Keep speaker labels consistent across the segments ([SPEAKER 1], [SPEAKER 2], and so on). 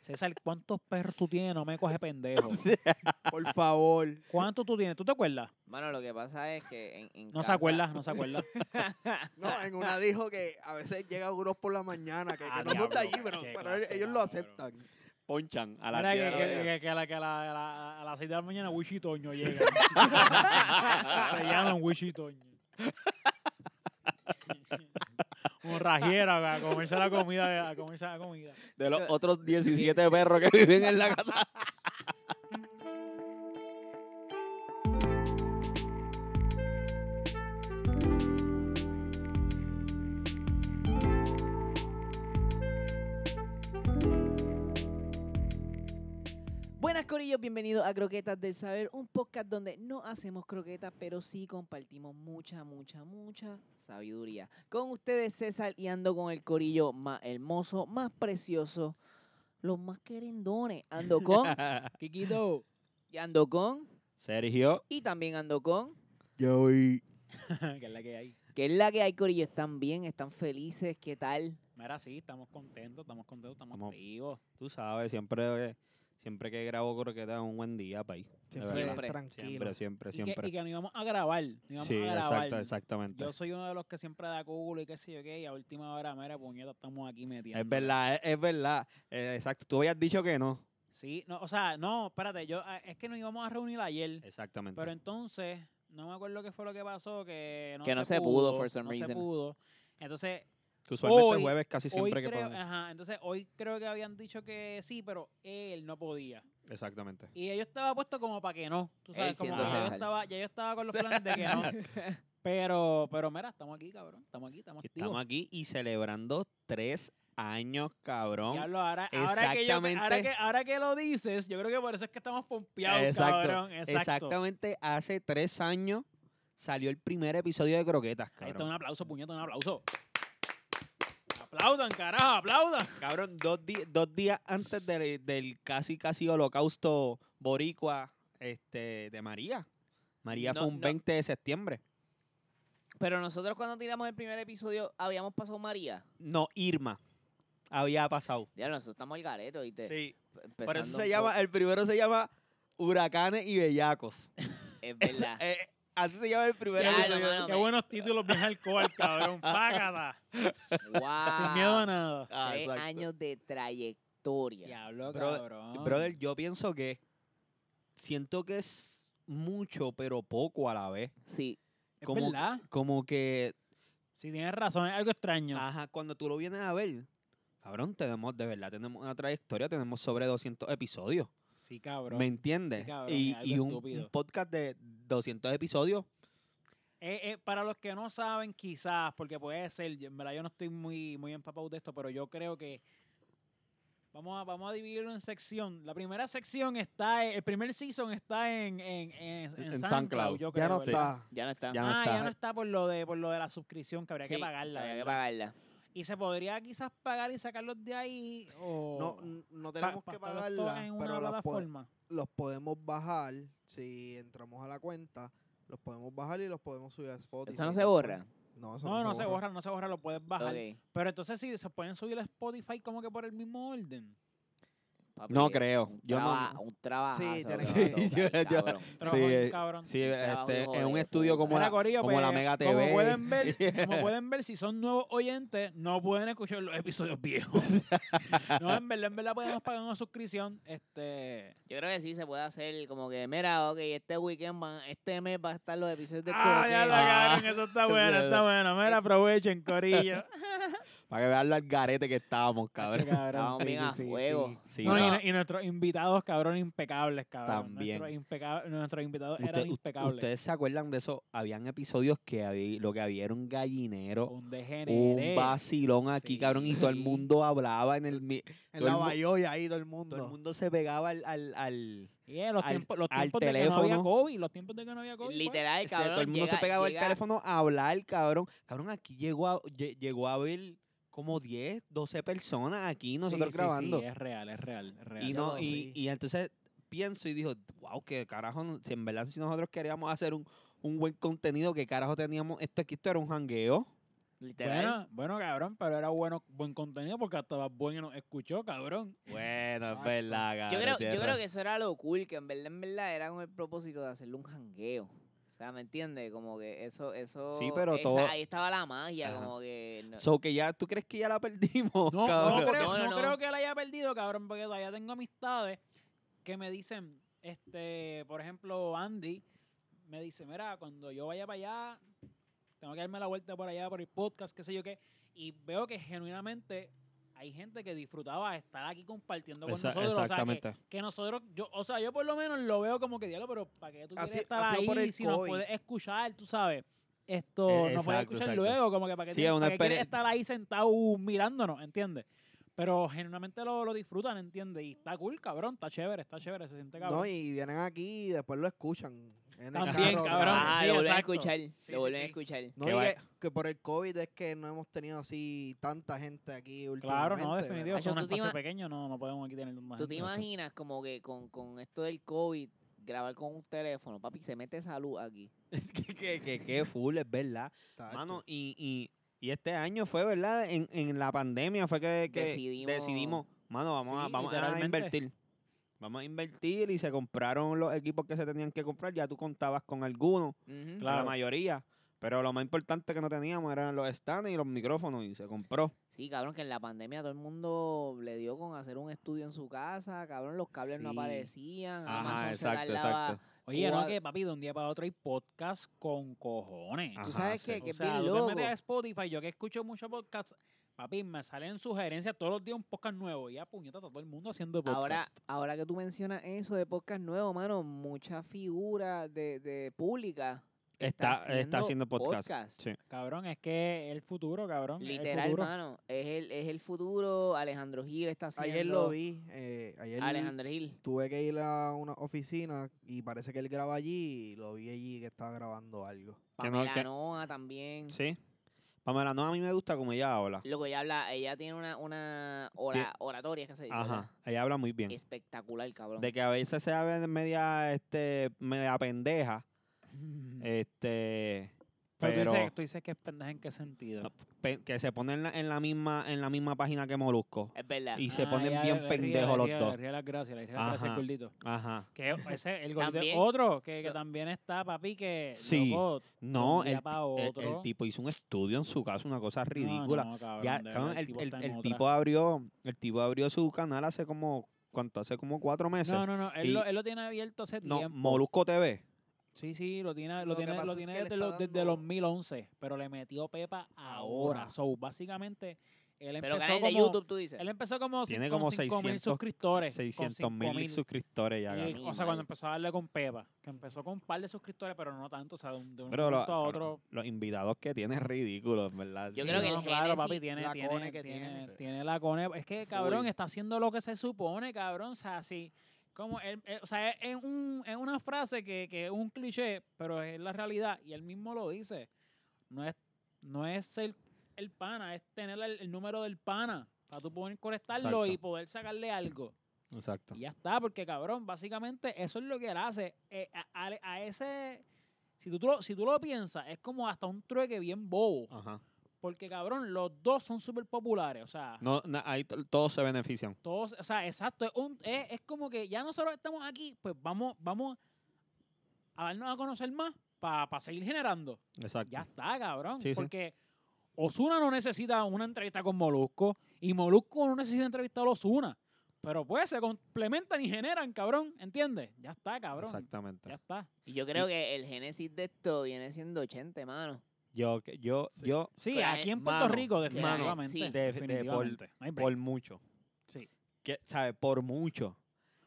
[SPEAKER 1] César, ¿cuántos perros tú tienes? No me coge pendejo.
[SPEAKER 2] Por favor.
[SPEAKER 1] ¿Cuántos tú tienes? ¿Tú te acuerdas?
[SPEAKER 3] Mano, lo que pasa es que en, en
[SPEAKER 1] No se
[SPEAKER 3] casa-
[SPEAKER 1] acuerda, no se acuerda.
[SPEAKER 2] No, en una dijo que a veces llega Uros por la mañana, que, que
[SPEAKER 1] Ah,
[SPEAKER 2] no son de
[SPEAKER 1] diablo,
[SPEAKER 2] allí, pero,
[SPEAKER 1] qué
[SPEAKER 2] pero
[SPEAKER 1] clase,
[SPEAKER 2] ellos lo
[SPEAKER 1] cabrón.
[SPEAKER 2] aceptan.
[SPEAKER 4] Ponchan a la
[SPEAKER 1] Mira, que,
[SPEAKER 4] tierra.
[SPEAKER 1] que- que- que a, la- que a la- a la- a las 6 de la mañana Wishi y Toño llega. se llaman Wishi y Toño. Un rajiera a comerse la comida. A comerse la comida.
[SPEAKER 4] De los otros 17 perros que viven en la casa.
[SPEAKER 3] Buenas corillos, bienvenidos a Croquetas del Saber, un podcast donde no hacemos croquetas, pero sí compartimos mucha, mucha, mucha sabiduría. Con ustedes César y ando con el corillo más hermoso, más precioso, los más querendones. Ando con,
[SPEAKER 1] Kikito.
[SPEAKER 3] y ando con,
[SPEAKER 4] Sergio.
[SPEAKER 3] y también ando con.
[SPEAKER 2] Yo y
[SPEAKER 1] que es la que hay.
[SPEAKER 3] Que es la que hay, corillo? ¿Están bien? ¿Están felices? ¿Qué tal?
[SPEAKER 1] Mira, sí, estamos contentos, estamos contentos, estamos
[SPEAKER 4] Estamos-
[SPEAKER 1] activos.
[SPEAKER 4] Tú sabes, siempre, siempre que grabo croqueta es un buen día, país. De verdad.
[SPEAKER 3] Siempre.
[SPEAKER 4] Siempre, siempre,
[SPEAKER 1] Y que,
[SPEAKER 4] siempre.
[SPEAKER 1] y que no íbamos a grabar. No íbamos
[SPEAKER 4] Sí,
[SPEAKER 1] a grabar.
[SPEAKER 4] exacto, exactamente.
[SPEAKER 1] Yo soy uno de los que siempre da culo y qué sé yo qué. Y a última hora, mira, puñeta, estamos aquí metiendo.
[SPEAKER 4] Es verdad, es, es verdad. Eh, exacto. Tú habías dicho que no.
[SPEAKER 1] Sí, no, o sea, no, espérate, yo ah, es que nos íbamos a reunir ayer,
[SPEAKER 4] Exactamente.
[SPEAKER 1] pero entonces no me acuerdo qué fue lo que pasó que no,
[SPEAKER 3] Que no se pudo, for some
[SPEAKER 1] no se
[SPEAKER 3] reason.
[SPEAKER 1] pudo. Entonces,
[SPEAKER 4] Que usualmente
[SPEAKER 1] hoy-
[SPEAKER 4] jueves casi
[SPEAKER 1] hoy
[SPEAKER 4] siempre que
[SPEAKER 1] creo, ah,
[SPEAKER 4] podemos.
[SPEAKER 1] ajá, entonces hoy creo que habían dicho que sí, pero él no podía.
[SPEAKER 4] Exactamente.
[SPEAKER 1] Y yo estaba puesto como para que no, tú
[SPEAKER 3] Él
[SPEAKER 1] sabes, como
[SPEAKER 3] siendo
[SPEAKER 1] que ya yo
[SPEAKER 3] César.
[SPEAKER 1] estaba, ya yo estaba con los planes de que no. Pero pero mira, estamos aquí, cabrón, estamos aquí, estamos
[SPEAKER 4] Y
[SPEAKER 1] activos.
[SPEAKER 4] Estamos aquí y celebrando tres años, cabrón.
[SPEAKER 1] Diablo, ahora, ahora que yo- ahora,
[SPEAKER 4] Exactamente.
[SPEAKER 1] que, ahora que lo dices, yo creo que por eso es que estamos pompeados,
[SPEAKER 4] Exacto,
[SPEAKER 1] cabrón. Exacto.
[SPEAKER 4] Exactamente hace tres años salió el primer episodio de Croquetas,
[SPEAKER 1] Ahí está
[SPEAKER 4] cabrón.
[SPEAKER 1] un aplauso, puñeta, un aplauso. Aplaudan, carajo, aplaudan.
[SPEAKER 4] Cabrón, dos, di- dos días antes del, del casi, casi holocausto boricua este, de María. María
[SPEAKER 3] No,
[SPEAKER 4] fue un
[SPEAKER 3] no.
[SPEAKER 4] 20 de septiembre.
[SPEAKER 3] Pero nosotros cuando tiramos el primer episodio habíamos pasado María.
[SPEAKER 4] No, Irma. Había pasado.
[SPEAKER 3] Ya nosotros estamos al gareto, ¿viste?
[SPEAKER 4] Sí.
[SPEAKER 3] Empezando
[SPEAKER 4] Por eso se
[SPEAKER 3] un
[SPEAKER 4] llama, el primero se llama Huracanes y Bellacos.
[SPEAKER 3] po- Es verdad.
[SPEAKER 4] Eh, así se llama el primer
[SPEAKER 3] Ya,
[SPEAKER 4] episodio.
[SPEAKER 3] hermano. No,
[SPEAKER 1] Qué
[SPEAKER 3] me-
[SPEAKER 1] buenos títulos bien alcohol, cabrón. Págata.
[SPEAKER 3] wow.
[SPEAKER 1] Sin miedo a nada.
[SPEAKER 4] Ah,
[SPEAKER 3] Tres
[SPEAKER 4] exacto.
[SPEAKER 3] años de trayectoria.
[SPEAKER 1] Diablo,
[SPEAKER 4] Bro-
[SPEAKER 3] Ah.
[SPEAKER 1] cabrón.
[SPEAKER 4] Brother, yo pienso que siento que es mucho, pero poco a la vez.
[SPEAKER 3] Sí.
[SPEAKER 1] es
[SPEAKER 4] como-
[SPEAKER 1] verdad.
[SPEAKER 4] Como que,
[SPEAKER 1] Si tienes razón, es algo extraño.
[SPEAKER 4] ajá, cuando tú lo vienes a ver, cabrón, tenemos, de verdad, tenemos una trayectoria, tenemos sobre 200 episodios.
[SPEAKER 1] Sí, cabrón.
[SPEAKER 4] ¿Me entiendes?
[SPEAKER 1] Sí, cabrón,
[SPEAKER 4] y
[SPEAKER 1] es algo
[SPEAKER 4] y un,
[SPEAKER 1] estúpido.
[SPEAKER 4] un podcast de 200 episodios.
[SPEAKER 1] Eh, eh, para los que no saben, quizás, porque puede ser, yo- en verdad yo no estoy muy, muy empapado de esto, pero yo creo que vamos a, vamos a dividirlo en sección. La primera sección está, eh, el primer season está en, en, en, en
[SPEAKER 4] En
[SPEAKER 1] SoundCloud,
[SPEAKER 4] SoundCloud.
[SPEAKER 1] yo creo,
[SPEAKER 2] Ya no
[SPEAKER 1] ¿verdad?
[SPEAKER 2] está.
[SPEAKER 3] Ya no está.
[SPEAKER 4] Ya
[SPEAKER 1] ah,
[SPEAKER 4] está.
[SPEAKER 1] ya no está por lo de por lo de la suscripción que habría
[SPEAKER 3] Sí,
[SPEAKER 1] que pagarla.
[SPEAKER 3] Había que
[SPEAKER 1] ¿verdad?
[SPEAKER 3] pagarla.
[SPEAKER 1] Y se podría quizás pagar y sacarlos de ahí o
[SPEAKER 2] No, n- no
[SPEAKER 1] Oh. pa-
[SPEAKER 2] tenemos
[SPEAKER 1] pa-
[SPEAKER 2] que
[SPEAKER 1] todos
[SPEAKER 2] pagarla,
[SPEAKER 1] en una
[SPEAKER 2] pero las po-
[SPEAKER 1] plataforma.
[SPEAKER 2] los podemos bajar si entramos a la cuenta. Los podemos bajar y los podemos subir a Spotify.
[SPEAKER 3] Eso no se borra.
[SPEAKER 2] No, eso
[SPEAKER 1] No, no se borra, no se borra, lo puedes bajar.
[SPEAKER 3] Ok,
[SPEAKER 1] Pero entonces sí, se pueden subir a Spotify como que por el mismo orden. Ah,
[SPEAKER 3] papi,
[SPEAKER 1] pues,
[SPEAKER 4] No creo,
[SPEAKER 3] Un
[SPEAKER 4] yo no-
[SPEAKER 3] traba- Un trabajo.
[SPEAKER 2] Sí, tiene
[SPEAKER 4] que- Sí, yo- yo-
[SPEAKER 1] Trabajo
[SPEAKER 4] Sí,
[SPEAKER 1] bien
[SPEAKER 4] eh,
[SPEAKER 1] cabrón.
[SPEAKER 4] Sí,
[SPEAKER 3] trabajo,
[SPEAKER 4] este,
[SPEAKER 3] hijo
[SPEAKER 4] en un
[SPEAKER 3] de
[SPEAKER 4] estudio
[SPEAKER 3] puta.
[SPEAKER 4] como,
[SPEAKER 1] Mira,
[SPEAKER 4] la,
[SPEAKER 1] Corillo,
[SPEAKER 4] como
[SPEAKER 1] pues,
[SPEAKER 4] la Mega TV.
[SPEAKER 1] Como pueden, ver, como pueden ver, si son nuevos oyentes, no pueden escuchar los episodios viejos. no, en verdad, en verdad podemos pagar una suscripción. Este.
[SPEAKER 3] Yo creo que sí se puede hacer como que, mira, ok, este weekend, van- este mes va a estar los episodios de
[SPEAKER 1] Ah, ya la
[SPEAKER 3] Croquetas.
[SPEAKER 1] cagaron, eso está bueno, está bueno. Mira, aprovechen, Corillo.
[SPEAKER 4] Para que vean lo al garete que estábamos, cabrón.
[SPEAKER 3] Estábamos bien a fuego.
[SPEAKER 4] Sí,
[SPEAKER 1] No, y,
[SPEAKER 4] no.
[SPEAKER 1] y nuestros invitados, cabrón, impecables, cabrón.
[SPEAKER 4] También.
[SPEAKER 1] Nuestros, impecab- nuestros invitados
[SPEAKER 4] Usted-
[SPEAKER 1] eran
[SPEAKER 4] u-
[SPEAKER 1] impecables.
[SPEAKER 4] Ustedes se acuerdan de eso. Habían episodios que habí- lo que había era un gallinero,
[SPEAKER 1] Un degeneré.
[SPEAKER 4] un vacilón aquí, cabrón, y todo el
[SPEAKER 1] Sí.
[SPEAKER 4] mundo hablaba en el. mi-
[SPEAKER 2] En
[SPEAKER 4] Todo el
[SPEAKER 2] la
[SPEAKER 4] mu-
[SPEAKER 2] Bayoya ahí todo el mundo.
[SPEAKER 4] Todo el mundo se pegaba al. al, al-
[SPEAKER 1] Y, eh, los
[SPEAKER 4] al-
[SPEAKER 1] tiempos, los
[SPEAKER 4] al
[SPEAKER 1] tiempos de que no había
[SPEAKER 4] teléfono.
[SPEAKER 1] COVID. Los tiempos de que no había COVID. pues.
[SPEAKER 3] Literal,
[SPEAKER 4] o sea,
[SPEAKER 3] cabrón.
[SPEAKER 4] todo el mundo se
[SPEAKER 3] llega-
[SPEAKER 4] pegaba
[SPEAKER 3] llega-
[SPEAKER 4] al teléfono a hablar, cabrón. Cabrón, aquí llegó a, lle- llegó a haber como 10, 12 personas aquí nosotros
[SPEAKER 1] Sí, sí, sí,
[SPEAKER 4] grabando.
[SPEAKER 1] es real, es real, es real.
[SPEAKER 4] y, eh, no,
[SPEAKER 2] cabrón,
[SPEAKER 4] y,
[SPEAKER 2] sí.
[SPEAKER 4] y entonces pienso y digo, wow, que carajo, no- si en verdad si nosotros queríamos hacer un, un buen contenido, que carajo teníamos esto aquí, esto era un jangueo.
[SPEAKER 3] Literal.
[SPEAKER 1] Bueno, bueno, cabrón, pero era bueno, buen contenido porque hasta Bad Bunny nos escuchó, cabrón.
[SPEAKER 4] Bueno, es
[SPEAKER 2] Exacto.
[SPEAKER 4] verdad, cabrón.
[SPEAKER 3] yo, creo, yo
[SPEAKER 4] tienes
[SPEAKER 3] creo
[SPEAKER 4] Ah, razón.
[SPEAKER 3] que eso era lo cool, que en verdad, en verdad era con el propósito de hacerle un jangueo. O sea, ¿me entiendes? Como que eso, eso.
[SPEAKER 4] Sí, pero
[SPEAKER 3] esa-
[SPEAKER 4] todo-
[SPEAKER 3] Ahí estaba la magia,
[SPEAKER 4] Ajá.
[SPEAKER 3] como que. no-
[SPEAKER 4] So que ya, ¿tú crees que ya la perdimos?
[SPEAKER 1] No,
[SPEAKER 4] Oh, cabrón?
[SPEAKER 1] no, creo,
[SPEAKER 3] No, no,
[SPEAKER 1] no
[SPEAKER 3] no.
[SPEAKER 1] creo que la haya perdido, cabrón, porque todavía tengo amistades que me dicen, este, por ejemplo, Andy, me dice, mira, cuando yo vaya para allá, tengo que darme la vuelta por allá, por el podcast, qué sé yo qué, y veo que genuinamente hay gente que disfrutaba estar aquí compartiendo con
[SPEAKER 4] Esa-
[SPEAKER 1] nosotros. o sea, que-
[SPEAKER 4] exactamente.
[SPEAKER 1] que, nosotros, yo, o sea, yo por lo menos lo veo como que diablo, pero ¿para qué tú quieres
[SPEAKER 2] Así-
[SPEAKER 1] estar
[SPEAKER 2] ha sido
[SPEAKER 1] ahí
[SPEAKER 2] por el
[SPEAKER 1] si nos
[SPEAKER 2] COVID.
[SPEAKER 1] puedes escuchar, tú sabes? Esto
[SPEAKER 4] Eh,
[SPEAKER 1] nos puedes
[SPEAKER 4] exacto,
[SPEAKER 1] escuchar
[SPEAKER 4] exacto.
[SPEAKER 1] luego, como que para qué
[SPEAKER 4] Sí,
[SPEAKER 1] tienes-
[SPEAKER 4] es una
[SPEAKER 1] para qué quieres
[SPEAKER 4] experien-
[SPEAKER 1] estar ahí sentado mirándonos, ¿entiendes? Pero genuinamente lo, lo disfrutan, ¿entiendes? Y está cool, cabrón, está chévere, está chévere, se siente cabrón.
[SPEAKER 2] No, y vienen aquí y después lo escuchan. En el
[SPEAKER 1] También,
[SPEAKER 2] carro,
[SPEAKER 1] cabrón.
[SPEAKER 2] otra vez.
[SPEAKER 3] ah,
[SPEAKER 1] sí,
[SPEAKER 3] lo vuelven a
[SPEAKER 1] exacto.
[SPEAKER 3] escuchar.
[SPEAKER 1] sí,
[SPEAKER 3] lo vuelven a
[SPEAKER 1] sí.
[SPEAKER 3] escuchar.
[SPEAKER 2] No,
[SPEAKER 4] Que
[SPEAKER 2] y
[SPEAKER 4] vaya-
[SPEAKER 2] que, que por el COVID es que no hemos tenido así tanta gente aquí últimamente.
[SPEAKER 1] claro, no,
[SPEAKER 2] ¿verdad?
[SPEAKER 1] definitivo, es
[SPEAKER 3] Macho,
[SPEAKER 1] un
[SPEAKER 3] tú te
[SPEAKER 1] espacio
[SPEAKER 3] ima-
[SPEAKER 1] pequeño, no, no podemos aquí tener más
[SPEAKER 3] ¿Tú te
[SPEAKER 1] gente, no sé.
[SPEAKER 3] imaginas como que con, con esto del COVID, grabar con un teléfono? Papi, se mete salud aquí.
[SPEAKER 4] que, que, que, que full, es verdad.
[SPEAKER 2] Tacho.
[SPEAKER 4] Mano, y, y, y este año fue, ¿verdad? En, en la pandemia fue que, que
[SPEAKER 3] Decidimos-
[SPEAKER 4] decidimos. mano, vamos, a,
[SPEAKER 1] Sí,
[SPEAKER 4] vamos a
[SPEAKER 1] literalmente.
[SPEAKER 4] invertir. Vamos a invertir y se compraron los equipos que se tenían que comprar. Ya tú contabas con algunos,
[SPEAKER 3] Ujú.
[SPEAKER 1] Claro.
[SPEAKER 4] la mayoría. Pero lo más importante que no teníamos eran los stands y los micrófonos y se compró.
[SPEAKER 3] Sí, cabrón, que en la pandemia todo el mundo le dio con hacer un estudio en su casa, cabrón, los cables no
[SPEAKER 4] Sí.
[SPEAKER 3] aparecían,
[SPEAKER 4] Ajá,
[SPEAKER 3] Amazon
[SPEAKER 4] exacto,
[SPEAKER 3] se tardaba.
[SPEAKER 4] exacto.
[SPEAKER 1] Oye, no,
[SPEAKER 3] Cuba-
[SPEAKER 1] que papi, de un día para otro hay podcast con cojones.
[SPEAKER 4] Ajá,
[SPEAKER 3] Tú sabes
[SPEAKER 4] sí.
[SPEAKER 3] que, que
[SPEAKER 1] o
[SPEAKER 3] es
[SPEAKER 1] sea,
[SPEAKER 3] bien
[SPEAKER 1] lo que
[SPEAKER 3] loco.
[SPEAKER 1] me deja Spotify, yo que escucho muchos podcasts, papi, me salen sugerencias todos los días un podcast nuevo y a puñeta está todo el mundo haciendo podcast.
[SPEAKER 3] Ahora, ahora que tú mencionas eso de podcast nuevo, mano, mucha figura de, de pública
[SPEAKER 4] Está, está haciendo, podcast. Sí.
[SPEAKER 1] cabrón, es que el futuro, cabrón. es el
[SPEAKER 3] Literal,
[SPEAKER 1] futuro.
[SPEAKER 3] mano. Es el, es el futuro. Alejandro Gil está haciendo.
[SPEAKER 2] ayer lo vi. eh, ayer
[SPEAKER 3] Alejandro Gil.
[SPEAKER 2] tuve que ir a una oficina y parece que él graba allí y lo vi allí que estaba grabando algo.
[SPEAKER 4] Que no-
[SPEAKER 3] Pamela
[SPEAKER 4] que-
[SPEAKER 3] Noa también.
[SPEAKER 1] Mm.
[SPEAKER 4] Sí. Pamela, no, a mí me gusta como ella habla.
[SPEAKER 3] Luego ella habla, ella tiene una, una ora-
[SPEAKER 4] Tie-
[SPEAKER 3] oratoria que se dice.
[SPEAKER 4] Ajá,
[SPEAKER 3] ¿verdad?
[SPEAKER 4] ella habla muy bien.
[SPEAKER 3] Espectacular, cabrón.
[SPEAKER 4] De que a veces se habla de media, este, media pendeja, este,
[SPEAKER 1] Mm. pero, tú,
[SPEAKER 4] Eh, pero
[SPEAKER 1] dices, tú dices que es pendeja en qué sentido.
[SPEAKER 4] No, pe- que se pone en la, en la misma, en la misma página que Molusco.
[SPEAKER 3] Es verdad.
[SPEAKER 4] Y se
[SPEAKER 1] Ah,
[SPEAKER 4] ponen
[SPEAKER 1] ya,
[SPEAKER 4] bien
[SPEAKER 1] le ríe,
[SPEAKER 4] pendejos
[SPEAKER 1] le
[SPEAKER 4] los
[SPEAKER 1] ríe,
[SPEAKER 4] dos.
[SPEAKER 1] Le ríe las gracias, le ríe las gracias al
[SPEAKER 4] Ajá.
[SPEAKER 1] gordito.
[SPEAKER 4] Ajá.
[SPEAKER 1] Que ese, el gordito
[SPEAKER 3] También-
[SPEAKER 1] otro, que, que
[SPEAKER 3] lo-
[SPEAKER 1] también está, papi, que
[SPEAKER 4] Sí.
[SPEAKER 1] loco,
[SPEAKER 4] No,
[SPEAKER 1] un día
[SPEAKER 4] el,
[SPEAKER 1] pa'
[SPEAKER 4] ti- el- el
[SPEAKER 1] otro.
[SPEAKER 4] tipo hizo un estudio en su casa, una cosa
[SPEAKER 1] no,
[SPEAKER 4] ridícula.
[SPEAKER 1] no, cabrón,
[SPEAKER 4] Ya,
[SPEAKER 1] de verdad,
[SPEAKER 4] cabrón, el,
[SPEAKER 1] tipo
[SPEAKER 4] el-
[SPEAKER 1] está en
[SPEAKER 4] el
[SPEAKER 1] otra.
[SPEAKER 4] tipo abrió, el tipo abrió su canal hace como, ¿cuánto? Hace como cuatro meses.
[SPEAKER 1] No, no, no, él,
[SPEAKER 4] y-
[SPEAKER 1] lo, él lo tiene abierto hace
[SPEAKER 4] No,
[SPEAKER 1] tiempo.
[SPEAKER 4] Molusco TV.
[SPEAKER 1] Sí, sí, lo tiene, lo
[SPEAKER 2] Lo que
[SPEAKER 1] tiene,
[SPEAKER 2] pasa
[SPEAKER 1] lo
[SPEAKER 2] es
[SPEAKER 1] tiene
[SPEAKER 2] que le
[SPEAKER 1] desde,
[SPEAKER 2] está
[SPEAKER 1] los- desde
[SPEAKER 2] dando-
[SPEAKER 1] 2011, pero le metió Pepa ahora.
[SPEAKER 2] Ahora.
[SPEAKER 1] So, básicamente, él
[SPEAKER 3] Pero
[SPEAKER 1] empezó
[SPEAKER 3] canal
[SPEAKER 1] como...
[SPEAKER 3] de YouTube, tú dices.
[SPEAKER 1] Él empezó como, cin-
[SPEAKER 4] Tiene
[SPEAKER 1] con
[SPEAKER 4] como
[SPEAKER 1] 5.000
[SPEAKER 4] 600
[SPEAKER 1] suscriptores. con
[SPEAKER 4] 600 mil
[SPEAKER 1] 5.000.
[SPEAKER 4] suscriptores ya.
[SPEAKER 1] Y,
[SPEAKER 4] cabrón.
[SPEAKER 1] o sea, cuando
[SPEAKER 3] Animal.
[SPEAKER 1] empezó a darle con Pepa, que empezó con un par de suscriptores, pero no tanto, o sea, de un, de un
[SPEAKER 4] Pero lo-
[SPEAKER 1] momento a otro.
[SPEAKER 4] los invitados que tiene es ridículo, en verdad.
[SPEAKER 3] Yo creo que
[SPEAKER 1] no,
[SPEAKER 3] el
[SPEAKER 1] claro,
[SPEAKER 3] génesis,
[SPEAKER 1] papi, tiene,
[SPEAKER 2] la
[SPEAKER 1] tiene,
[SPEAKER 2] cone que
[SPEAKER 1] tiene,
[SPEAKER 2] tiene, sí.
[SPEAKER 1] tiene la cone. Es que, cabrón,
[SPEAKER 3] Full.
[SPEAKER 1] está haciendo lo que se supone, cabrón. O sea, sí. Como él- él- o sea, es, es un, es una frase que, que es un cliché, pero es la realidad. Y él mismo lo dice. No es, no es ser el pana, es tener el, el número del pana. Para tú poder conectarlo y
[SPEAKER 4] Exacto.
[SPEAKER 1] poder sacarle algo.
[SPEAKER 4] Exacto.
[SPEAKER 1] Y ya está, porque cabrón, básicamente eso es lo que él hace. Eh, a, a- a ese. Si tú, tú lo, si tú lo piensas, es como hasta un trueque bien bobo.
[SPEAKER 4] Ajá.
[SPEAKER 1] Porque cabrón, los dos son súper populares. O sea,
[SPEAKER 4] No, na- ahí to- todos se benefician.
[SPEAKER 1] todos. O sea, exacto. Es, un- es- es como que ya nosotros estamos aquí, pues vamos, vamos a darnos a conocer más para seguir generando.
[SPEAKER 4] Exacto.
[SPEAKER 1] Ya está, cabrón.
[SPEAKER 4] Sí, sí.
[SPEAKER 1] porque Osuna no necesita una entrevista con Molusco y Molusco no necesita entrevistar a Osuna. Pero pues se complementan y generan, cabrón. ¿Entiendes? Ya está, cabrón.
[SPEAKER 4] Exactamente.
[SPEAKER 1] Ya está.
[SPEAKER 3] Y yo creo que el génesis de esto viene siendo 80, mano.
[SPEAKER 4] Yo, que- yo, yo,
[SPEAKER 1] Sí,
[SPEAKER 3] Pues,
[SPEAKER 1] aquí en Puerto
[SPEAKER 4] mano,
[SPEAKER 1] Rico,
[SPEAKER 4] mano,
[SPEAKER 1] definitivamente.
[SPEAKER 3] sí. de-
[SPEAKER 4] de por-
[SPEAKER 1] definitivamente. No hay break.
[SPEAKER 4] por mucho.
[SPEAKER 1] Sí.
[SPEAKER 4] Que, ¿Sabes? Por mucho.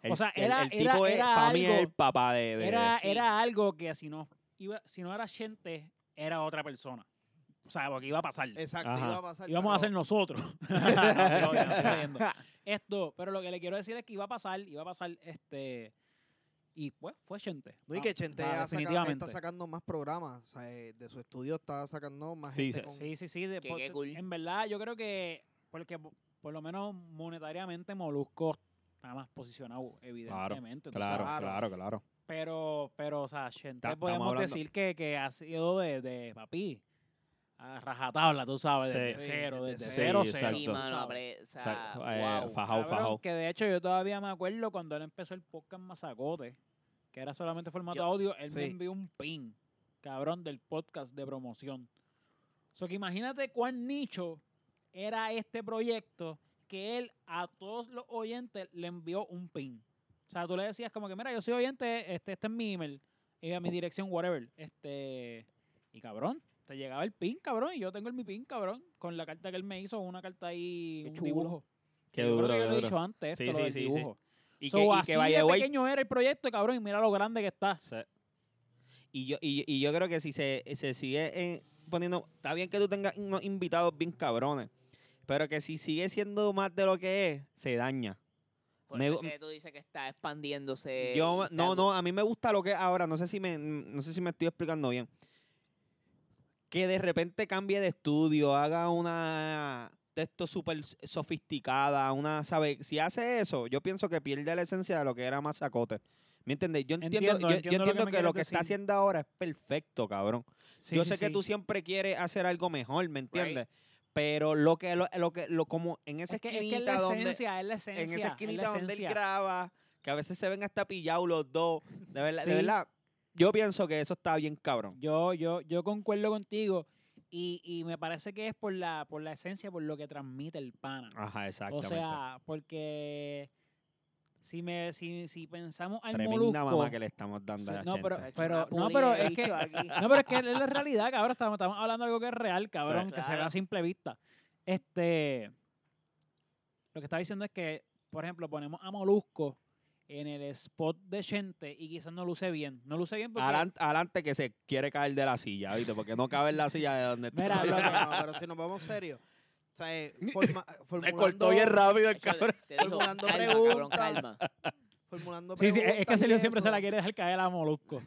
[SPEAKER 1] O sea, era- era- era
[SPEAKER 4] para mí es
[SPEAKER 1] algo-
[SPEAKER 4] el papá de. de-
[SPEAKER 1] era,
[SPEAKER 3] sí.
[SPEAKER 1] era algo que si no, iba, si no era gente, era otra persona. O sea, porque iba a pasar.
[SPEAKER 2] Exacto,
[SPEAKER 4] Ajá.
[SPEAKER 2] iba a pasar.
[SPEAKER 1] íbamos a
[SPEAKER 2] pero-
[SPEAKER 1] hacer nosotros. No, no, no, estoy jodiendo. Esto, pero lo que le quiero decir es que iba a pasar, iba a pasar este. Y pues fue gente.
[SPEAKER 2] No, y que Chente
[SPEAKER 1] Ah,
[SPEAKER 2] ha sacado-
[SPEAKER 1] definitivamente.
[SPEAKER 2] está sacando más programas. o sea, eh, de su estudio está sacando más
[SPEAKER 4] Sí,
[SPEAKER 2] gente
[SPEAKER 4] se-
[SPEAKER 2] con-
[SPEAKER 1] Sí, sí, sí. de-
[SPEAKER 3] Que
[SPEAKER 1] por-
[SPEAKER 3] qué cool.
[SPEAKER 1] En verdad, yo creo que. Porque po- por lo menos monetariamente Molusco está más posicionado, evidentemente. tú
[SPEAKER 4] Claro,
[SPEAKER 1] sabes.
[SPEAKER 2] Claro.
[SPEAKER 4] claro, claro.
[SPEAKER 1] Pero, pero, o sea, Chente
[SPEAKER 4] Ta- estamos
[SPEAKER 1] podemos
[SPEAKER 4] hablando-
[SPEAKER 1] decir que, que ha sido de, de papi. a rajatabla, tú sabes,
[SPEAKER 4] Sí.
[SPEAKER 1] desde
[SPEAKER 2] Sí,
[SPEAKER 1] cero,
[SPEAKER 2] desde
[SPEAKER 1] desde
[SPEAKER 2] cero.
[SPEAKER 1] cero,
[SPEAKER 4] Sí,
[SPEAKER 1] cero.
[SPEAKER 3] Sí,
[SPEAKER 4] exacto.
[SPEAKER 1] tú
[SPEAKER 3] mano,
[SPEAKER 1] sabes.
[SPEAKER 3] apre- o sea,
[SPEAKER 4] Exacto. Eh,
[SPEAKER 3] wow.
[SPEAKER 4] fajao,
[SPEAKER 1] Cabrón,
[SPEAKER 4] fajao.
[SPEAKER 1] Que de hecho yo todavía me acuerdo cuando él empezó el podcast Mazacote, que era solamente formato
[SPEAKER 3] Yo-
[SPEAKER 1] audio, él me
[SPEAKER 2] Sí.
[SPEAKER 1] envió un pin, cabrón, del podcast de promoción. So que imagínate cuán nicho era este proyecto que él a todos los oyentes le envió un pin. O sea, tú le decías como que, mira, yo soy oyente, este, este es mi email, y a mi dirección, whatever. Este, y cabrón, te llegaba el pin, cabrón, y yo tengo el mi pin, cabrón, con la carta que él me hizo, una carta ahí,
[SPEAKER 3] Qué
[SPEAKER 1] un
[SPEAKER 3] chulo.
[SPEAKER 1] dibujo.
[SPEAKER 4] Qué
[SPEAKER 1] Yo creo
[SPEAKER 4] duro,
[SPEAKER 1] que
[SPEAKER 4] qué
[SPEAKER 1] yo lo he
[SPEAKER 4] duro.
[SPEAKER 1] dicho antes,
[SPEAKER 4] Sí,
[SPEAKER 1] esto, lo
[SPEAKER 4] sí,
[SPEAKER 1] del
[SPEAKER 4] sí, sí.
[SPEAKER 1] dibujo.
[SPEAKER 4] Y
[SPEAKER 1] So,
[SPEAKER 4] que, y
[SPEAKER 1] así
[SPEAKER 4] que
[SPEAKER 1] de
[SPEAKER 4] vaya güey.
[SPEAKER 1] pequeño era el proyecto, cabrón, y mira lo grande que está.
[SPEAKER 4] Sí. Y yo, y, y yo creo que si se, se sigue eh, poniendo. Está bien que tú tengas unos invitados bien cabrones. Pero que si sigue siendo más de lo que es, se daña. Me gu-
[SPEAKER 3] Porque tú dices que está expandiéndose. Eh, y
[SPEAKER 4] Yo,
[SPEAKER 3] está-
[SPEAKER 4] no, no, a mí me gusta lo que es ahora. No sé si me, no sé si me estoy explicando bien. Que de repente cambie de estudio, haga una texto súper sofisticada, una, ¿sabe? Si hace eso, yo pienso que pierde la esencia de lo que era Mazacote. ¿Me entiendes? Yo entiendo,
[SPEAKER 1] Entiendo,
[SPEAKER 4] yo- yo,
[SPEAKER 1] entiendo lo que
[SPEAKER 4] entiendo
[SPEAKER 1] me
[SPEAKER 4] que lo
[SPEAKER 1] quieres
[SPEAKER 4] que está
[SPEAKER 1] decir.
[SPEAKER 4] haciendo ahora es perfecto, cabrón. yo sé que tú siempre quieres hacer algo mejor, ¿me entiendes? Pero lo que, lo, lo que, lo como en esa
[SPEAKER 1] Es que, es que
[SPEAKER 4] esquinita
[SPEAKER 1] es la
[SPEAKER 4] donde,
[SPEAKER 1] esencia, es la esencia.
[SPEAKER 4] en esa
[SPEAKER 1] es la
[SPEAKER 4] esquinita donde él
[SPEAKER 1] esencia.
[SPEAKER 4] graba, que a veces se ven hasta pillados los dos, de verdad, de
[SPEAKER 1] Sí.
[SPEAKER 4] verdad, yo pienso que eso está bien cabrón.
[SPEAKER 1] Yo, yo, yo concuerdo contigo y, y me parece que es por la, por la esencia, por lo que transmite el pana.
[SPEAKER 4] Ajá,
[SPEAKER 1] o
[SPEAKER 4] exactamente.
[SPEAKER 1] sea, porque si me, si, si pensamos al
[SPEAKER 4] tremenda
[SPEAKER 1] molusco,
[SPEAKER 4] mamá que le estamos dando a la
[SPEAKER 1] No,
[SPEAKER 4] gente.
[SPEAKER 1] pero-
[SPEAKER 3] Está hecho una
[SPEAKER 1] no, pero
[SPEAKER 3] pulida,
[SPEAKER 1] es que-
[SPEAKER 3] bicho, aquí.
[SPEAKER 1] No, pero es que es la realidad, cabrón. Estamos, estamos hablando de algo que es real, cabrón, que se ve
[SPEAKER 3] Claro.
[SPEAKER 1] a simple vista. Este. Lo que está diciendo es que, por ejemplo, ponemos a Molusco en el spot de gente y quizás no luce bien. No luce bien porque.
[SPEAKER 4] Adelante, adelante que se quiere caer de la silla, ¿viste? Porque no cabe en la silla de donde está.
[SPEAKER 1] Mira,
[SPEAKER 2] No,
[SPEAKER 1] lo que-
[SPEAKER 2] no, no, pero si nos vamos serios. O sea, eh, forma-
[SPEAKER 4] Me
[SPEAKER 2] formulando-
[SPEAKER 4] cortó bien rápido el
[SPEAKER 3] Eso de-
[SPEAKER 4] cabrón.
[SPEAKER 3] te dijo,
[SPEAKER 2] Formulando
[SPEAKER 3] calma, cabrón,
[SPEAKER 2] preguntas.
[SPEAKER 3] calma.
[SPEAKER 2] formulando
[SPEAKER 1] Sí, sí, es- es que
[SPEAKER 2] preguntas
[SPEAKER 1] Celio
[SPEAKER 2] y
[SPEAKER 1] siempre se
[SPEAKER 2] eso.
[SPEAKER 1] la quiere dejar caer a Molusco.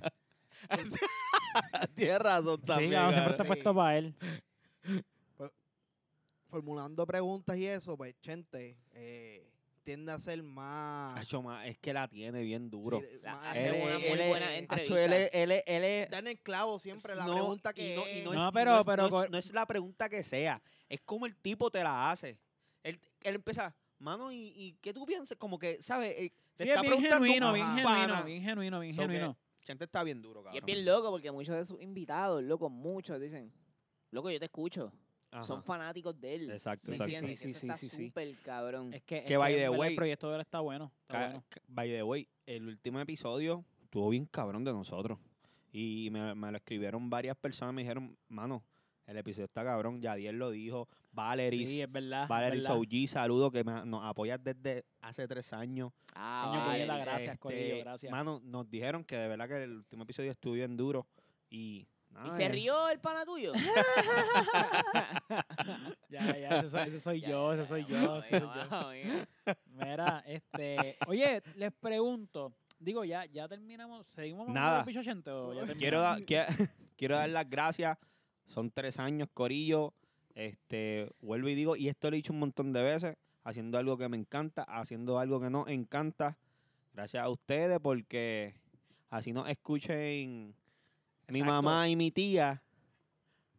[SPEAKER 4] Tienes razón
[SPEAKER 1] sí,
[SPEAKER 4] también.
[SPEAKER 1] cabrón, siempre
[SPEAKER 4] cabrón.
[SPEAKER 1] está
[SPEAKER 2] sí.
[SPEAKER 1] puesto para él.
[SPEAKER 2] Formulando preguntas y eso, pues Chente eh, tiende a ser más.
[SPEAKER 4] Acho, ma, es que la tiene bien duro.
[SPEAKER 2] sí,
[SPEAKER 3] La-
[SPEAKER 2] más- eh,
[SPEAKER 3] hace
[SPEAKER 4] Él es-
[SPEAKER 3] una muy
[SPEAKER 4] él es-
[SPEAKER 3] buena
[SPEAKER 4] acho,
[SPEAKER 3] entrevista.
[SPEAKER 4] él es- él es- él es-
[SPEAKER 2] Da eh, en el clavo siempre la
[SPEAKER 4] no,
[SPEAKER 2] pregunta
[SPEAKER 4] y
[SPEAKER 2] que.
[SPEAKER 4] no- y no
[SPEAKER 2] es.
[SPEAKER 4] es-
[SPEAKER 1] No,
[SPEAKER 4] y
[SPEAKER 1] pero-
[SPEAKER 4] no es-
[SPEAKER 1] pero
[SPEAKER 4] no es-
[SPEAKER 1] co-
[SPEAKER 4] no es la pregunta que sea, es como el tipo te la hace. Él, él empieza, mano, ¿y, y qué tú piensas? Como que, ¿sabes? Él te
[SPEAKER 1] Sí, es bien
[SPEAKER 4] preguntando
[SPEAKER 1] genuino,
[SPEAKER 4] un
[SPEAKER 1] bien
[SPEAKER 4] pana.
[SPEAKER 1] genuino, bien genuino, bien
[SPEAKER 4] So que-
[SPEAKER 1] genuino.
[SPEAKER 4] Chente está bien duro, cabrón.
[SPEAKER 3] Y es bien loco porque muchos de sus invitados, loco, muchos dicen, loco, yo te escucho.
[SPEAKER 4] Ajá.
[SPEAKER 3] Son fanáticos de él.
[SPEAKER 4] Exacto,
[SPEAKER 3] ¿Me
[SPEAKER 1] Sí, sí,
[SPEAKER 4] exacto.
[SPEAKER 3] entiendes?
[SPEAKER 1] sí,
[SPEAKER 3] Eso
[SPEAKER 1] sí,
[SPEAKER 3] está
[SPEAKER 1] sí, sí.
[SPEAKER 3] súper cabrón.
[SPEAKER 1] Es que, es
[SPEAKER 4] Que by
[SPEAKER 1] en
[SPEAKER 4] the
[SPEAKER 1] verdad
[SPEAKER 4] way-
[SPEAKER 1] el proyecto de él está bueno. está
[SPEAKER 4] Ca-
[SPEAKER 1] bueno.
[SPEAKER 4] ca- By the way, el último episodio estuvo bien cabrón de nosotros. Y me, me lo escribieron varias personas, me dijeron, mano, el episodio está cabrón, Yadier lo dijo, Valeris,
[SPEAKER 1] Sí, es verdad. es
[SPEAKER 4] Valery
[SPEAKER 1] verdad.
[SPEAKER 4] Souji, saludo que me- nos apoyas desde hace tres años.
[SPEAKER 3] Ah,
[SPEAKER 1] Coño,
[SPEAKER 3] vale.
[SPEAKER 1] coño, la
[SPEAKER 4] Valery,
[SPEAKER 1] gracias, Corillo, gracias.
[SPEAKER 4] este, Mano, nos dijeron que de verdad que el último episodio estuvo bien duro y... nada,
[SPEAKER 3] ¿Y se
[SPEAKER 4] eh,
[SPEAKER 3] rió el pana tuyo?
[SPEAKER 1] Ya, ya, ese soy, ese soy yo, ese soy yo, ese soy yo. Mira, este. Oye, les pregunto. Digo, ya, ya terminamos. ¿Seguimos mamando
[SPEAKER 4] Nada.
[SPEAKER 1] el bicho ochenta o ya terminamos?
[SPEAKER 4] Quiero, dar- quie- quiero dar las gracias. Son tres años, Corillo. Este, vuelvo y digo, y esto lo he dicho un montón de veces, haciendo algo que me encanta, haciendo algo que no encanta. Gracias a ustedes porque así nos escuchen mi
[SPEAKER 1] Exacto.
[SPEAKER 4] mamá y mi tía.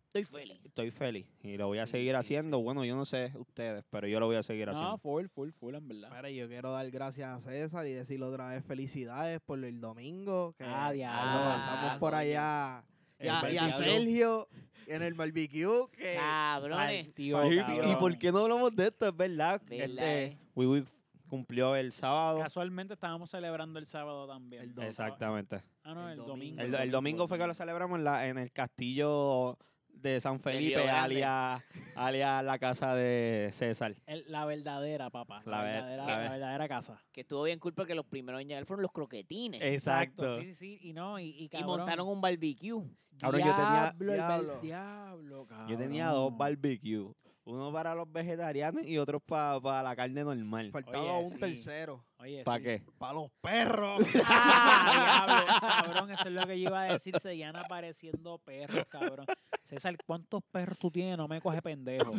[SPEAKER 3] Estoy feliz.
[SPEAKER 4] Estoy feliz y lo voy a
[SPEAKER 1] Sí,
[SPEAKER 4] seguir
[SPEAKER 1] sí,
[SPEAKER 4] haciendo. Bueno, yo no sé ustedes, pero yo lo voy a seguir
[SPEAKER 1] No,
[SPEAKER 4] haciendo.
[SPEAKER 1] full, full, full, en verdad.
[SPEAKER 2] Mira, yo quiero dar gracias a César y decirle otra vez felicidades por el domingo. Que
[SPEAKER 1] Ah, diablo.
[SPEAKER 2] lo pasamos
[SPEAKER 3] Ah,
[SPEAKER 2] por
[SPEAKER 3] coño.
[SPEAKER 2] allá. Y a,
[SPEAKER 4] El
[SPEAKER 2] y a
[SPEAKER 4] diablo.
[SPEAKER 2] Sergio en el barbecue. Que
[SPEAKER 3] Eh, Cabrones.
[SPEAKER 1] Ay, tío,
[SPEAKER 4] Ay,
[SPEAKER 1] cabrón.
[SPEAKER 4] ¿Y por qué no hablamos de esto? Es verdad.
[SPEAKER 3] Verdad,
[SPEAKER 4] Este,
[SPEAKER 3] eh.
[SPEAKER 4] Wiwi cumplió el sábado.
[SPEAKER 1] Casualmente estábamos celebrando el sábado también.
[SPEAKER 2] El domingo.
[SPEAKER 4] Exactamente.
[SPEAKER 1] Ah, no,
[SPEAKER 2] El
[SPEAKER 1] el, domingo.
[SPEAKER 2] domingo.
[SPEAKER 4] El, do- el domingo fue que lo celebramos en, la- en el castillo de San Felipe,
[SPEAKER 3] Grande.
[SPEAKER 4] alias, alias la casa de César.
[SPEAKER 1] El- la verdadera, papá. La,
[SPEAKER 4] La ver-
[SPEAKER 1] verdadera,
[SPEAKER 4] la
[SPEAKER 1] la,
[SPEAKER 4] ver-
[SPEAKER 1] verdadera casa.
[SPEAKER 3] Que estuvo bien cool porque los primeros en llegar fueron los croquetines.
[SPEAKER 4] Exacto.
[SPEAKER 1] Sí, sí, sí. Y no, y, y
[SPEAKER 3] Y
[SPEAKER 1] cabrón.
[SPEAKER 3] montaron un barbecue.
[SPEAKER 4] Cabrón, yo tenía-
[SPEAKER 1] Diablo, el bel-
[SPEAKER 2] Diablo.
[SPEAKER 1] diablo, cabrón.
[SPEAKER 4] Yo tenía dos barbecues, uno para los vegetarianos y otro para la carne normal.
[SPEAKER 2] faltaba
[SPEAKER 1] Oye,
[SPEAKER 2] un
[SPEAKER 1] sí.
[SPEAKER 2] tercero.
[SPEAKER 1] Oye,
[SPEAKER 4] ¿Para
[SPEAKER 1] sí.
[SPEAKER 4] qué?
[SPEAKER 2] Para los perros.
[SPEAKER 1] Ah, diablo, cabrón, eso es lo que yo iba a decir. Seguían apareciendo perros, cabrón. César, ¿cuántos perros tú tienes? No me coge pendejo.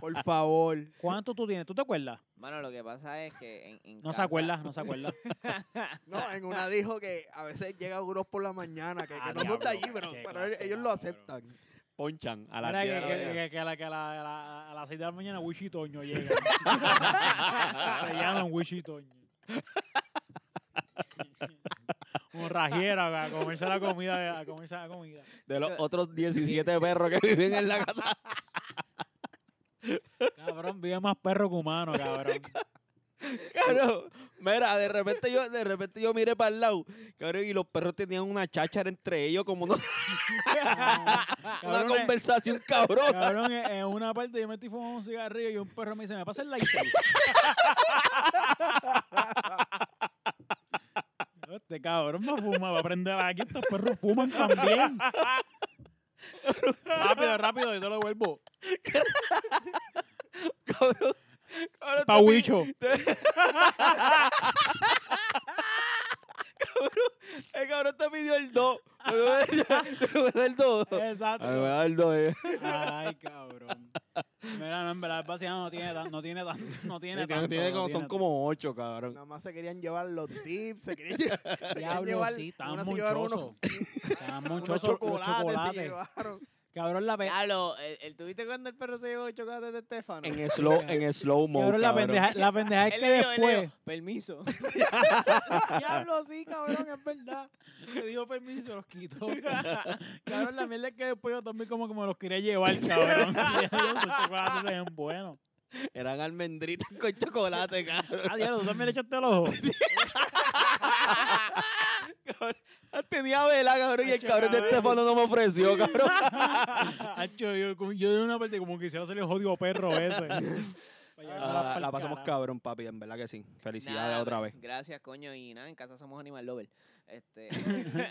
[SPEAKER 2] por favor.
[SPEAKER 1] ¿Cuántos tú tienes? ¿Tú te acuerdas?
[SPEAKER 3] Mano, lo que pasa es que en, en
[SPEAKER 1] No se
[SPEAKER 3] casa-
[SPEAKER 1] acuerda, no se acuerda.
[SPEAKER 2] No, en una dijo que a veces llega Uros por la mañana, que, que
[SPEAKER 1] Ah,
[SPEAKER 2] no son de
[SPEAKER 1] diablo,
[SPEAKER 2] allí, pero,
[SPEAKER 1] qué
[SPEAKER 2] pero
[SPEAKER 1] clase,
[SPEAKER 2] ellos lo
[SPEAKER 1] cabrón.
[SPEAKER 2] aceptan.
[SPEAKER 4] ponchan a las
[SPEAKER 1] Mira,
[SPEAKER 4] 10 de
[SPEAKER 1] que,
[SPEAKER 4] la
[SPEAKER 1] que-
[SPEAKER 4] mañana.
[SPEAKER 1] que- que a, la- que a la- a la- a las 6 de la mañana Wishi y Toño llegan. Se llaman Wishi y Toño. Un rajiera a comerse la comida. A comerse la comida.
[SPEAKER 4] De los otros 17 perros que viven en la casa.
[SPEAKER 1] Cabrón, vive más perro que humano, cabrón.
[SPEAKER 4] Cabrón, mira, de repente yo, de repente yo miré para el lado, cabrón, y los perros tenían una cháchara entre ellos, como una, una
[SPEAKER 1] Cabrón, eh,
[SPEAKER 4] conversación cabrón.
[SPEAKER 1] Cabrón, en en una parte yo me estoy fumando un cigarrillo y un perro me dice, ¿me pasa el lighter? este cabrón no fuma, va a prender aquí, estos perros fuman también. rápido, rápido, yo te lo vuelvo.
[SPEAKER 4] Cabrón, cabrón, te vi-
[SPEAKER 1] Pauicho.
[SPEAKER 4] El cabrón te pidió el do. Te voy a dar- te voy a dar el do.
[SPEAKER 1] Exacto.
[SPEAKER 4] Ah, me voy a dar el do, eh.
[SPEAKER 1] Ay, cabrón. Mira, no, en verdad, el vacilado no tiene tan- no tiene tanto, no tiene tanto. no
[SPEAKER 4] son
[SPEAKER 1] tiene
[SPEAKER 4] como ocho, cabrón.
[SPEAKER 2] Nada más se querían llevar los tips, se querían lle- se querían
[SPEAKER 1] Diablo,
[SPEAKER 2] llevar.
[SPEAKER 1] sí, estaban
[SPEAKER 2] unas se llevaron unos-
[SPEAKER 1] Estaban
[SPEAKER 2] unos
[SPEAKER 1] monchosos los
[SPEAKER 2] chocolates se
[SPEAKER 1] chocolates.
[SPEAKER 2] llevaron.
[SPEAKER 1] Cabrón, la pe-
[SPEAKER 3] Hablo, ¿el, el eh, tuviste cuando el perro se llevó los chocolates de Estefano?
[SPEAKER 4] En slow, en slow mo,
[SPEAKER 1] Cabrón, la
[SPEAKER 4] cabrón.
[SPEAKER 1] pendeja, la pendeja es
[SPEAKER 3] Él
[SPEAKER 1] que
[SPEAKER 3] le dio, él le
[SPEAKER 1] después.
[SPEAKER 3] dio, Permiso.
[SPEAKER 1] Diablo, sí, cabrón, es verdad. Le dio permiso, los quito. cabrón, la mierda es que después yo también como que me los quería llevar, cabrón. Y yo, Los chocolates se ven buenos.
[SPEAKER 4] Eran almendritas con chocolate, cabrón.
[SPEAKER 1] Ah, diablo, tú también le echaste el ojo.
[SPEAKER 4] Tenía vela, cabrón, y el
[SPEAKER 1] Hacho,
[SPEAKER 4] cabrón de
[SPEAKER 1] cabrón.
[SPEAKER 4] Estefano no me ofreció, cabrón.
[SPEAKER 1] Hacho, yo, como- yo de una parte como que quisiera hacerle jodido perro ese. Pa' llevármelas
[SPEAKER 4] Ah,
[SPEAKER 1] pa'l
[SPEAKER 4] la pasamos
[SPEAKER 1] carajo.
[SPEAKER 4] cabrón, papi, en verdad que sí. Felicidades
[SPEAKER 3] Nada,
[SPEAKER 4] otra
[SPEAKER 3] pues,
[SPEAKER 4] vez.
[SPEAKER 3] Gracias, coño. Y nada, en casa somos animal lover. Este,
[SPEAKER 1] En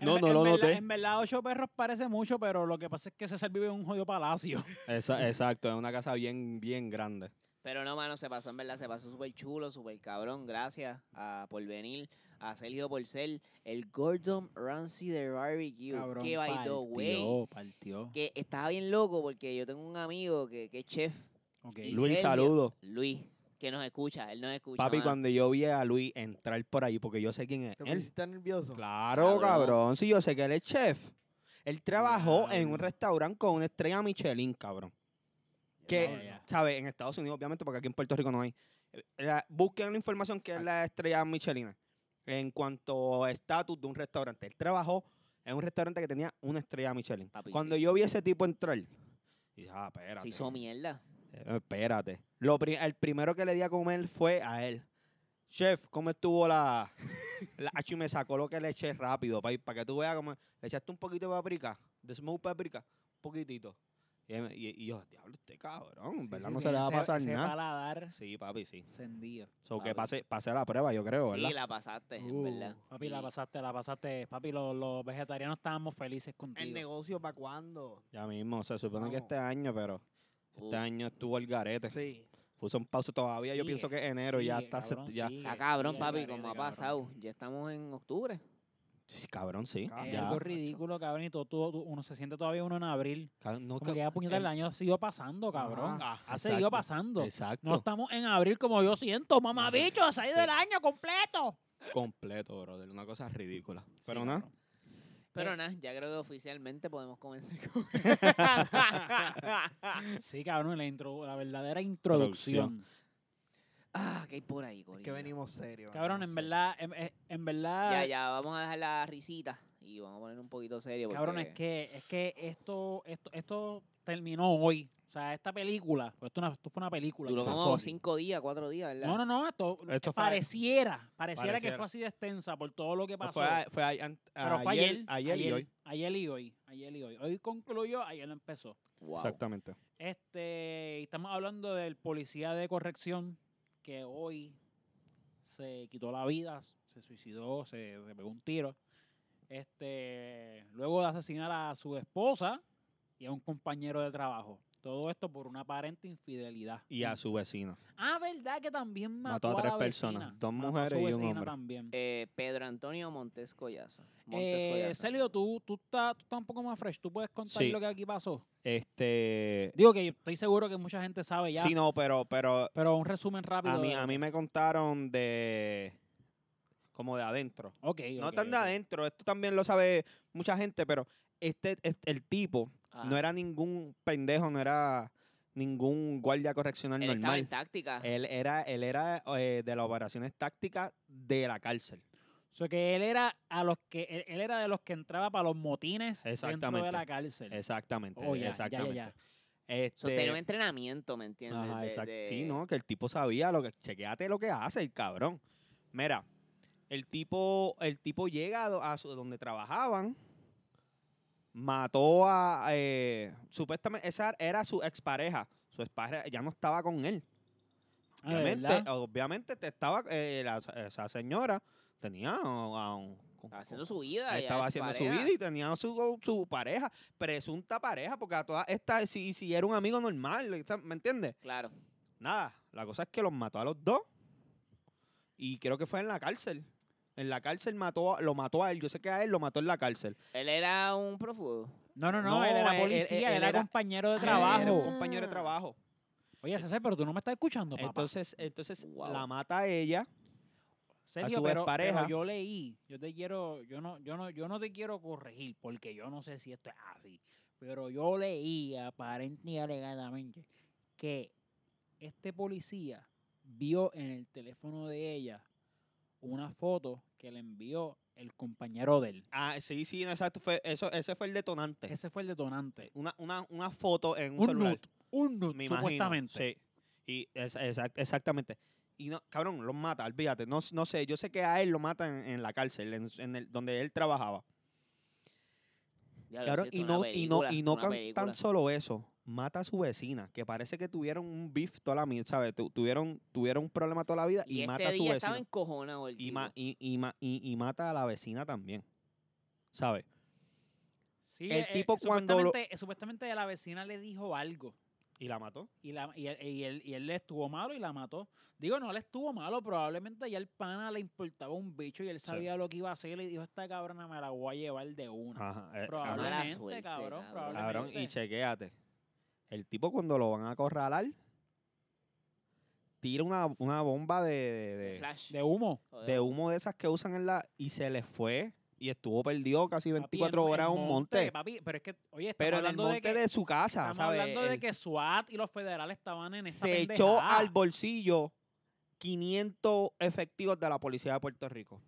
[SPEAKER 4] No,
[SPEAKER 1] ver-
[SPEAKER 4] no
[SPEAKER 1] en
[SPEAKER 4] lo
[SPEAKER 1] verdad-
[SPEAKER 4] noté.
[SPEAKER 1] En verdad, ocho perros parece mucho, pero lo que pasa es que César vive en un jodido palacio.
[SPEAKER 4] Esa- exacto, es una casa bien, bien grande.
[SPEAKER 3] pero no, mano, se pasó, en verdad, se pasó súper chulo, súper cabrón. Gracias a- por venir, a Sergio por ser el Gordon Ramsay de Barbecue.
[SPEAKER 1] Cabrón,
[SPEAKER 3] que by the way,
[SPEAKER 1] partió, partió.
[SPEAKER 3] que estaba bien loco porque yo tengo un amigo que, que es chef,
[SPEAKER 1] Ok.
[SPEAKER 3] Y
[SPEAKER 4] Luis,
[SPEAKER 3] Sergio.
[SPEAKER 4] saludo.
[SPEAKER 3] Luis, que nos escucha, él nos escucha.
[SPEAKER 4] Papi,
[SPEAKER 3] mano.
[SPEAKER 4] cuando yo vi a Luis entrar por ahí, porque yo sé quién es
[SPEAKER 2] ¿Te
[SPEAKER 4] él.
[SPEAKER 2] pusiste nervioso?
[SPEAKER 4] Claro,
[SPEAKER 3] Cabrón.
[SPEAKER 4] cabrón. Sí, yo sé que él es chef. Él trabajó en
[SPEAKER 1] Diablo.
[SPEAKER 4] un restaurante con una estrella Michelin, cabrón. Que,
[SPEAKER 1] Ya, ya.
[SPEAKER 4] ¿sabes? En Estados Unidos, obviamente, porque aquí en Puerto Rico no hay. Eh, la- busquen la información que es la estrella Michelin en cuanto a estatus de un restaurante. Él trabajó en un restaurante que tenía una estrella Michelin.
[SPEAKER 3] Papi,
[SPEAKER 4] Cuando
[SPEAKER 3] sí.
[SPEAKER 4] yo vi a ese tipo entrar, dije, ah, espérate.
[SPEAKER 3] Se hizo mierda.
[SPEAKER 4] Eh, Espérate. Lo pri- el primero que le di a comer fue a él. Chef, ¿cómo estuvo la...? la Acho, y me sacó lo que le eché rápido, para que tú veas cómo... Le echaste un poquito de paprika, de smoked paprika, un poquitito. Y, él me- y- y yo, diablo, este cabrón, en
[SPEAKER 1] Sí,
[SPEAKER 4] ¿verdad?
[SPEAKER 1] sí,
[SPEAKER 4] no se
[SPEAKER 1] tiene
[SPEAKER 4] le va a
[SPEAKER 1] ese-
[SPEAKER 4] pasar
[SPEAKER 1] ese
[SPEAKER 4] nada.
[SPEAKER 1] paladar
[SPEAKER 4] Sí, papi, sí.
[SPEAKER 1] encendido.
[SPEAKER 4] So, que
[SPEAKER 3] Papi.
[SPEAKER 4] pase, pase la prueba, yo creo, ¿verdad?
[SPEAKER 3] Sí, la pasaste, en
[SPEAKER 2] Uh,
[SPEAKER 3] verdad.
[SPEAKER 1] Papi, la
[SPEAKER 3] Y-
[SPEAKER 1] pasaste, la pasaste. Papi, los, los vegetarianos estábamos felices
[SPEAKER 2] ¿El
[SPEAKER 1] contigo.
[SPEAKER 2] negocio para cuándo?
[SPEAKER 4] Ya mismo, se supone que
[SPEAKER 2] Vamos.
[SPEAKER 4] este año, pero... Este
[SPEAKER 3] Uf.
[SPEAKER 4] año estuvo el garete.
[SPEAKER 2] Sí.
[SPEAKER 4] Puso en pausa todavía, yo
[SPEAKER 3] Sigue,
[SPEAKER 4] pienso que enero ya
[SPEAKER 1] Sigue,
[SPEAKER 4] está...
[SPEAKER 1] eh, cabrón,
[SPEAKER 4] ya.
[SPEAKER 1] sigue,
[SPEAKER 3] Está cabrón,
[SPEAKER 1] sigue,
[SPEAKER 3] papi,
[SPEAKER 1] eh, cabrón,
[SPEAKER 3] como ha
[SPEAKER 1] cabrón.
[SPEAKER 3] pasado. Ya estamos en octubre.
[SPEAKER 4] Sí, Cabrón, sí.
[SPEAKER 2] Cabrón.
[SPEAKER 1] Es
[SPEAKER 4] Ah, ya.
[SPEAKER 1] algo ridículo, cabrón. Y todo, todo- todo- uno se siente todavía uno en abril.
[SPEAKER 4] Cabrón, no,
[SPEAKER 1] Como que
[SPEAKER 4] ca-
[SPEAKER 1] ya puñeta
[SPEAKER 4] em-
[SPEAKER 1] el año siguió pasando, cabrón.
[SPEAKER 2] Ajá.
[SPEAKER 4] Ah,
[SPEAKER 1] ha seguido
[SPEAKER 4] exacto,
[SPEAKER 1] pasando.
[SPEAKER 4] Exacto.
[SPEAKER 1] No estamos en abril como yo siento, mamabicho. Se ha ido
[SPEAKER 4] Sí.
[SPEAKER 1] el año completo.
[SPEAKER 4] completo, brother. Una cosa ridícula.
[SPEAKER 1] Sí,
[SPEAKER 4] Pero nada.
[SPEAKER 1] cabrón. Eh,
[SPEAKER 3] Pero nada, ya creo que oficialmente podemos comenzar con...
[SPEAKER 1] Sí, cabrón, la, intro- la verdadera introducción.
[SPEAKER 3] ah, ¿qué hay por ahí, Corillo?
[SPEAKER 2] Es que venimos serios.
[SPEAKER 1] Cabrón,
[SPEAKER 2] venimos
[SPEAKER 1] en
[SPEAKER 2] serios.
[SPEAKER 1] verdad, en, en- en verdad.
[SPEAKER 3] Ya, ya, vamos a dejar la risita y vamos a poner un poquito serio. Porque...
[SPEAKER 1] Cabrón, es que, es que esto, esto, esto terminó hoy. O sea, esta película, pues esto, una- esto fue una película.
[SPEAKER 3] Duró
[SPEAKER 1] que
[SPEAKER 3] como
[SPEAKER 1] pasó.
[SPEAKER 3] cinco días, cuatro días, ¿verdad?
[SPEAKER 1] No, no, no, esto, eh,
[SPEAKER 4] Esto fue-
[SPEAKER 1] pareciera, pareciera, que
[SPEAKER 4] pareciera.
[SPEAKER 1] fue así de extensa por todo lo que
[SPEAKER 4] No,
[SPEAKER 1] pasó.
[SPEAKER 4] fue a- fue a- an-
[SPEAKER 1] pero fue ayer,
[SPEAKER 4] ayer, ayer y hoy.
[SPEAKER 1] Ayer y hoy, ayer y hoy. Hoy concluyó, ayer empezó.
[SPEAKER 3] Wow.
[SPEAKER 4] Exactamente.
[SPEAKER 1] Este, y estamos hablando del policía de corrección que hoy se quitó la vida, se suicidó, se, se pegó un tiro. Este, luego de asesinar a su esposa y a un compañero de trabajo. Todo esto por una aparente infidelidad.
[SPEAKER 4] Y a su vecina.
[SPEAKER 1] Ah, verdad que también mató,
[SPEAKER 4] Mató a tres
[SPEAKER 1] la vecina.
[SPEAKER 4] personas, dos
[SPEAKER 1] Mató a
[SPEAKER 4] mujeres
[SPEAKER 1] su
[SPEAKER 4] y un
[SPEAKER 1] vecina
[SPEAKER 4] hombre.
[SPEAKER 1] También.
[SPEAKER 3] Eh, Pedro Antonio Montes Collazo. Montes
[SPEAKER 1] Eh,
[SPEAKER 3] Collazo.
[SPEAKER 1] Sergio, tú, tú, estás, tú estás un poco más fresh. ¿Tú puedes contar
[SPEAKER 4] Sí.
[SPEAKER 1] lo que aquí pasó?
[SPEAKER 4] Este.
[SPEAKER 1] Digo que estoy seguro que mucha gente sabe ya,
[SPEAKER 4] Sí, no, pero, pero
[SPEAKER 1] pero un resumen rápido.
[SPEAKER 4] a, mí,
[SPEAKER 1] de-
[SPEAKER 4] a mí me contaron de. Como de adentro.
[SPEAKER 1] Ok,
[SPEAKER 4] no
[SPEAKER 1] ok,
[SPEAKER 4] tan de
[SPEAKER 1] ok.
[SPEAKER 4] adentro, esto también lo sabe mucha gente, pero este, este- el tipo
[SPEAKER 3] Ah,
[SPEAKER 4] No era ningún pendejo, no era ningún guardia correccional
[SPEAKER 3] él estaba en
[SPEAKER 4] normal. Eh,
[SPEAKER 3] táctica.
[SPEAKER 4] Él era, él era eh, de las operaciones tácticas de la cárcel.
[SPEAKER 1] O sea, que él era, a los que, él, él era de los que entraba para los motines dentro de
[SPEAKER 4] Exactamente.
[SPEAKER 1] la cárcel.
[SPEAKER 4] Exactamente.
[SPEAKER 1] Oh, ya, ya, ya,
[SPEAKER 4] exactamente.
[SPEAKER 1] ya.
[SPEAKER 3] So,
[SPEAKER 4] Este,
[SPEAKER 3] tenía un entrenamiento, ¿me entiendes?
[SPEAKER 4] Ajá,
[SPEAKER 3] De-
[SPEAKER 4] exacto.
[SPEAKER 3] de-
[SPEAKER 4] Sí, no, que el tipo sabía lo que. Chequéate lo que hace el cabrón. Mira, el tipo, el tipo llega a do- a, su- donde trabajaban, mató a. eh, supuestamente, esa era su expareja. Su expareja ya no estaba con él.
[SPEAKER 1] Ah, ¿de
[SPEAKER 4] Obviamente,
[SPEAKER 1] verdad?
[SPEAKER 4] obviamente te estaba. eh, la- esa señora tenía a un.
[SPEAKER 3] Estaba haciendo su vida. ya,
[SPEAKER 4] Estaba haciendo su
[SPEAKER 3] expareja.
[SPEAKER 4] vida y tenía su, su pareja, presunta pareja, porque a todas estas, si, si era un amigo normal, o sea, ¿me entiendes?
[SPEAKER 3] Claro.
[SPEAKER 4] Nada, la cosa es que los mató a los dos. Y creo que fue en la cárcel. En la cárcel mató, a- lo mató a él. Yo sé que a él lo mató en la cárcel.
[SPEAKER 3] Él era un prófugo.
[SPEAKER 1] No, no, no,
[SPEAKER 4] No,
[SPEAKER 1] él era
[SPEAKER 4] él- él-
[SPEAKER 1] policía, él,
[SPEAKER 4] él
[SPEAKER 1] era,
[SPEAKER 4] era- Ah,
[SPEAKER 1] compañero de
[SPEAKER 4] Él Era un
[SPEAKER 1] trabajo.
[SPEAKER 4] compañero de trabajo.
[SPEAKER 1] Oye, César, pero tú no me estás escuchando, papá.
[SPEAKER 4] Entonces, entonces
[SPEAKER 3] Wow.
[SPEAKER 4] la mata a ella.
[SPEAKER 1] Sergio,
[SPEAKER 4] su
[SPEAKER 1] pero,
[SPEAKER 4] expareja.
[SPEAKER 1] pero yo leí, yo te quiero, yo no, yo no, yo no te quiero corregir porque yo no sé si esto es así, pero yo leí aparente y alegadamente que este policía vio en el teléfono de ella una foto que le envió el compañero de él.
[SPEAKER 4] Ah, sí, sí, no, exacto. Fue, eso, ese fue el detonante.
[SPEAKER 1] Ese fue el detonante.
[SPEAKER 4] Una, una, una foto en un,
[SPEAKER 1] Un
[SPEAKER 4] celular.
[SPEAKER 1] nude, un nude,
[SPEAKER 4] me imagino,
[SPEAKER 1] supuestamente.
[SPEAKER 4] Sí. Y es- exact- exactamente. Y no, cabrón, los mata, olvídate. No, no sé, yo sé que a él lo matan en, en la cárcel, en- en el, donde él trabajaba.
[SPEAKER 3] Ya lo
[SPEAKER 4] Cabrón,
[SPEAKER 3] hiciste,
[SPEAKER 4] y
[SPEAKER 3] una
[SPEAKER 4] no, y no,
[SPEAKER 3] película,
[SPEAKER 4] y no
[SPEAKER 3] una
[SPEAKER 4] can-
[SPEAKER 3] película.
[SPEAKER 4] tan solo eso, mata a su vecina, que parece que tuvieron un beef toda la vida, ¿sabes? Tu- tuvieron, tuvieron un problema toda la vida y,
[SPEAKER 3] Y, este
[SPEAKER 4] mata a su
[SPEAKER 3] día
[SPEAKER 4] vecina.
[SPEAKER 3] estaba encojonado el
[SPEAKER 4] Y,
[SPEAKER 3] tipo.
[SPEAKER 4] ma- y- y ma- y- y mata a la vecina también. ¿Sabes?
[SPEAKER 1] Sí, eh,
[SPEAKER 4] El tipo cuando lo-
[SPEAKER 1] Supuestamente, eh, supuestamente la vecina le dijo algo.
[SPEAKER 4] Y la mató.
[SPEAKER 1] Y, la, y, él, y, él, y él le estuvo malo y la mató. Digo, no le estuvo malo, probablemente ya el pana le importaba un bicho y él sabía lo que iba a hacer y dijo, esta cabrona me la voy a llevar de una.
[SPEAKER 4] Ajá. eh, cabrón.
[SPEAKER 3] Mala
[SPEAKER 1] probablemente,
[SPEAKER 3] suerte,
[SPEAKER 1] cabrón,
[SPEAKER 3] cabrón.
[SPEAKER 4] Cabrón,
[SPEAKER 1] probablemente.
[SPEAKER 4] y chequéate. El tipo cuando lo van a acorralar, tira una, una bomba de, de- de-
[SPEAKER 3] Flash.
[SPEAKER 1] de humo.
[SPEAKER 3] Joder.
[SPEAKER 4] de humo de esas que usan en la... Y se le fue y estuvo perdido casi
[SPEAKER 1] Papi,
[SPEAKER 4] 24
[SPEAKER 1] en-
[SPEAKER 4] horas en
[SPEAKER 1] en
[SPEAKER 4] un monte.
[SPEAKER 1] Papi, pero es que, oye, estamos
[SPEAKER 4] pero en el
[SPEAKER 1] hablando
[SPEAKER 4] monte
[SPEAKER 1] de
[SPEAKER 4] de,
[SPEAKER 1] que,
[SPEAKER 4] su casa,
[SPEAKER 1] estamos
[SPEAKER 4] ¿sabes?
[SPEAKER 1] hablando de
[SPEAKER 4] Él
[SPEAKER 1] que SWAT y los federales estaban en esta
[SPEAKER 4] se echó
[SPEAKER 1] pendejada.
[SPEAKER 4] al bolsillo 500 efectivos de la policía de Puerto Rico.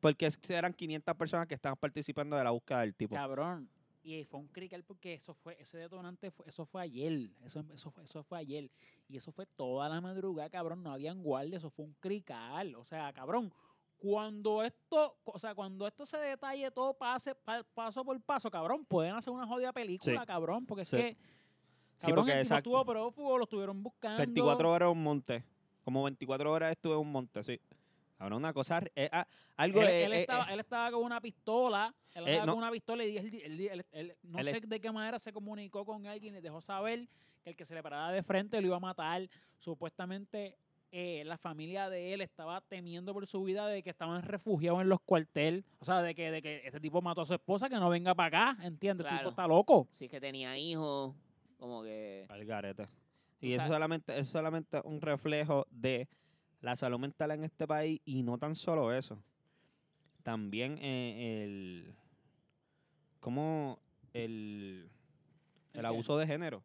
[SPEAKER 4] Porque es- eran 500 personas que estaban participando de la búsqueda del tipo.
[SPEAKER 1] Cabrón. Y fue un crical porque eso fue, ese detonante, fue, eso fue ayer. Eso, eso, fue, eso fue ayer. Y eso fue toda la madrugada, cabrón. No habían guardias, eso fue un crical. O sea, cabrón, cuando esto, o sea, cuando esto se detalle todo pase, pa- paso por paso, cabrón, pueden hacer una jodida película,
[SPEAKER 4] Sí.
[SPEAKER 1] cabrón. Porque
[SPEAKER 4] Sí.
[SPEAKER 1] es que,
[SPEAKER 4] Sí,
[SPEAKER 1] cabrón,
[SPEAKER 4] porque
[SPEAKER 1] el tipo
[SPEAKER 4] exacto.
[SPEAKER 1] estuvo prófugo, lo estuvieron buscando.
[SPEAKER 4] 24 horas en un monte. Como 24 horas estuve en un monte, sí. Cabrón, una cosa. eh, ah, algo.
[SPEAKER 1] Él,
[SPEAKER 4] eh,
[SPEAKER 1] él
[SPEAKER 4] eh,
[SPEAKER 1] estaba,
[SPEAKER 4] eh,
[SPEAKER 1] él estaba con una pistola. Él
[SPEAKER 4] Eh,
[SPEAKER 1] estaba
[SPEAKER 4] no.
[SPEAKER 1] con una pistola y él, él- él- él- no
[SPEAKER 4] Él
[SPEAKER 1] sé
[SPEAKER 4] es-
[SPEAKER 1] de qué manera se comunicó con alguien. Le dejó saber que el que se le parara de frente lo iba a matar. Supuestamente eh, la familia de él estaba temiendo por su vida de que estaban refugiados en los cuarteles. O sea, de que, de que este tipo mató a su esposa, que no venga para acá. ¿Entiendes? El
[SPEAKER 3] Claro.
[SPEAKER 1] tipo está loco.
[SPEAKER 3] Si es que tenía hijos, como que...
[SPEAKER 4] al garete.
[SPEAKER 3] Tú
[SPEAKER 4] Y eso
[SPEAKER 3] sabes-
[SPEAKER 4] solamente, eso solamente es un reflejo de la salud mental en este país. Y no tan solo eso. También eh, el. ¿Cómo?
[SPEAKER 1] ¿El
[SPEAKER 4] El. El
[SPEAKER 1] qué?
[SPEAKER 4] abuso de género.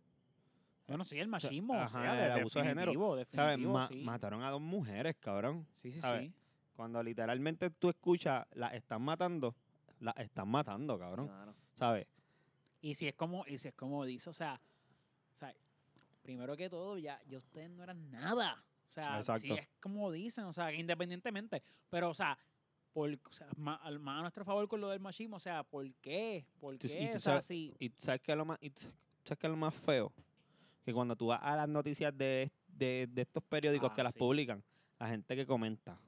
[SPEAKER 1] Bueno, sí, el machismo. O sea,
[SPEAKER 4] ajá,
[SPEAKER 1] de-
[SPEAKER 4] el abuso de género.
[SPEAKER 1] definitivo,
[SPEAKER 4] ¿Sabes?
[SPEAKER 1] definitivo,
[SPEAKER 4] Ma-
[SPEAKER 1] sí.
[SPEAKER 4] Mataron a dos mujeres, cabrón.
[SPEAKER 1] Sí, sí,
[SPEAKER 4] ¿sabes?
[SPEAKER 1] sí.
[SPEAKER 4] Cuando literalmente tú escuchas, las están matando. Las están matando,
[SPEAKER 3] Sí,
[SPEAKER 4] cabrón.
[SPEAKER 3] mano.
[SPEAKER 4] ¿Sabes?
[SPEAKER 1] Y si es como, y si es como dice, o sea, o sea, primero que todo, ya, ya ustedes no eran nada. O sea, si
[SPEAKER 4] Exacto.
[SPEAKER 1] es como dicen, o sea, que independientemente. Pero, o sea, por, o sea, ma- al- más a nuestro favor con lo del machismo, o sea, ¿por qué? ¿Por
[SPEAKER 4] Tú- y
[SPEAKER 1] qué?
[SPEAKER 4] tú
[SPEAKER 1] O sea,
[SPEAKER 4] sabes-
[SPEAKER 1] si-
[SPEAKER 4] Y tú sabes que lo más, y tú sabes qué es lo más feo, que cuando tú vas a las noticias de, de- de estos periódicos
[SPEAKER 1] Ah,
[SPEAKER 4] que las
[SPEAKER 1] sí.
[SPEAKER 4] publican, la gente que comenta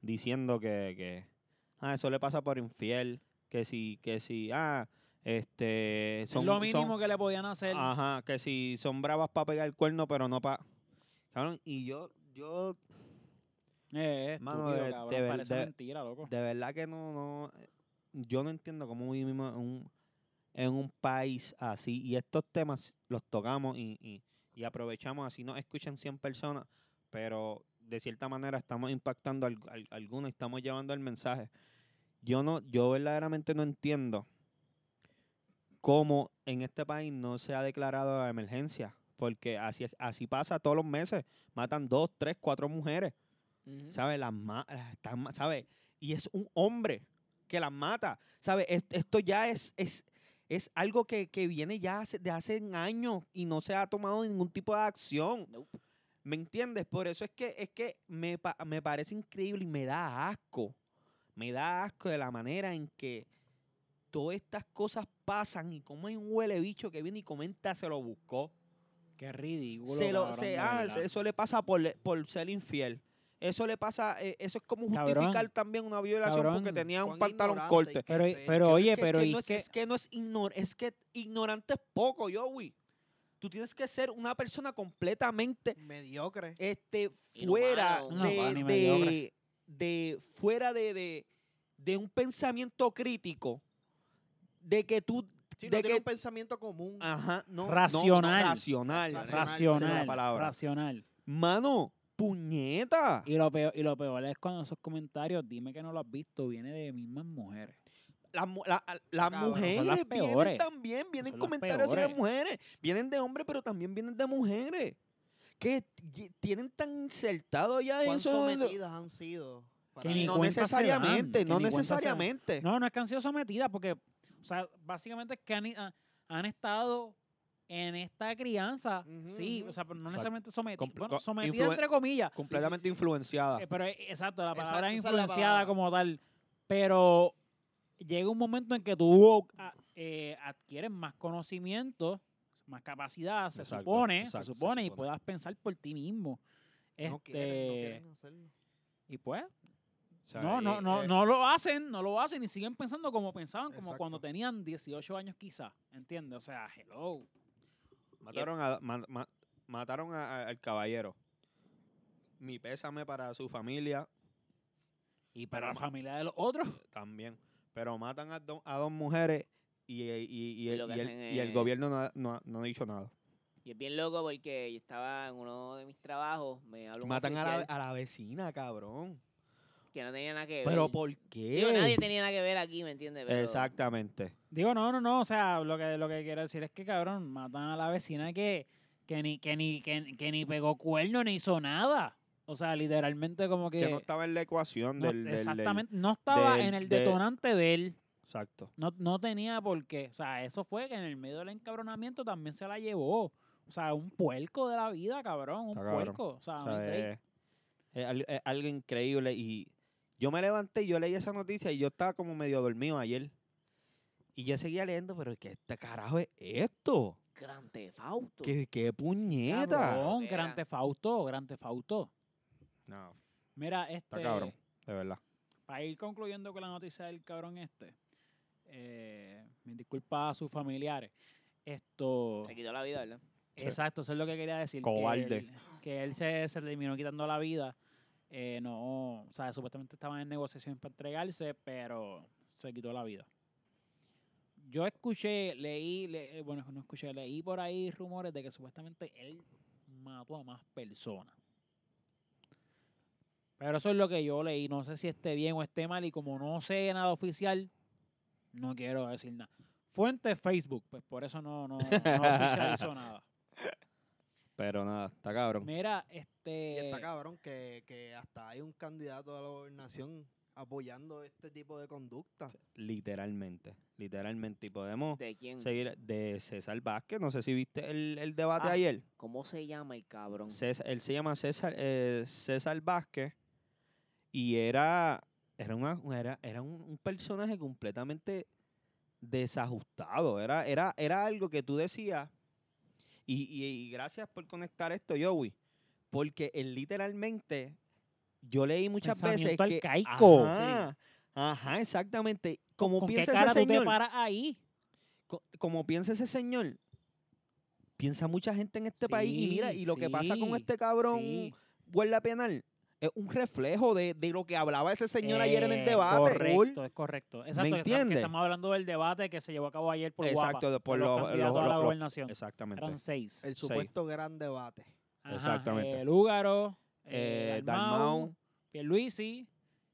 [SPEAKER 4] diciendo que, que, ah, eso le pasa por infiel, que si, que si, ah, este,
[SPEAKER 1] es lo
[SPEAKER 4] son- Ah,
[SPEAKER 1] mínimo
[SPEAKER 4] son-
[SPEAKER 1] que le podían hacer.
[SPEAKER 4] Ajá, que si son bravas para pegar el cuerno, pero no para. Cabrón, y yo, yo
[SPEAKER 1] Eh,
[SPEAKER 4] Mano,
[SPEAKER 1] estúpido,
[SPEAKER 4] de-
[SPEAKER 1] cabrón,
[SPEAKER 4] de ver-
[SPEAKER 1] parece
[SPEAKER 4] de-
[SPEAKER 1] mentira, loco.
[SPEAKER 4] de verdad que no, no, yo no entiendo cómo vivimos en un, en un país así y estos temas los tocamos y, y- y aprovechamos, así nos escuchan 100 personas, pero de cierta manera estamos impactando al, al- algunos, estamos llevando el mensaje. Yo no, yo verdaderamente no entiendo cómo en este país no se ha declarado la emergencia. Porque así, es- así pasa todos los meses. Matan dos, tres, cuatro mujeres.
[SPEAKER 3] Ujú.
[SPEAKER 4] ¿Sabes? Las ma- las están ma- ¿sabe? Y es un hombre que las mata. ¿Sabes? Esto ya es, es, es algo que, que viene ya hace- de hace años y no se ha tomado ningún tipo de acción.
[SPEAKER 3] Nope.
[SPEAKER 4] ¿Me entiendes? Por eso es que, es que me, pa- me parece increíble y me da asco. Me da asco de la manera en que todas estas cosas pasan y como hay un huele bicho que viene y comenta se lo buscó.
[SPEAKER 1] Qué ridículo.
[SPEAKER 4] Se lo,
[SPEAKER 1] cabrón,
[SPEAKER 4] se-
[SPEAKER 1] de
[SPEAKER 4] ah,
[SPEAKER 1] verdad.
[SPEAKER 4] se- eso le pasa por, le- por ser infiel. Eso le pasa, eh, eso es como
[SPEAKER 1] Cabrón.
[SPEAKER 4] justificar también una violación porque
[SPEAKER 1] Cabrón.
[SPEAKER 4] tenía un
[SPEAKER 2] Cuán
[SPEAKER 4] pantalón
[SPEAKER 2] ignorante hay
[SPEAKER 4] corte.
[SPEAKER 2] que
[SPEAKER 1] Pero,
[SPEAKER 2] ser,
[SPEAKER 1] pero
[SPEAKER 2] que-
[SPEAKER 1] oye,
[SPEAKER 4] que-
[SPEAKER 1] pero
[SPEAKER 4] que
[SPEAKER 1] y
[SPEAKER 4] no
[SPEAKER 1] es que-
[SPEAKER 4] es que no es ignor- es que ignorante es poco, Joey. Tú tienes que ser una persona completamente
[SPEAKER 2] mediocre.
[SPEAKER 4] este fuera
[SPEAKER 3] Inhumano.
[SPEAKER 1] No, pa,
[SPEAKER 4] de,
[SPEAKER 1] ni
[SPEAKER 4] de,
[SPEAKER 1] mediocre.
[SPEAKER 4] de- fuera de, de, de un pensamiento crítico de que tú
[SPEAKER 2] Sí, no
[SPEAKER 4] de
[SPEAKER 2] tiene
[SPEAKER 4] que
[SPEAKER 2] un pensamiento común.
[SPEAKER 1] Ah.
[SPEAKER 4] ajá no no, no,
[SPEAKER 1] Racional.
[SPEAKER 4] racional
[SPEAKER 2] Racional,
[SPEAKER 4] esa es la
[SPEAKER 1] racional,
[SPEAKER 4] palabra.
[SPEAKER 1] racional.
[SPEAKER 4] mano puñeta
[SPEAKER 1] Y lo, peor, y lo peor es cuando esos comentarios, dime que no lo has visto, viene de mismas mujeres.
[SPEAKER 4] las mu- la- a- las
[SPEAKER 2] cabrón, son
[SPEAKER 4] mujeres
[SPEAKER 1] las
[SPEAKER 4] vienen
[SPEAKER 1] peores.
[SPEAKER 4] también, vienen
[SPEAKER 1] son las
[SPEAKER 4] comentarios así de
[SPEAKER 1] peores.
[SPEAKER 4] mujeres, vienen de hombres, pero también vienen de mujeres. Que t- tienen tan insertado ya
[SPEAKER 2] ¿Cuán
[SPEAKER 4] eso.
[SPEAKER 2] sometidas han sido? para
[SPEAKER 1] Que
[SPEAKER 2] ti?
[SPEAKER 1] ni
[SPEAKER 4] No
[SPEAKER 1] cuenta
[SPEAKER 4] necesariamente,
[SPEAKER 1] se dan,
[SPEAKER 4] no
[SPEAKER 1] que ni cuenta se dan.
[SPEAKER 4] necesariamente.
[SPEAKER 1] No, no es que han sido sometidas porque, o sea, básicamente es que han, ha- han estado en esta crianza,
[SPEAKER 2] Ujú,
[SPEAKER 1] sí,
[SPEAKER 2] ujú.
[SPEAKER 1] o sea, pero no
[SPEAKER 4] Exacto.
[SPEAKER 1] necesariamente sometidas,
[SPEAKER 4] Com- co-
[SPEAKER 1] bueno, sometidas
[SPEAKER 4] influen-
[SPEAKER 1] entre comillas,
[SPEAKER 4] Completamente influenciada.
[SPEAKER 1] Eh, pero eh, exacto, la
[SPEAKER 2] Ah. Exacto,
[SPEAKER 1] palabra es
[SPEAKER 2] esa es la
[SPEAKER 1] influenciada
[SPEAKER 2] palabra.
[SPEAKER 1] como tal. Pero llega un momento en que tú a- eh, adquieres más conocimiento, más capacidad, se
[SPEAKER 4] Exacto,
[SPEAKER 1] supone,
[SPEAKER 4] exacto, se
[SPEAKER 1] se supone, y
[SPEAKER 4] supone.
[SPEAKER 1] puedas pensar por ti mismo.
[SPEAKER 2] No
[SPEAKER 1] Este,
[SPEAKER 2] quieren, no quieren hacerlo.
[SPEAKER 1] y pues,
[SPEAKER 4] O sea,
[SPEAKER 1] no, no,
[SPEAKER 4] eh,
[SPEAKER 1] no,
[SPEAKER 4] eh,
[SPEAKER 1] no lo hacen, no lo hacen y siguen pensando como pensaban, como cuando
[SPEAKER 2] Exacto.
[SPEAKER 1] tenían 18 años quizás, ¿entiendes? O sea, hello.
[SPEAKER 4] Mataron, a- ma- ma- mataron a- a- al caballero. Mi pésame para su familia
[SPEAKER 1] Y para la
[SPEAKER 4] Pero ma-
[SPEAKER 1] familia de los otros,
[SPEAKER 4] también. Pero matan a, do- a dos mujeres y, eh, y- y
[SPEAKER 3] Y
[SPEAKER 4] el,
[SPEAKER 3] lo que
[SPEAKER 4] y el-
[SPEAKER 3] hacen
[SPEAKER 4] y el
[SPEAKER 3] es-
[SPEAKER 4] gobierno no ha- no ha- no ha dicho nada.
[SPEAKER 3] Y es bien loco porque yo estaba en uno de mis trabajos, me habló un
[SPEAKER 4] Matan a la,
[SPEAKER 3] oficial
[SPEAKER 4] a la vecina, cabrón.
[SPEAKER 3] que no tenía nada que ver.
[SPEAKER 4] ¿Pero por
[SPEAKER 3] Digo, nadie
[SPEAKER 4] qué?
[SPEAKER 3] tenía nada que ver aquí, ¿me entiendes? Pero-
[SPEAKER 4] Exactamente.
[SPEAKER 1] Digo, no, no, no. O sea, lo que, lo que quiero decir es que, cabrón, matan a la vecina que, que, ni, que, ni, que, que ni pegó cuerno ni hizo nada. O sea, literalmente como que...
[SPEAKER 4] Que no estaba en la ecuación
[SPEAKER 1] Eh, no-
[SPEAKER 4] del, del- del-
[SPEAKER 1] exactamente, no estaba
[SPEAKER 4] del-
[SPEAKER 1] en el
[SPEAKER 4] de-
[SPEAKER 1] detonante de él.
[SPEAKER 4] Exacto.
[SPEAKER 1] No, no tenía por qué. O sea, eso fue que en el medio del encabronamiento también se la llevó. O sea, un puerco de la vida, cabrón. Un
[SPEAKER 4] Está cabrón.
[SPEAKER 1] puerco. O sea,
[SPEAKER 4] O
[SPEAKER 1] no hay
[SPEAKER 4] sea,
[SPEAKER 1] break.
[SPEAKER 4] es, es al- es algo increíble. Y yo me levanté y yo leí esa noticia y yo estaba como medio dormido ayer. Y yo seguía leyendo, pero ¿qué este carajo es esto?
[SPEAKER 3] Grand Theft Auto.
[SPEAKER 4] ¿Qué, qué puñeta?
[SPEAKER 1] Cabrón,
[SPEAKER 3] Era.
[SPEAKER 1] gran tefauto, gran tefauto.
[SPEAKER 4] No,
[SPEAKER 1] Mira, este...
[SPEAKER 4] cabrón. de verdad.
[SPEAKER 1] para ir concluyendo con la noticia del cabrón este, eh, mis disculpas a sus familiares. Esto,
[SPEAKER 3] Se quitó la vida, ¿verdad?
[SPEAKER 4] sí.
[SPEAKER 1] exacto, eso es lo que quería decir. que
[SPEAKER 4] Cobarde.
[SPEAKER 1] él- Que él, se, se terminó quitando la vida. Eh, no, o sea, supuestamente estaban en negociación para entregarse, pero se quitó la vida. Yo escuché, leí, le- eh, bueno, no escuché, leí por ahí rumores de que supuestamente él mató a más personas. Pero eso es lo que yo leí. No sé si esté bien o esté mal. Y como no sé nada oficial, no quiero decir nada. Fuente Facebook, pues por eso no, no, no oficializó nada.
[SPEAKER 4] Pero nada, está cabrón.
[SPEAKER 1] Mira,
[SPEAKER 2] Y
[SPEAKER 1] este.
[SPEAKER 4] Eh,
[SPEAKER 2] está cabrón que, que hasta hay un candidato a la gobernación apoyando este tipo de conducta.
[SPEAKER 4] Literalmente. Literalmente. Y podemos
[SPEAKER 3] ¿De quién?
[SPEAKER 4] seguir de César Vázquez. No sé si viste el, el debate
[SPEAKER 3] Ah.
[SPEAKER 4] ayer.
[SPEAKER 3] ¿Cómo se llama el cabrón?
[SPEAKER 4] César- él se llama César, eh, César Vázquez y era, era, una- era, era un, un personaje completamente desajustado. Era, era, era algo que tú decías. Y, y- y gracias por conectar esto, Joey. Porque él literalmente, yo leí muchas veces
[SPEAKER 1] Pensamiento
[SPEAKER 4] que...
[SPEAKER 1] arcaico.
[SPEAKER 4] Ajá, ajá, exactamente. Como
[SPEAKER 1] ¿Con qué
[SPEAKER 4] piensa
[SPEAKER 1] cara
[SPEAKER 4] ese
[SPEAKER 1] tú te
[SPEAKER 4] señor
[SPEAKER 1] paras ahí?
[SPEAKER 4] co- como piensa ese señor, piensa mucha gente en este país. Y mira, y lo que pasa con
[SPEAKER 1] Sí,
[SPEAKER 4] este cabrón
[SPEAKER 1] sí.
[SPEAKER 4] guarda penal es un reflejo de, de lo que hablaba ese señor ayer en el debate.
[SPEAKER 1] eh, Correcto, es correcto. Exacto, que estamos- que
[SPEAKER 4] entiendes?
[SPEAKER 1] estamos hablando del debate que se llevó a cabo ayer por Guapa,
[SPEAKER 4] Exacto, de-
[SPEAKER 1] por
[SPEAKER 4] por
[SPEAKER 1] los
[SPEAKER 4] los- eh,
[SPEAKER 1] candidatos
[SPEAKER 4] los-
[SPEAKER 1] a la
[SPEAKER 4] los-
[SPEAKER 1] gobernación.
[SPEAKER 4] Exactamente.
[SPEAKER 1] Eran seis.
[SPEAKER 2] El
[SPEAKER 4] Sí.
[SPEAKER 2] supuesto gran debate.
[SPEAKER 1] Ajá,
[SPEAKER 4] Exactamente.
[SPEAKER 1] eh, Lúgaro,
[SPEAKER 4] Eh,
[SPEAKER 1] eh,
[SPEAKER 4] Dalmau,
[SPEAKER 1] Dalmau, Pierluisi,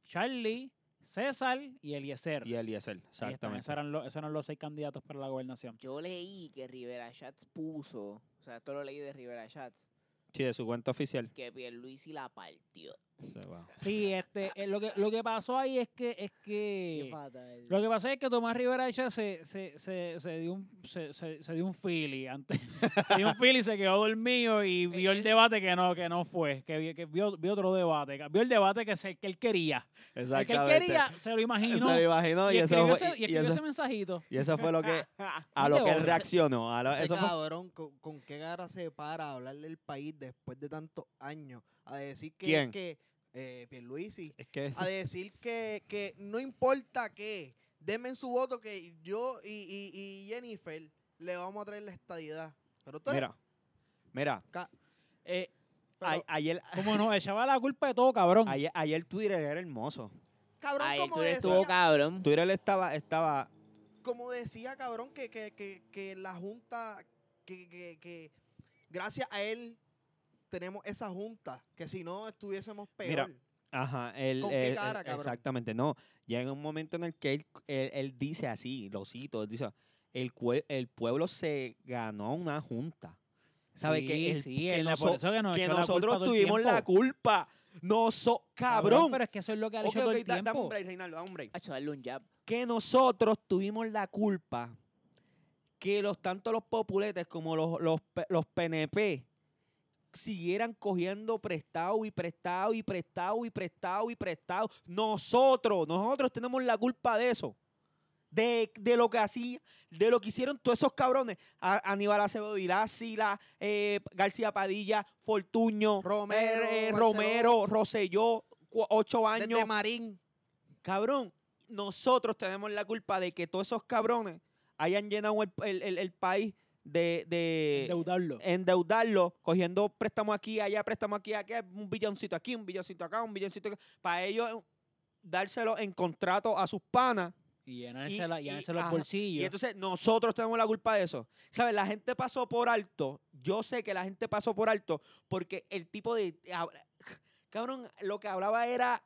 [SPEAKER 1] Charlie César y Eliezer.
[SPEAKER 4] Y Eliezer,
[SPEAKER 1] Ahí están,
[SPEAKER 4] exactamente.
[SPEAKER 1] esos, eran los, esos eran los seis candidatos para la gobernación.
[SPEAKER 3] Yo leí que Rivera Chats puso, o sea, esto lo leí de Rivera Chats,
[SPEAKER 4] Sí, de su cuenta oficial.
[SPEAKER 3] que Pierluisi la partió.
[SPEAKER 4] Se va.
[SPEAKER 1] Sí, este, eh, lo, que, lo que pasó ahí es que, es que
[SPEAKER 3] fatal.
[SPEAKER 1] Lo que pasa es que Tomás Rivera Echa se, se, se, se dio un se, se- se dio un fili antes. se dio un fili, se quedó dormido y vio el debate que no, que no fue. Que, vi- que vio, vio otro debate. que Vio el debate que, se, que él quería. El que él quería, se lo imaginó.
[SPEAKER 4] Se lo imaginó
[SPEAKER 1] y,
[SPEAKER 4] y eso
[SPEAKER 1] escribió ese, y ah,
[SPEAKER 4] fue- y- y
[SPEAKER 1] escribió ese
[SPEAKER 4] eso-
[SPEAKER 1] mensajito.
[SPEAKER 4] y eso fue lo que a
[SPEAKER 1] ¿Dónde
[SPEAKER 4] lo que
[SPEAKER 1] borra?
[SPEAKER 4] él reaccionó. a lo-
[SPEAKER 2] Ese
[SPEAKER 4] eso fue-
[SPEAKER 2] cabrón, ¿con, con qué cara se para a hablar del país después de tantos años? A decir que,
[SPEAKER 4] ¿Quién?
[SPEAKER 2] que eh, Pierluisi.
[SPEAKER 4] es que
[SPEAKER 2] A decir que, que no importa qué, denme en su voto que yo y, y- y Jennifer le vamos a traer la estadidad. Pero tú eres-
[SPEAKER 4] mira, mira.
[SPEAKER 2] Ca-
[SPEAKER 4] eh,
[SPEAKER 2] pero,
[SPEAKER 4] a- ayer,
[SPEAKER 1] Como nos echaba la culpa de todo, cabrón.
[SPEAKER 4] ayer, ayer Twitter era hermoso.
[SPEAKER 2] cabrón,
[SPEAKER 3] Ay,
[SPEAKER 2] como
[SPEAKER 3] tú
[SPEAKER 2] decía,
[SPEAKER 3] estuvo cabrón.
[SPEAKER 4] Twitter estaba, estaba,
[SPEAKER 2] como decía, cabrón, que, que, que, que la junta, que, que, que gracias a él tenemos esa junta, que si no estuviésemos
[SPEAKER 4] Mira,
[SPEAKER 2] peor.
[SPEAKER 4] Ajá, él,
[SPEAKER 2] ¿Con qué
[SPEAKER 4] él-
[SPEAKER 2] cara,
[SPEAKER 4] él-
[SPEAKER 2] cabrón?
[SPEAKER 4] Exactamente, no. Llega un momento en el que él, él- él dice así, lo cito, él dice, el, cue- el pueblo se ganó una junta. ¿Sabe que el- que
[SPEAKER 1] él-
[SPEAKER 4] noso-
[SPEAKER 1] por eso que, nos
[SPEAKER 4] que
[SPEAKER 1] echó la culpa
[SPEAKER 4] nosotros
[SPEAKER 1] todo el
[SPEAKER 4] tuvimos la
[SPEAKER 1] tiempo.
[SPEAKER 4] culpa. No so- cabrón.
[SPEAKER 1] Pero es que eso es lo que ha
[SPEAKER 4] Ok,
[SPEAKER 1] hecho todo
[SPEAKER 4] ok,
[SPEAKER 1] el
[SPEAKER 4] da- dame
[SPEAKER 1] tiempo.
[SPEAKER 4] un break, Reinaldo, dame un break.
[SPEAKER 3] Hacho, darle un jab.
[SPEAKER 4] Que nosotros tuvimos la culpa que los tanto los populetes como los, los, P- los PNP siguieran cogiendo prestado y prestado y prestado y prestado y prestado. Nosotros, nosotros tenemos la culpa de eso. De, de lo que hacía, de lo que hicieron todos esos cabrones. A- Aníbal Acevedo Vilásila, García Padilla, Fortuño,
[SPEAKER 2] Romero,
[SPEAKER 4] eh, eh,
[SPEAKER 2] Barceló.
[SPEAKER 4] Romero Rosselló, cu- ocho años.
[SPEAKER 2] Desde Marín.
[SPEAKER 4] Cabrón, nosotros tenemos la culpa de que todos esos cabrones hayan llenado el, el- el- el país de, de
[SPEAKER 1] Endeudarlo.
[SPEAKER 4] Eh, endeudarlo, cogiendo préstamos aquí, allá, préstamos aquí, aquí, un billoncito aquí, un billoncito acá, un billoncito acá, para ellos eh, dárselo en contrato a sus panas.
[SPEAKER 1] Y llenársela-
[SPEAKER 4] y-
[SPEAKER 1] llenarse
[SPEAKER 4] y-
[SPEAKER 1] los
[SPEAKER 4] ajá, Y
[SPEAKER 1] bolsillos.
[SPEAKER 4] entonces nosotros tenemos la culpa de eso. ¿Sabes? La gente pasó por alto. Yo sé que la gente pasó por alto porque el tipo de... habla- Cabrón, lo que hablaba era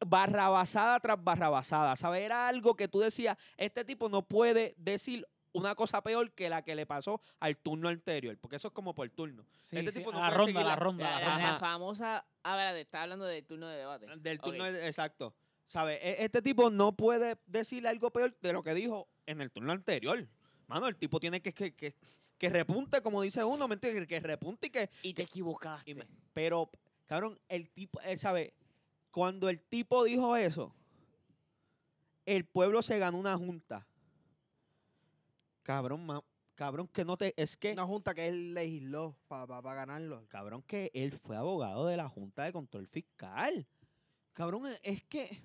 [SPEAKER 4] barrabasada tras barrabasada. ¿Sabes? Era algo que tú decías, este tipo no puede decir una cosa peor que la que le pasó al turno anterior, porque eso es como por turno.
[SPEAKER 1] Sí,
[SPEAKER 4] este
[SPEAKER 1] sí,
[SPEAKER 4] tipo no
[SPEAKER 1] a la
[SPEAKER 4] puede
[SPEAKER 1] ronda,
[SPEAKER 4] seguir
[SPEAKER 1] la
[SPEAKER 4] la-
[SPEAKER 1] ronda, la
[SPEAKER 3] La,
[SPEAKER 1] ronda.
[SPEAKER 3] la- la
[SPEAKER 4] Ajá.
[SPEAKER 3] famosa. Ah, espérate, está hablando del turno de debate.
[SPEAKER 4] Del
[SPEAKER 3] Ok.
[SPEAKER 4] turno, exacto. ¿Sabes? E- Este tipo no puede decir algo peor de lo que dijo en el turno anterior. Mano, el tipo tiene que, que, que, que repunte, como dice uno, ¿me entiendes? Que repunte y que...
[SPEAKER 3] Y te equivocaste.
[SPEAKER 4] y me- pero, cabrón, el tipo, él sabe, cuando el tipo dijo eso, el pueblo se ganó una junta. Cabrón, ma- cabrón, que no te... Es que...
[SPEAKER 2] Una junta que él legisló para ganarlo.
[SPEAKER 4] Cabrón, que él fue abogado de la Junta de Control Fiscal. Cabrón, e- es que.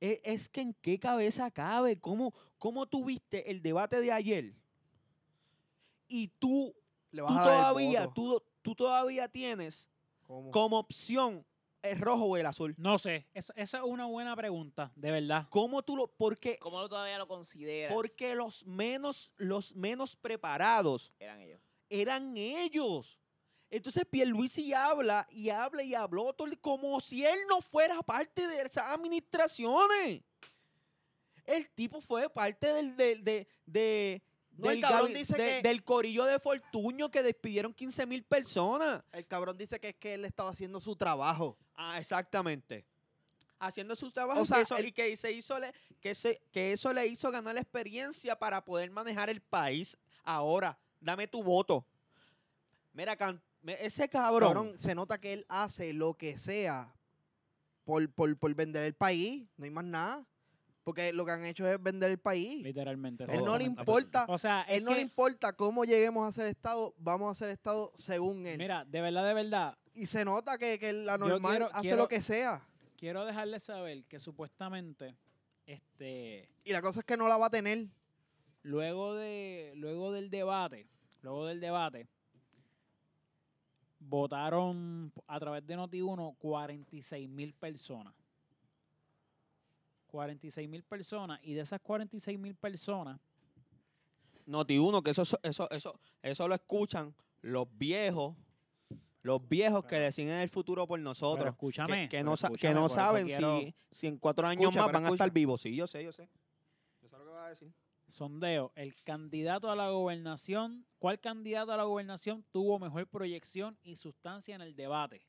[SPEAKER 4] e- Es que en qué cabeza cabe. ¿Cómo, cómo tuviste el debate de ayer? Y tú,
[SPEAKER 2] Le
[SPEAKER 4] tú
[SPEAKER 2] vas a dar el
[SPEAKER 4] todavía,
[SPEAKER 2] voto.
[SPEAKER 4] tú, tú todavía tienes
[SPEAKER 2] ¿Cómo?
[SPEAKER 4] como opción el rojo o el azul.
[SPEAKER 1] No sé. Es- esa es una buena pregunta, de verdad.
[SPEAKER 4] ¿Cómo tú lo.? Porque,
[SPEAKER 3] ¿Cómo lo- todavía lo consideras?
[SPEAKER 4] porque los menos, los menos preparados
[SPEAKER 3] Eran ellos.
[SPEAKER 4] eran ellos. Entonces Pierluisi habla y habla y habló todo el- como si él no fuera parte de esas administraciones. El tipo fue parte del, del- de, de-
[SPEAKER 2] No, el
[SPEAKER 4] del
[SPEAKER 2] cabrón
[SPEAKER 4] gabi-
[SPEAKER 2] dice
[SPEAKER 4] de-
[SPEAKER 2] que-
[SPEAKER 4] del corillo de Fortuño que despidieron 15 mil personas.
[SPEAKER 2] El cabrón dice que es que él estaba haciendo su trabajo.
[SPEAKER 4] Ah, exactamente. Haciendo su trabajo
[SPEAKER 2] O
[SPEAKER 4] y que
[SPEAKER 2] sea,
[SPEAKER 4] eso-
[SPEAKER 2] el-
[SPEAKER 4] y que, se hizo le- que, se- que eso le hizo ganar la experiencia para poder manejar el país ahora. Dame tu voto. Mira, can- me- ese cabrón,
[SPEAKER 2] Cabrón, se nota que él hace lo que sea por, por, por vender el país. No hay más nada. Porque lo que han hecho es vender el país.
[SPEAKER 1] Literalmente.
[SPEAKER 2] Él no le
[SPEAKER 1] exactamente.
[SPEAKER 2] importa.
[SPEAKER 1] O sea, es
[SPEAKER 2] Él no le
[SPEAKER 1] que-
[SPEAKER 2] importa cómo lleguemos a ser Estado. Vamos a ser Estado según él.
[SPEAKER 1] Mira, de verdad, de verdad,
[SPEAKER 2] Y se nota que, que la
[SPEAKER 1] Yo
[SPEAKER 2] normal
[SPEAKER 1] quiero-
[SPEAKER 2] hace
[SPEAKER 1] quiero-
[SPEAKER 2] lo que sea.
[SPEAKER 1] quiero dejarles saber que supuestamente, este,
[SPEAKER 2] Y la cosa es que no la va a tener.
[SPEAKER 1] luego de, luego del debate, luego del debate, votaron a través de Noti1 46 mil personas. 46 mil personas y de esas 46 mil personas,
[SPEAKER 4] Noti uno, que eso, eso, eso, eso lo escuchan los viejos, Los viejos que
[SPEAKER 1] Pero-
[SPEAKER 4] deciden el futuro por
[SPEAKER 1] Pero
[SPEAKER 4] nosotros. que-
[SPEAKER 1] escúchame.
[SPEAKER 4] que,
[SPEAKER 1] pero
[SPEAKER 4] no, sa- que
[SPEAKER 1] escúchame,
[SPEAKER 4] no
[SPEAKER 1] por eso
[SPEAKER 4] saben
[SPEAKER 1] quiero-
[SPEAKER 4] si, si en cuatro años
[SPEAKER 2] Escucha,
[SPEAKER 4] más
[SPEAKER 2] pero
[SPEAKER 4] van a estar
[SPEAKER 2] escucha.
[SPEAKER 4] vivos. Sí, yo sé, yo sé. Yo sé lo que vas a decir.
[SPEAKER 1] Sondeo, el candidato a la gobernación, ¿cuál candidato a la gobernación tuvo mejor proyección y sustancia en el debate?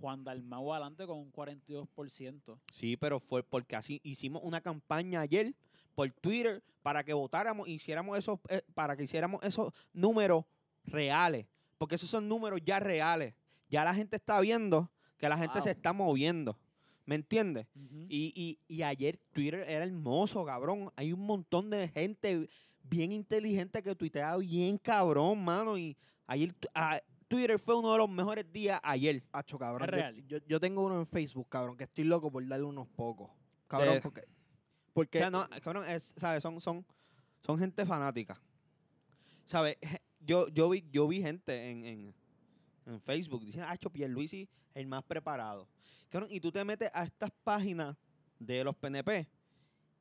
[SPEAKER 1] Juan Dalmau adelante con un 42%.
[SPEAKER 4] Sí, pero fue porque así hicimos una campaña ayer por Twitter para que votáramos, hiciéramos esos, eh, para que hiciéramos esos números reales, porque esos son números ya reales. Ya la gente está viendo que la gente se
[SPEAKER 3] Wow.
[SPEAKER 4] está moviendo, ¿me entiendes?
[SPEAKER 1] Ujú.
[SPEAKER 4] Y, y- y ayer Twitter era hermoso, cabrón. Hay un montón de gente bien inteligente que tuitea bien, cabrón, mano. Y ayer tu- a- Twitter fue uno de los mejores días ayer.
[SPEAKER 2] Acho, cabrón.
[SPEAKER 1] Es
[SPEAKER 2] yo-
[SPEAKER 1] real.
[SPEAKER 2] Yo, yo tengo uno en Facebook, cabrón, que estoy loco por darle unos pocos. Cabrón,
[SPEAKER 1] Eh.
[SPEAKER 4] De-
[SPEAKER 2] porque.
[SPEAKER 4] O
[SPEAKER 2] Porque.
[SPEAKER 4] sea, no, cabrón, es- ¿sabes? Son, son, son gente fanática. ¿Sabes? Yo, yo, vi, yo vi gente en, en, en Facebook diciendo, ah, Pierluisi, el más preparado. Cabrón, y tú te metes a estas páginas de los PNP,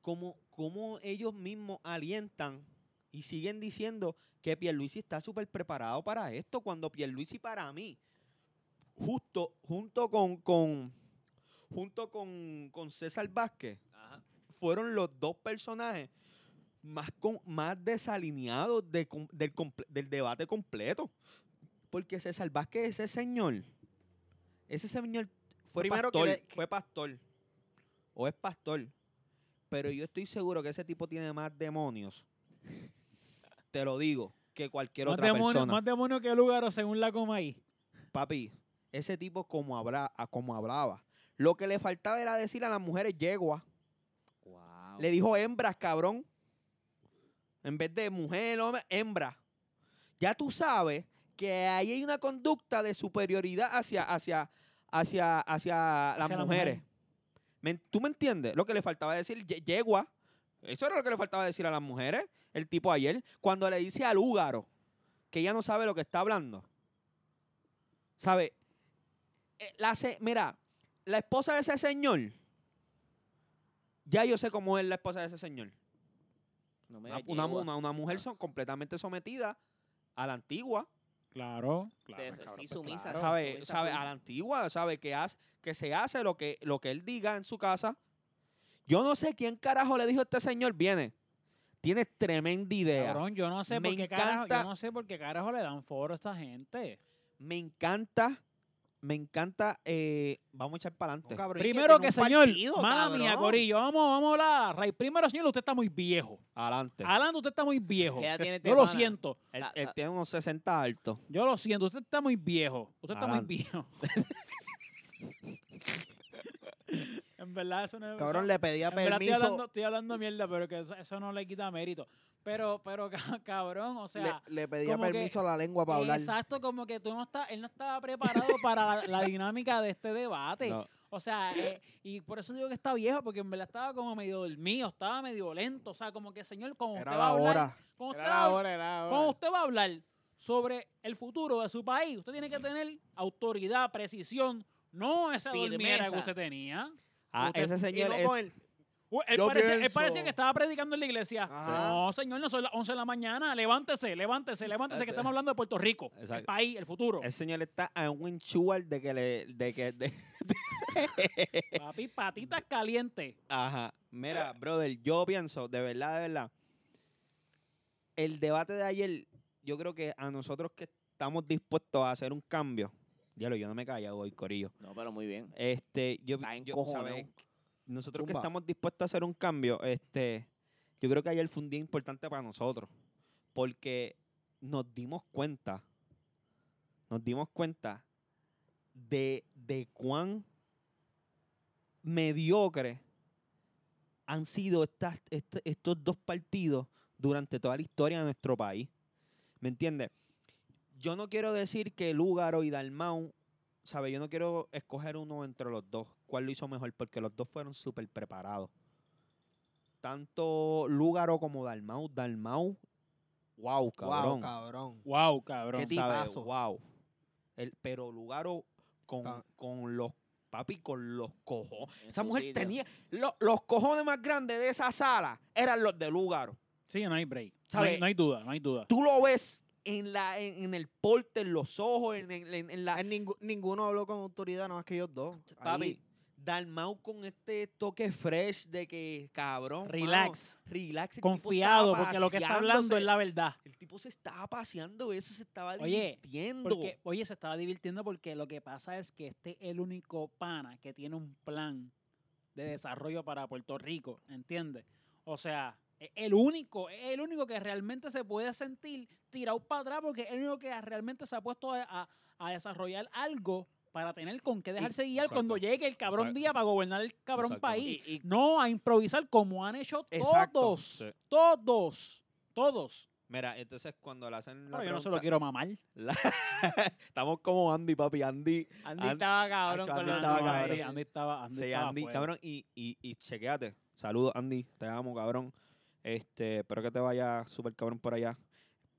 [SPEAKER 4] como, como ellos mismos alientan y siguen diciendo que Pierluisi está súper preparado para esto, cuando Pierluisi para mí, justo junto con, con, junto con, con César Vázquez, fueron los dos personajes más, con, más desalineados de com- del, comple- del debate completo. Porque César Vázquez, ese señor, ese señor fue
[SPEAKER 2] Primero que
[SPEAKER 4] pastor,
[SPEAKER 2] le- que-
[SPEAKER 4] fue pastor, o es pastor. Pero yo estoy seguro que ese tipo tiene más demonios, te lo digo, que cualquier
[SPEAKER 1] más,
[SPEAKER 4] otra
[SPEAKER 1] demonio,
[SPEAKER 4] persona.
[SPEAKER 1] más demonio que Lugaro, según la Comay.
[SPEAKER 4] Papi, ese tipo como, habla, a como hablaba. Lo que le faltaba era decir a las mujeres yegua.
[SPEAKER 3] Wow.
[SPEAKER 4] Le dijo hembras, cabrón. En vez de mujer, hombre, hembra. Ya tú sabes que ahí hay una conducta de superioridad hacia, hacia, hacia, hacia las
[SPEAKER 1] Hacia la mujer.
[SPEAKER 4] mujeres. ¿Me en- ¿Tú me entiendes? Lo que le faltaba decir, ye- yegua. Eso era lo que le faltaba decir a las mujeres, el tipo ayer, cuando le dice al húgaro que ella no sabe lo que está hablando. ¿Sabe? Eh, La, se- mira, la esposa de ese señor, ya yo sé cómo es la esposa de ese señor.
[SPEAKER 3] No me
[SPEAKER 4] Una,
[SPEAKER 3] da
[SPEAKER 4] una, mu-
[SPEAKER 3] yegua.
[SPEAKER 4] una- una mujer
[SPEAKER 3] Ah.
[SPEAKER 4] son completamente sometida a la antigua,
[SPEAKER 1] Claro,
[SPEAKER 3] Te-
[SPEAKER 1] claro.
[SPEAKER 3] sí,
[SPEAKER 1] cabrón, pues
[SPEAKER 3] sumisa,
[SPEAKER 1] claro.
[SPEAKER 4] ¿sabe?
[SPEAKER 3] esa
[SPEAKER 4] ¿sabe?
[SPEAKER 3] fue-
[SPEAKER 4] A la antigua, ¿sabe? Que, hace, que se hace lo que, lo que él diga en su casa. Yo no sé quién carajo le dijo a este señor, viene, tienes tremenda idea.
[SPEAKER 1] Cabrón, yo no sé
[SPEAKER 4] Me
[SPEAKER 1] por qué carajo, yo
[SPEAKER 4] encanta-
[SPEAKER 1] no sé por qué carajo le dan foro a esta gente.
[SPEAKER 4] Me encanta, me encanta, eh, vamos a echar para adelante.
[SPEAKER 2] No, cabrón, es
[SPEAKER 1] Primero que,
[SPEAKER 2] tiene un
[SPEAKER 1] señor,
[SPEAKER 2] partido,
[SPEAKER 1] mala
[SPEAKER 2] cabrón.
[SPEAKER 1] mía, Corillo, vamos, vamos a hablar. Ray, primero, señor, usted está muy viejo.
[SPEAKER 4] adelante.
[SPEAKER 1] Alan, usted está muy viejo.
[SPEAKER 3] ¿Qué edad tiene este
[SPEAKER 1] Yo lo
[SPEAKER 3] pana?
[SPEAKER 1] siento,
[SPEAKER 4] él,
[SPEAKER 2] ah,
[SPEAKER 3] la-
[SPEAKER 4] él
[SPEAKER 3] la-
[SPEAKER 4] tiene unos 60 altos.
[SPEAKER 1] yo lo siento. Usted está muy viejo. Usted está
[SPEAKER 2] Ah.
[SPEAKER 1] muy
[SPEAKER 4] Adelante.
[SPEAKER 1] viejo. en verdad, eso no es.
[SPEAKER 2] Cabrón,
[SPEAKER 1] eso-
[SPEAKER 2] le pedía
[SPEAKER 1] en verdad, estoy, hablando,
[SPEAKER 2] permiso.
[SPEAKER 1] estoy hablando mierda, pero que eso, eso no le quita mérito. Pero, pero, ca- cabrón, o sea.
[SPEAKER 2] le, le pedía
[SPEAKER 1] como que-
[SPEAKER 2] permiso a la lengua para hablar.
[SPEAKER 1] Exacto, como que tú no estás, él no estaba preparado para la, la dinámica de este debate.
[SPEAKER 4] No,
[SPEAKER 1] O sea, eh, y por eso digo que está viejo, porque en verdad estaba como medio dormido, estaba medio lento. O sea, como que, señor, como usted
[SPEAKER 2] Era
[SPEAKER 1] va a
[SPEAKER 2] la
[SPEAKER 1] hablar,
[SPEAKER 2] hora.
[SPEAKER 1] como usted
[SPEAKER 3] Era
[SPEAKER 1] va a
[SPEAKER 3] la hora, era la
[SPEAKER 1] Cuando
[SPEAKER 3] hora.
[SPEAKER 1] usted va a hablar sobre el futuro de su país, usted tiene que tener autoridad, precisión, no esa dormiera que
[SPEAKER 3] Firmeza.
[SPEAKER 1] usted tenía.
[SPEAKER 4] Ah,
[SPEAKER 1] Usted-
[SPEAKER 4] ese
[SPEAKER 2] Y
[SPEAKER 4] señor
[SPEAKER 2] no
[SPEAKER 4] es
[SPEAKER 2] con el-
[SPEAKER 1] Uy, Él,
[SPEAKER 2] Yo
[SPEAKER 1] parece- él
[SPEAKER 2] pienso-
[SPEAKER 1] parecía que estaba predicando en la iglesia.
[SPEAKER 2] Ajá.
[SPEAKER 1] No, señor, no son las 11 de la mañana. Levántese, levántese, levántese, que
[SPEAKER 4] Este-
[SPEAKER 1] estamos hablando de Puerto Rico, el
[SPEAKER 4] Exacto.
[SPEAKER 1] país, el futuro.
[SPEAKER 4] El señor está a un enchual de que le. De que, de-
[SPEAKER 1] Papi, patitas calientes.
[SPEAKER 4] Ajá. Mira, brother, yo pienso, de verdad, de verdad. El debate de ayer, yo creo que a nosotros que estamos dispuestos a hacer un cambio. Diablo, yo no me calla hoy, Corillo.
[SPEAKER 3] No, pero muy bien.
[SPEAKER 4] Este, yo,
[SPEAKER 3] Está en
[SPEAKER 4] yo-
[SPEAKER 3] cojones.
[SPEAKER 4] ¿sabes? Nosotros que
[SPEAKER 2] Zumba.
[SPEAKER 4] estamos dispuestos a hacer un cambio, este, yo creo que ayer fue un día importante para nosotros. Porque nos dimos cuenta, nos dimos cuenta de, de cuán mediocre han sido estas, est- estos dos partidos durante toda la historia de nuestro país. ¿Me entiendes? Yo no quiero decir que Lúgaro y Dalmau, ¿sabes? Yo no quiero escoger uno entre los dos, cuál lo hizo mejor, porque los dos fueron súper preparados. Tanto Lúgaro como Dalmau. Dalmau, wow,
[SPEAKER 2] Wow,
[SPEAKER 4] cabrón.
[SPEAKER 2] cabrón.
[SPEAKER 1] Wow, cabrón.
[SPEAKER 2] ¿Qué
[SPEAKER 4] ¿Qué sabe?
[SPEAKER 2] tipazo.
[SPEAKER 4] Wow. El, pero Lugaro con,
[SPEAKER 2] Tan-
[SPEAKER 4] con los papi, con los cojones.
[SPEAKER 3] En
[SPEAKER 4] Esa
[SPEAKER 3] su
[SPEAKER 4] mujer
[SPEAKER 3] sitio.
[SPEAKER 4] tenía. lo- los cojones más grandes de esa sala eran los de Lugaro.
[SPEAKER 1] Sí, no hay break. No
[SPEAKER 4] ¿Sabe?
[SPEAKER 1] hay, no hay duda, no hay duda.
[SPEAKER 4] Tú lo ves en, la, en, en el porte, en los ojos, en, en- en- en la...
[SPEAKER 2] Ah, ningú- ninguno habló con autoridad, nada más que ellos dos. Ahí-
[SPEAKER 4] Papi, Dalmau con este toque fresh de que, cabrón, mano,
[SPEAKER 1] Relax.
[SPEAKER 4] relax. el Este tipo estaba
[SPEAKER 1] Confiado, porque lo que está hablando es
[SPEAKER 4] paseándose.
[SPEAKER 1] la verdad.
[SPEAKER 4] El tipo se estaba paseando, eso se estaba
[SPEAKER 1] Oye,
[SPEAKER 4] divirtiendo.
[SPEAKER 1] Porque, oye, se estaba divirtiendo porque lo que pasa es que este es el único pana que tiene un plan de desarrollo para Puerto Rico, ¿entiendes? O sea, es el único, es el único que realmente se puede sentir tirado para atrás porque es el único que realmente se ha puesto a, a- a desarrollar algo para tener con qué dejarse guiar
[SPEAKER 4] exacto,
[SPEAKER 1] cuando llegue el cabrón
[SPEAKER 4] exacto.
[SPEAKER 1] día para gobernar el cabrón
[SPEAKER 4] Exacto.
[SPEAKER 1] país. no a improvisar como han hecho
[SPEAKER 2] Exacto,
[SPEAKER 1] todos,
[SPEAKER 4] sí.
[SPEAKER 1] todos, todos.
[SPEAKER 4] Mira, entonces cuando le hacen la
[SPEAKER 1] Pero yo no se lo
[SPEAKER 4] pregunta-
[SPEAKER 1] quiero mamar.
[SPEAKER 4] la- Estamos como Andy, papi, Andy.
[SPEAKER 1] Andy
[SPEAKER 4] An-
[SPEAKER 1] estaba cabrón
[SPEAKER 4] Acho,
[SPEAKER 1] con
[SPEAKER 4] Andy
[SPEAKER 1] la
[SPEAKER 4] estaba
[SPEAKER 1] no,
[SPEAKER 4] cabrón.
[SPEAKER 1] Andy, Andy estaba, Andy
[SPEAKER 4] Sí,
[SPEAKER 1] estaba
[SPEAKER 4] Andy,
[SPEAKER 1] fuera.
[SPEAKER 4] cabrón, y, y, y chequeate. Saludos, Andy, te amo, cabrón. Este, espero que te vaya súper cabrón por allá.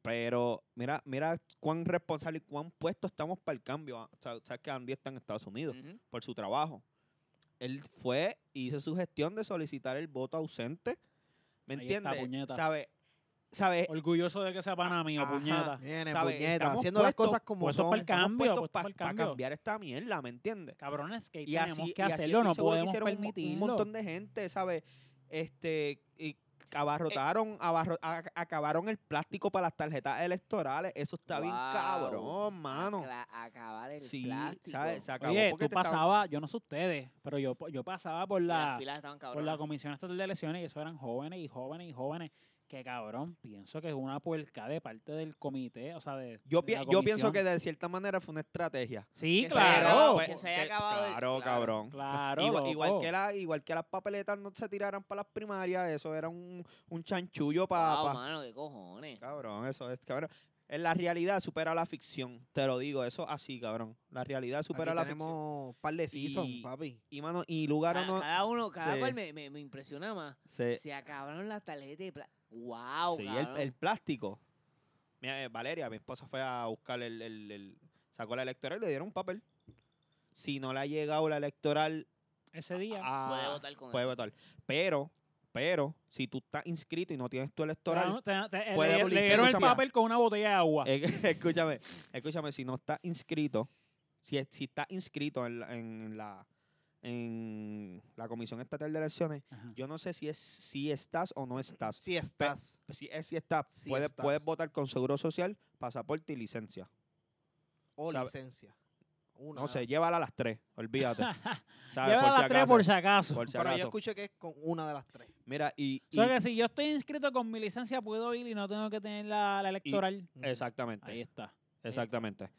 [SPEAKER 4] Pero mira, mira cuán responsable y cuán puesto estamos para el cambio. ah. O sea, sabes que Andy está en Estados Unidos
[SPEAKER 3] Ujú.
[SPEAKER 4] por su trabajo. Él fue y hizo su gestión de solicitar el voto ausente. ¿Me
[SPEAKER 1] Ahí está,
[SPEAKER 4] entiendes?
[SPEAKER 1] puñeta.
[SPEAKER 4] ¿Sabe? ¿Sabe?
[SPEAKER 1] Orgulloso de que sea pana mío,
[SPEAKER 4] eh, Ajá.
[SPEAKER 1] puñeta.
[SPEAKER 2] Viene,
[SPEAKER 4] ¿sabe?
[SPEAKER 2] puñeta,
[SPEAKER 4] Estamos
[SPEAKER 2] haciendo las
[SPEAKER 4] puestos,
[SPEAKER 2] cosas como
[SPEAKER 1] pues eso es
[SPEAKER 2] son.
[SPEAKER 1] pa'l ca- Cambio, apuesto
[SPEAKER 4] para
[SPEAKER 1] pa'l cambio.
[SPEAKER 4] cambiar esta mierda, ¿me entiendes?
[SPEAKER 1] Cabrones, que
[SPEAKER 4] y
[SPEAKER 1] tenemos
[SPEAKER 4] así,
[SPEAKER 1] que
[SPEAKER 4] y así
[SPEAKER 1] hacerlo,
[SPEAKER 4] estoy
[SPEAKER 1] no
[SPEAKER 4] seguro que
[SPEAKER 1] podemos
[SPEAKER 4] hicieron un mo-
[SPEAKER 1] permitirlo.
[SPEAKER 4] Un montón de gente, ¿sabes? Este, y abarrotaron, abarro- a- acabaron el plástico para las tarjetas electorales. Eso está bien
[SPEAKER 3] Wow.
[SPEAKER 4] cabrón, mano.
[SPEAKER 3] Acla- Acabar el
[SPEAKER 4] Sí,
[SPEAKER 3] plástico.
[SPEAKER 4] ¿sabes? Se acabó
[SPEAKER 1] Oye,
[SPEAKER 4] porque
[SPEAKER 1] tú
[SPEAKER 4] te estaban-
[SPEAKER 1] pasabas, yo no sé ustedes, pero yo, yo pasaba por
[SPEAKER 3] Las
[SPEAKER 1] la,
[SPEAKER 3] filas estaban
[SPEAKER 1] por la
[SPEAKER 3] cabronas.
[SPEAKER 1] Comisión Estatal de Elecciones y eso eran jóvenes y jóvenes y jóvenes. Que cabrón, pienso que es una puerca de parte del comité, o sea, de.
[SPEAKER 4] Yo,
[SPEAKER 1] de la
[SPEAKER 4] pi- yo pienso
[SPEAKER 1] comisión.
[SPEAKER 4] que de cierta manera fue una estrategia.
[SPEAKER 1] Sí,
[SPEAKER 3] que se haya
[SPEAKER 1] claro.
[SPEAKER 3] acabado,
[SPEAKER 1] pues,
[SPEAKER 3] que se haya acabado el-
[SPEAKER 4] Claro,
[SPEAKER 3] claro.
[SPEAKER 4] cabrón.
[SPEAKER 1] Claro,
[SPEAKER 4] Igual, igual
[SPEAKER 1] loco.
[SPEAKER 4] que la, igual que las papeletas no se tiraran para las primarias, eso era un, un chanchullo para...
[SPEAKER 3] Wow, mano, qué cojones.
[SPEAKER 4] Cabrón, eso es, cabrón. En la realidad supera la ficción, te lo digo, eso así, cabrón. La realidad supera
[SPEAKER 2] Aquí
[SPEAKER 4] la ficción.
[SPEAKER 2] tenemos un par de season,
[SPEAKER 4] Y-
[SPEAKER 2] papi.
[SPEAKER 4] Y, mano, y lugar
[SPEAKER 3] Cada,
[SPEAKER 4] no...
[SPEAKER 3] cada uno, cada
[SPEAKER 4] se-
[SPEAKER 3] cual me, me, me impresiona más.
[SPEAKER 4] Se,
[SPEAKER 3] Se acabaron las tarjetas de pla- Wow,
[SPEAKER 4] Eh, sí, el,
[SPEAKER 3] cabrón.
[SPEAKER 4] el plástico. Mira, eh, Valeria, mi esposa fue a buscar el, el- el- Sacó la electoral y le dieron un papel. Si no le ha llegado la electoral...
[SPEAKER 1] Ese día.
[SPEAKER 4] a-
[SPEAKER 3] Puede votar con
[SPEAKER 4] Ah, Puede
[SPEAKER 3] él.
[SPEAKER 4] votar. Pero, pero, si tú estás inscrito y no tienes tu electoral...
[SPEAKER 1] Claro, te- te- eh,
[SPEAKER 4] puede
[SPEAKER 1] le,
[SPEAKER 4] por
[SPEAKER 1] le dieron el
[SPEAKER 4] licencia.
[SPEAKER 1] papel con una botella de agua.
[SPEAKER 4] Eh, escúchame, escúchame, si no está inscrito, si, es- si está inscrito en la, en la en la Comisión Estatal de Elecciones,
[SPEAKER 1] Ajá.
[SPEAKER 4] yo no sé si es si estás o no estás.
[SPEAKER 2] Si estás.
[SPEAKER 4] Pues Si, es, si estás,
[SPEAKER 2] Si
[SPEAKER 4] puedes,
[SPEAKER 2] estás.
[SPEAKER 4] puedes votar con seguro social, pasaporte y licencia.
[SPEAKER 2] O
[SPEAKER 4] sabe-
[SPEAKER 2] oh, licencia. Una
[SPEAKER 4] No
[SPEAKER 2] de
[SPEAKER 4] sé,
[SPEAKER 2] las-
[SPEAKER 4] llévala a las tres, olvídate. ¿sabes?
[SPEAKER 1] Lleva
[SPEAKER 4] Por
[SPEAKER 1] las
[SPEAKER 4] si
[SPEAKER 1] tres
[SPEAKER 4] acaso,
[SPEAKER 1] por si acaso.
[SPEAKER 4] por si
[SPEAKER 2] Pero yo
[SPEAKER 4] acaso.
[SPEAKER 2] escuché que es con una de las tres.
[SPEAKER 4] Mira, y,
[SPEAKER 1] O sea
[SPEAKER 4] y-
[SPEAKER 1] que si yo estoy inscrito con mi licencia, puedo ir y no tengo que tener la, la electoral.
[SPEAKER 4] exactamente.
[SPEAKER 1] Ahí está.
[SPEAKER 4] Exactamente.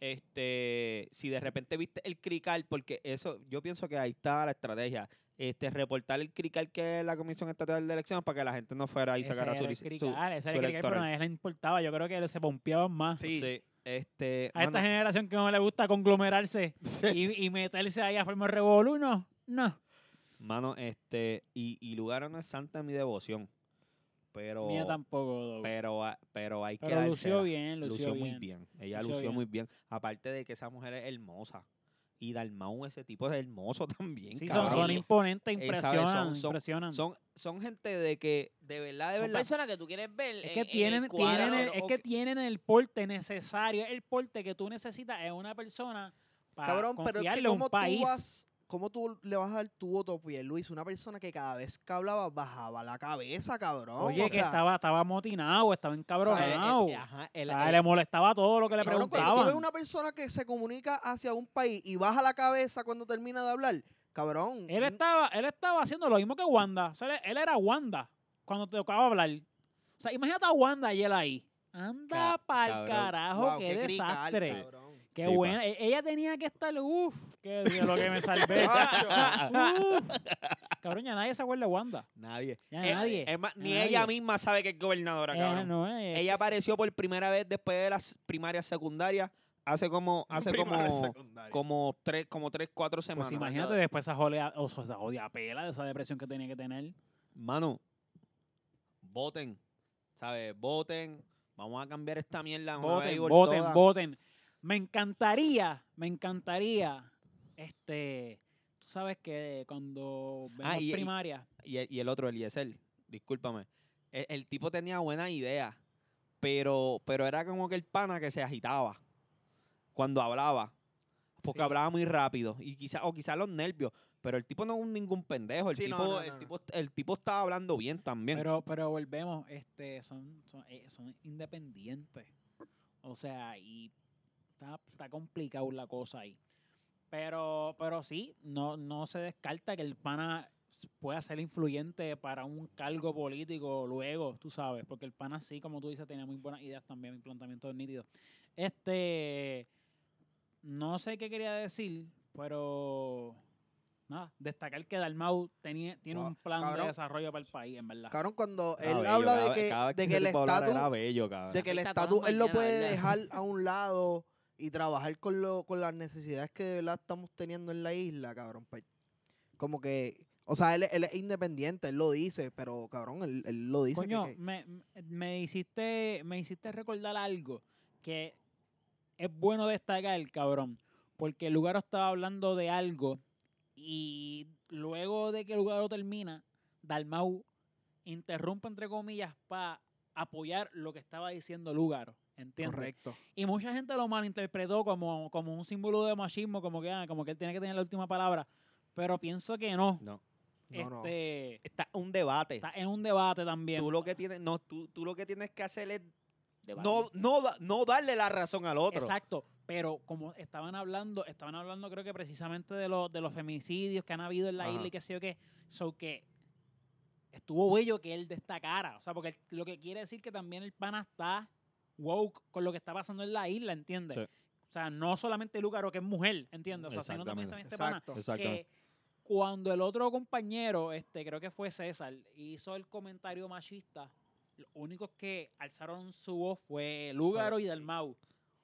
[SPEAKER 4] Este, si de repente viste el crical, porque eso, yo pienso que ahí está la estrategia. Este, reportar el crical que es la Comisión Estatal de Elecciones para que la gente no fuera y
[SPEAKER 1] Ese
[SPEAKER 4] sacara
[SPEAKER 1] era
[SPEAKER 4] su
[SPEAKER 1] el
[SPEAKER 4] lic- su-
[SPEAKER 1] crical, ese
[SPEAKER 4] su
[SPEAKER 1] era el crical, pero
[SPEAKER 4] electoral.
[SPEAKER 1] a nadie le importaba. Yo creo que se pompeaban más.
[SPEAKER 4] Sí. Este,
[SPEAKER 1] A esta
[SPEAKER 4] mano,
[SPEAKER 1] generación que no le gusta conglomerarse y, y meterse ahí a formar revolú, no, no.
[SPEAKER 4] mano, este, y, y lugar no es santa mi devoción. Pero,
[SPEAKER 1] Mía tampoco, Dogo. Pero,
[SPEAKER 4] pero, a- pero hay que darse.
[SPEAKER 1] lució bien, lució, bien.
[SPEAKER 4] muy bien. Ella
[SPEAKER 1] Lució
[SPEAKER 4] lució
[SPEAKER 1] bien.
[SPEAKER 4] muy bien. Aparte de que esa mujer es hermosa. Y Dalmau, ese tipo es hermoso también.
[SPEAKER 1] Sí, son,
[SPEAKER 4] cabrón.
[SPEAKER 1] son imponentes,
[SPEAKER 4] Ella sabe,
[SPEAKER 1] impresionan,
[SPEAKER 4] son- son-
[SPEAKER 1] impresionan.
[SPEAKER 4] Son, son gente de que, de verdad, de
[SPEAKER 3] Son
[SPEAKER 4] verdad.
[SPEAKER 3] personas que tú quieres ver.
[SPEAKER 1] es
[SPEAKER 3] en-
[SPEAKER 1] que
[SPEAKER 3] en el
[SPEAKER 1] tienen,
[SPEAKER 3] cuadro,
[SPEAKER 1] tienen el,
[SPEAKER 4] pero-
[SPEAKER 1] es
[SPEAKER 4] ok.
[SPEAKER 1] que tienen el porte necesario, el porte que tú necesitas es una persona para
[SPEAKER 2] Cabrón, pero es
[SPEAKER 1] confiarle
[SPEAKER 2] que
[SPEAKER 1] a un
[SPEAKER 2] ¿cómo
[SPEAKER 1] país.
[SPEAKER 2] tú, vas, cómo tú le vas a dar tu voto a Pierluis? Una persona que cada vez que hablaba bajaba la cabeza, cabrón.
[SPEAKER 1] Oye,
[SPEAKER 2] o
[SPEAKER 1] que
[SPEAKER 2] sea,
[SPEAKER 1] estaba, estaba motinado, estaba encabronado.
[SPEAKER 4] el- ajá, el-
[SPEAKER 1] Ah,
[SPEAKER 4] el-
[SPEAKER 1] le molestaba todo lo que le
[SPEAKER 2] cabrón, cuando
[SPEAKER 1] preguntaban.
[SPEAKER 2] tú ves una persona que se comunica hacia un país y baja la cabeza cuando termina de hablar, cabrón.
[SPEAKER 1] Él
[SPEAKER 2] mm,
[SPEAKER 1] estaba, él estaba haciendo lo mismo que Wanda. O sea, él- él era Wanda cuando te tocaba hablar. O sea, imagínate a Wanda y él ahí. Anda
[SPEAKER 4] Ca-
[SPEAKER 1] para el
[SPEAKER 4] cabrón.
[SPEAKER 1] carajo,
[SPEAKER 2] guau,
[SPEAKER 1] qué,
[SPEAKER 2] crical,
[SPEAKER 1] desastre.
[SPEAKER 2] cabrón.
[SPEAKER 1] Qué
[SPEAKER 4] Sí, pa.
[SPEAKER 1] buena. E- Ella tenía que estar, uff, que de lo que me salvé. Uf. Cabrón, ya nadie se acuerda de Wanda.
[SPEAKER 4] Nadie.
[SPEAKER 1] Ya
[SPEAKER 4] Eh,
[SPEAKER 1] nadie.
[SPEAKER 4] es más,
[SPEAKER 1] ya
[SPEAKER 4] ni
[SPEAKER 1] nadie.
[SPEAKER 4] ella misma sabe que es gobernadora,
[SPEAKER 1] Eh,
[SPEAKER 4] cabrón.
[SPEAKER 1] no, eh,
[SPEAKER 4] Ella apareció por primera vez después de las primarias secundarias hace como, hace
[SPEAKER 2] Primaria,
[SPEAKER 4] como,
[SPEAKER 2] secundaria.
[SPEAKER 4] como tres, como tres, cuatro
[SPEAKER 1] pues
[SPEAKER 4] semanas.
[SPEAKER 1] imagínate después esa jodea, o sea, esa jodida pela de esa depresión que tenía que tener.
[SPEAKER 4] Mano, voten. ¿Sabes? Voten. Vamos a cambiar esta mierda. de una vez y
[SPEAKER 1] Voten,
[SPEAKER 4] por
[SPEAKER 1] voten,
[SPEAKER 4] todas.
[SPEAKER 1] voten. Me encantaría, me encantaría, este, tú sabes que cuando vemos
[SPEAKER 4] Ah, y- y-
[SPEAKER 1] primaria,
[SPEAKER 4] Y, el- y el otro, el Yesel. Discúlpame. El, el tipo tenía buena idea. pero, pero era como que el pana que se agitaba cuando hablaba. Porque
[SPEAKER 1] Sí.
[SPEAKER 4] hablaba muy rápido. Y quizá, o quizás los nervios. Pero el tipo no es un ningún pendejo. El,
[SPEAKER 2] Sí, no,
[SPEAKER 4] tipo,
[SPEAKER 2] no,
[SPEAKER 4] el,
[SPEAKER 2] no, no.
[SPEAKER 4] tipo, el tipo estaba hablando bien también.
[SPEAKER 1] Pero, pero volvemos, este, son, son, eh, son independientes. O sea, y está, está complicado la cosa ahí. Pero, pero sí, no, no se descarta que el pana s- pueda ser influyente para un cargo político luego, tú sabes, porque el pana sí, como tú dices, tenía muy buenas ideas también, un planteamiento nítido. Este, no sé qué quería decir, pero nada, destacar que Dalmau tenía, tiene
[SPEAKER 2] Wow,
[SPEAKER 1] un plan
[SPEAKER 2] cabrón.
[SPEAKER 1] de desarrollo para el país, en verdad.
[SPEAKER 2] Cabrón, cuando
[SPEAKER 4] Era
[SPEAKER 2] él
[SPEAKER 4] bello,
[SPEAKER 2] habla
[SPEAKER 4] cada
[SPEAKER 2] de
[SPEAKER 4] vez-
[SPEAKER 2] que,
[SPEAKER 4] cada vez
[SPEAKER 2] de que
[SPEAKER 4] ese
[SPEAKER 2] el
[SPEAKER 4] tipo hablara era
[SPEAKER 2] estatus
[SPEAKER 4] bello, cabrón.
[SPEAKER 2] de que el
[SPEAKER 3] Está todas
[SPEAKER 2] estatus él lo
[SPEAKER 3] mañanas,
[SPEAKER 2] puede
[SPEAKER 3] ¿verdad?
[SPEAKER 2] dejar a un lado y trabajar con lo con las necesidades que de verdad estamos teniendo en la isla, cabrón. pa- Como que, o sea, él, es- él es independiente, él lo dice, pero cabrón, él, él lo dice. que-
[SPEAKER 1] Coño,
[SPEAKER 2] que-
[SPEAKER 1] me, me hiciste, me hiciste recordar algo que es bueno destacar, cabrón. Porque Lugaro estaba hablando de algo y luego de que Lugaro termina, Dalmau interrumpe, entre comillas, para apoyar lo que estaba diciendo Lugaro. ¿Entiendes?
[SPEAKER 2] correcto.
[SPEAKER 1] Y mucha gente lo malinterpretó como, como un símbolo de machismo, como que, ah, como que él tiene que tener la última palabra. Pero pienso que no.
[SPEAKER 4] No.
[SPEAKER 2] No, Eh, no.
[SPEAKER 1] este,
[SPEAKER 4] Está un debate.
[SPEAKER 1] Está en un debate también.
[SPEAKER 4] Tú lo que tienes, no, tú, tú lo que tienes que hacer es
[SPEAKER 3] Debate.
[SPEAKER 4] no, no, da- no darle la razón al otro.
[SPEAKER 1] Exacto, pero como estaban hablando, estaban hablando creo que precisamente de, los de los feminicidios que han habido en la
[SPEAKER 4] Ajá.
[SPEAKER 1] isla y qué sé yo qué, so que estuvo bello que él destacara, o sea, porque él- lo que quiere decir que también el pana está woke con lo que está pasando en la isla, ¿entiendes?
[SPEAKER 4] Sí.
[SPEAKER 1] O sea, no solamente Lúcaro, que es mujer, ¿entiendes? O sea, sino también, también
[SPEAKER 4] Exactamente.
[SPEAKER 1] este pana
[SPEAKER 2] Exacto.
[SPEAKER 4] Exactamente.
[SPEAKER 1] que cuando el otro compañero, este, creo que fue César, hizo el comentario machista, los únicos que alzaron su voz fue Lúgaro y Dalmau.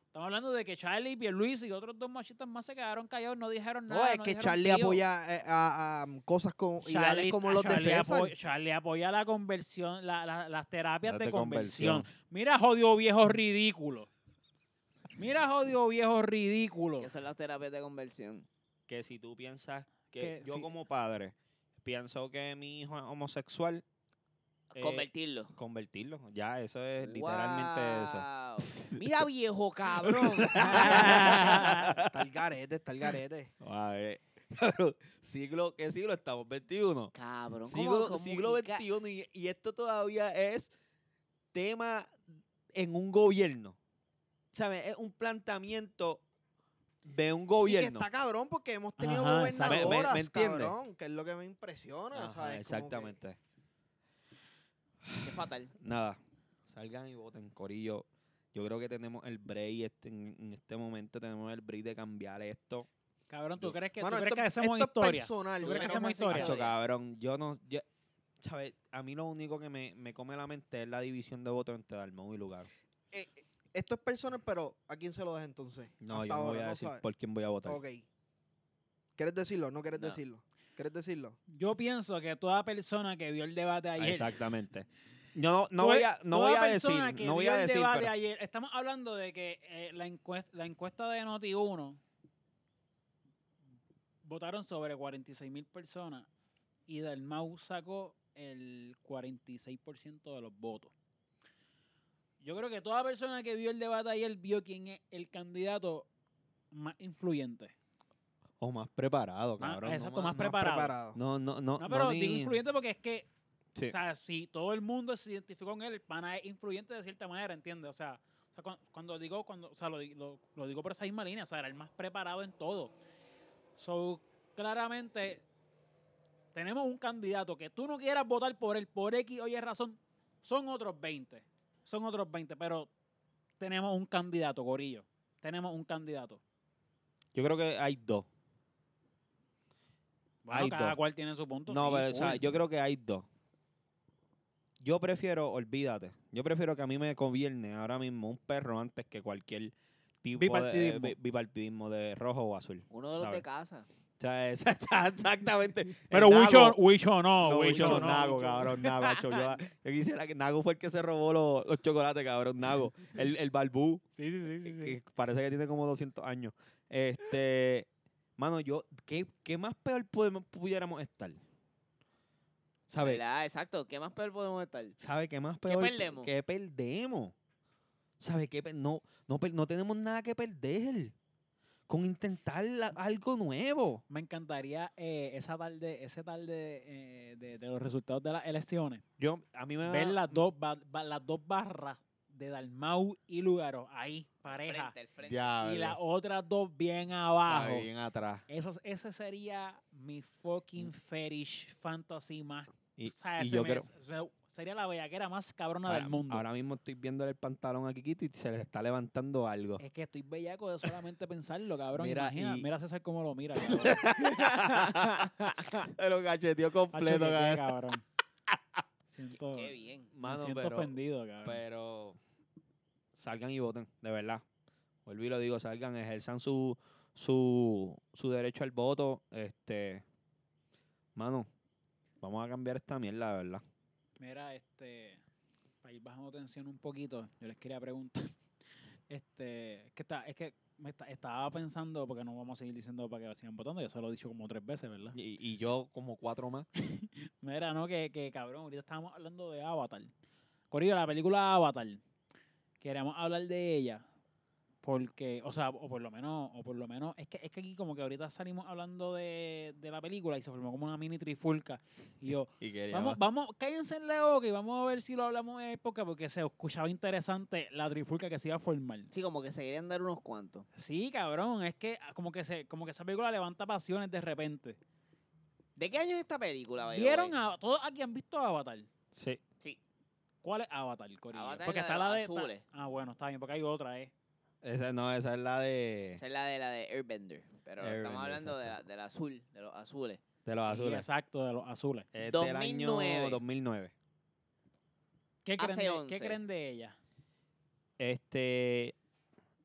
[SPEAKER 1] Estamos hablando de que Charlie, Pierluisi y otros dos machistas más se quedaron callados, no dijeron
[SPEAKER 2] No,
[SPEAKER 1] nada.
[SPEAKER 2] es que
[SPEAKER 1] dijeron
[SPEAKER 2] Charlie
[SPEAKER 1] pío.
[SPEAKER 2] apoya eh, a, a, um, cosas con ideales como los de
[SPEAKER 1] Charlie
[SPEAKER 2] César.
[SPEAKER 1] apoya, Charlie apoya la conversión, la- la- las terapias
[SPEAKER 4] Date
[SPEAKER 1] de conversión. Mira, jodido viejo ridículo. Mira, jodido viejo ridículo.
[SPEAKER 3] Que son las terapias de conversión.
[SPEAKER 4] Que si tú piensas que,
[SPEAKER 1] Que
[SPEAKER 4] yo
[SPEAKER 1] sí.
[SPEAKER 4] como padre pienso que mi hijo es homosexual, Eh,
[SPEAKER 3] Convertirlo.
[SPEAKER 4] convertirlo. Ya, eso es literalmente eso.
[SPEAKER 3] Wow. Mira, viejo cabrón.
[SPEAKER 2] Está el garete, está el garete.
[SPEAKER 4] A ver, eh. cabrón, siglo, ¿qué siglo estamos? 21.
[SPEAKER 3] cabrón. ¿cómo-
[SPEAKER 4] Siglo,
[SPEAKER 3] cómo
[SPEAKER 4] siglo
[SPEAKER 3] que ca-
[SPEAKER 4] 21 y, y esto todavía es tema en un gobierno. ¿Sabes? Es un planteamiento de un
[SPEAKER 2] Y que
[SPEAKER 4] gobierno.
[SPEAKER 2] está cabrón porque hemos tenido
[SPEAKER 1] Ajá, exacto.
[SPEAKER 4] Me- me- me
[SPEAKER 2] gobernadoras,
[SPEAKER 4] entiendes.
[SPEAKER 2] cabrón, que es lo que me impresiona,
[SPEAKER 4] Ajá,
[SPEAKER 2] ¿sabes? Como que-
[SPEAKER 4] exactamente.
[SPEAKER 3] Qué fatal.
[SPEAKER 4] Nada. Salgan y voten, Corillo. Yo creo que tenemos el break este- en, en este momento, tenemos el break de cambiar esto.
[SPEAKER 1] Cabrón, ¿tú
[SPEAKER 4] Yo-
[SPEAKER 1] crees que, tú
[SPEAKER 2] Mano,
[SPEAKER 1] crees
[SPEAKER 2] esto,
[SPEAKER 1] que hacemos
[SPEAKER 2] esto es
[SPEAKER 1] historia?
[SPEAKER 2] personal.
[SPEAKER 3] ¿Tú
[SPEAKER 2] yo
[SPEAKER 3] crees
[SPEAKER 2] creo
[SPEAKER 3] que
[SPEAKER 2] que
[SPEAKER 3] hacemos
[SPEAKER 2] hacen
[SPEAKER 1] historia?
[SPEAKER 4] Hacho,
[SPEAKER 3] Todavía.
[SPEAKER 4] cabrón, yo no... yo- ¿Sabes? A mí lo único que me, me come la mente es la división de votos entre Dalmau y Lugar.
[SPEAKER 2] Eh, eh, esto es personal, pero ¿a quién se lo das entonces?
[SPEAKER 4] No,
[SPEAKER 2] Hasta
[SPEAKER 4] yo no voy
[SPEAKER 2] ahora,
[SPEAKER 4] a
[SPEAKER 2] no
[SPEAKER 4] decir
[SPEAKER 2] sabes.
[SPEAKER 4] por quién voy a votar.
[SPEAKER 2] Ok. ¿Quieres decirlo? ¿No quieres
[SPEAKER 3] No.
[SPEAKER 2] decirlo? ¿Quieres decirlo?
[SPEAKER 1] Yo pienso que toda persona que vio el debate
[SPEAKER 4] Ah,
[SPEAKER 1] ayer.
[SPEAKER 4] Exactamente. Yo no, no
[SPEAKER 1] Toda-
[SPEAKER 4] voy a, no
[SPEAKER 1] toda
[SPEAKER 4] voy a decir,
[SPEAKER 1] persona que
[SPEAKER 4] no voy
[SPEAKER 1] vio
[SPEAKER 4] a
[SPEAKER 1] el
[SPEAKER 4] decir,
[SPEAKER 1] debate
[SPEAKER 4] pero
[SPEAKER 1] ayer. Estamos hablando de que eh, la, encuesta, la encuesta de Noti1 votaron sobre 46 mil personas y Dalmau sacó el 46% de los votos. Yo creo que toda persona que vio el debate ayer vio quién es el candidato más influyente.
[SPEAKER 4] o oh, más preparado,
[SPEAKER 1] Más-
[SPEAKER 4] cabrón. no
[SPEAKER 1] exacto, más
[SPEAKER 4] más-
[SPEAKER 1] preparado.
[SPEAKER 4] No, no, no.
[SPEAKER 1] No, pero
[SPEAKER 4] ni-
[SPEAKER 1] digo influyente porque es que
[SPEAKER 4] Sí.
[SPEAKER 1] O sea, si todo el mundo se identificó con él, el pana es influyente de cierta manera, ¿entiendes? O sea, o sea, cuan- cuando digo, cuando, o sea, lo, di- lo- lo digo por esa misma línea, o sea, era el más preparado en todo. So, claramente, tenemos un candidato que tú no quieras votar por él, por X o Y razón, son otros 20. Son otros 20, pero tenemos un candidato, Gorillo. Tenemos un candidato.
[SPEAKER 4] Yo creo que hay dos.
[SPEAKER 1] Bueno,
[SPEAKER 4] Hay
[SPEAKER 1] cada
[SPEAKER 4] dos.
[SPEAKER 1] cual tiene su punto.
[SPEAKER 4] No,
[SPEAKER 1] sí,
[SPEAKER 4] pero o sea,
[SPEAKER 1] full.
[SPEAKER 4] yo creo que hay dos. Yo prefiero, olvídate, yo prefiero que a mí me gobierne ahora mismo un perro antes que cualquier tipo
[SPEAKER 1] Bipartidismo.
[SPEAKER 4] de eh, bi- bipartidismo de rojo o azul.
[SPEAKER 3] Uno de los
[SPEAKER 4] ¿sabes?
[SPEAKER 3] de casa.
[SPEAKER 4] O sea, es- exactamente. El
[SPEAKER 1] Pero
[SPEAKER 4] Nago-
[SPEAKER 1] Wicho, Wicho no,
[SPEAKER 4] No,
[SPEAKER 1] Wicho
[SPEAKER 4] Wicho,
[SPEAKER 1] no.
[SPEAKER 4] Nago,
[SPEAKER 3] Wicho.
[SPEAKER 4] cabrón, Nago. hacho, yo, yo quisiera que Nago fue el que se robó los, los chocolates, cabrón, Nago. El, el balbú.
[SPEAKER 1] Sí, sí, sí, sí. sí.
[SPEAKER 4] que parece que tiene como 200 años. Este, mano, yo, ¿qué, qué más peor podemos, pudiéramos estar? ¿Sabes?
[SPEAKER 3] ¿Verdad? Exacto. ¿Qué más peor podemos estar?
[SPEAKER 4] ¿Sabe qué más peor?
[SPEAKER 3] perdemos?
[SPEAKER 4] ¿Qué perdemos? ¿Sabes qué? Pe- No, no, per- no tenemos nada que perder con intentar la- algo nuevo.
[SPEAKER 1] Me encantaría eh, esa tarde, ese tarde eh, de, de los resultados de las elecciones.
[SPEAKER 4] Yo, a mí me
[SPEAKER 1] Ver
[SPEAKER 4] da-
[SPEAKER 1] las dos, ba- ba- las dos barras de Dalmau y Lugaro ahí, pareja.
[SPEAKER 3] Frente, el frente.
[SPEAKER 1] Y
[SPEAKER 4] Diablo,
[SPEAKER 1] las otras dos bien
[SPEAKER 4] está
[SPEAKER 1] abajo.
[SPEAKER 4] bien atrás.
[SPEAKER 1] Eso, ese sería mi fucking fetish fantasy más.
[SPEAKER 4] Mm. Y,
[SPEAKER 1] o sea,
[SPEAKER 4] y
[SPEAKER 1] se
[SPEAKER 4] yo
[SPEAKER 1] me-
[SPEAKER 4] creo.
[SPEAKER 1] se- sería la bellaquera más cabrona
[SPEAKER 4] ahora,
[SPEAKER 1] del mundo.
[SPEAKER 4] ahora mismo estoy viendo el pantalón aquí Kikito, y se le está levantando algo.
[SPEAKER 1] Es que estoy bellaco de solamente pensarlo, cabrón.
[SPEAKER 4] Mira,
[SPEAKER 1] Mira, Imagina,
[SPEAKER 4] y-
[SPEAKER 1] mira a César cómo lo mira. cabrón.
[SPEAKER 4] Se lo cacheteó
[SPEAKER 1] Hacho, que
[SPEAKER 4] completo,
[SPEAKER 1] qué,
[SPEAKER 4] cabrón.
[SPEAKER 1] cabrón. Siento,
[SPEAKER 3] Qué bien.
[SPEAKER 1] me
[SPEAKER 4] Mano,
[SPEAKER 1] siento
[SPEAKER 4] pero, pues
[SPEAKER 1] ofendido, cabrón.
[SPEAKER 4] pero salgan y voten, de verdad. Vuelvo y lo digo, salgan, ejerzan su, su, su derecho al voto. Este, mano, vamos a cambiar esta mierda, de verdad.
[SPEAKER 1] Mira, este, para ir bajando tensión un poquito, yo les quería preguntar. Este, que está, es que me está- estaba pensando, porque no vamos a seguir diciendo para que sigan votando, ya se lo he dicho como tres veces, ¿verdad?
[SPEAKER 4] Y, y yo como cuatro más.
[SPEAKER 1] Mira, no, que, que cabrón, ahorita estábamos hablando de Avatar. Corillo, la película Avatar. Queremos hablar de ella. Porque, o sea, o por lo menos, o por lo menos, es que, es que aquí como que ahorita salimos hablando de, de la película y se formó como una mini trifulca. Y yo,
[SPEAKER 4] Y quería
[SPEAKER 1] Vamos,
[SPEAKER 4] más.
[SPEAKER 1] vamos, cállense en la boca y vamos a ver si lo hablamos en época porque se escuchaba interesante la trifulca que se iba a formar.
[SPEAKER 3] Sí, como que se querían dar unos cuantos.
[SPEAKER 1] Sí, cabrón, es que ah, como que se, como que esa película levanta pasiones de repente.
[SPEAKER 3] ¿De qué año es esta película, by the
[SPEAKER 1] ¿Vieron
[SPEAKER 3] way?
[SPEAKER 1] a todos aquí han visto Avatar?
[SPEAKER 4] Sí.
[SPEAKER 3] Sí.
[SPEAKER 1] ¿Cuál es Avatar, Corillo?
[SPEAKER 3] Avatar
[SPEAKER 1] porque
[SPEAKER 3] es la
[SPEAKER 1] está
[SPEAKER 3] de
[SPEAKER 1] la
[SPEAKER 3] los
[SPEAKER 1] de está-
[SPEAKER 3] azules.
[SPEAKER 1] Ah, bueno, está bien, porque hay otra, eh.
[SPEAKER 4] Esa no, esa es la de,
[SPEAKER 3] Esa es la de la de Airbender. Pero
[SPEAKER 4] Airbender,
[SPEAKER 3] estamos hablando de la,
[SPEAKER 4] exacto.
[SPEAKER 3] del azul, de los azules.
[SPEAKER 4] de los
[SPEAKER 1] Sí,
[SPEAKER 4] azules.
[SPEAKER 1] exacto, de los azules.
[SPEAKER 4] Es del año
[SPEAKER 3] 2009.
[SPEAKER 4] 2009.
[SPEAKER 1] ¿Qué
[SPEAKER 3] Hace
[SPEAKER 1] creen, de,
[SPEAKER 3] 11.
[SPEAKER 1] ¿Qué creen de ella?
[SPEAKER 4] Este,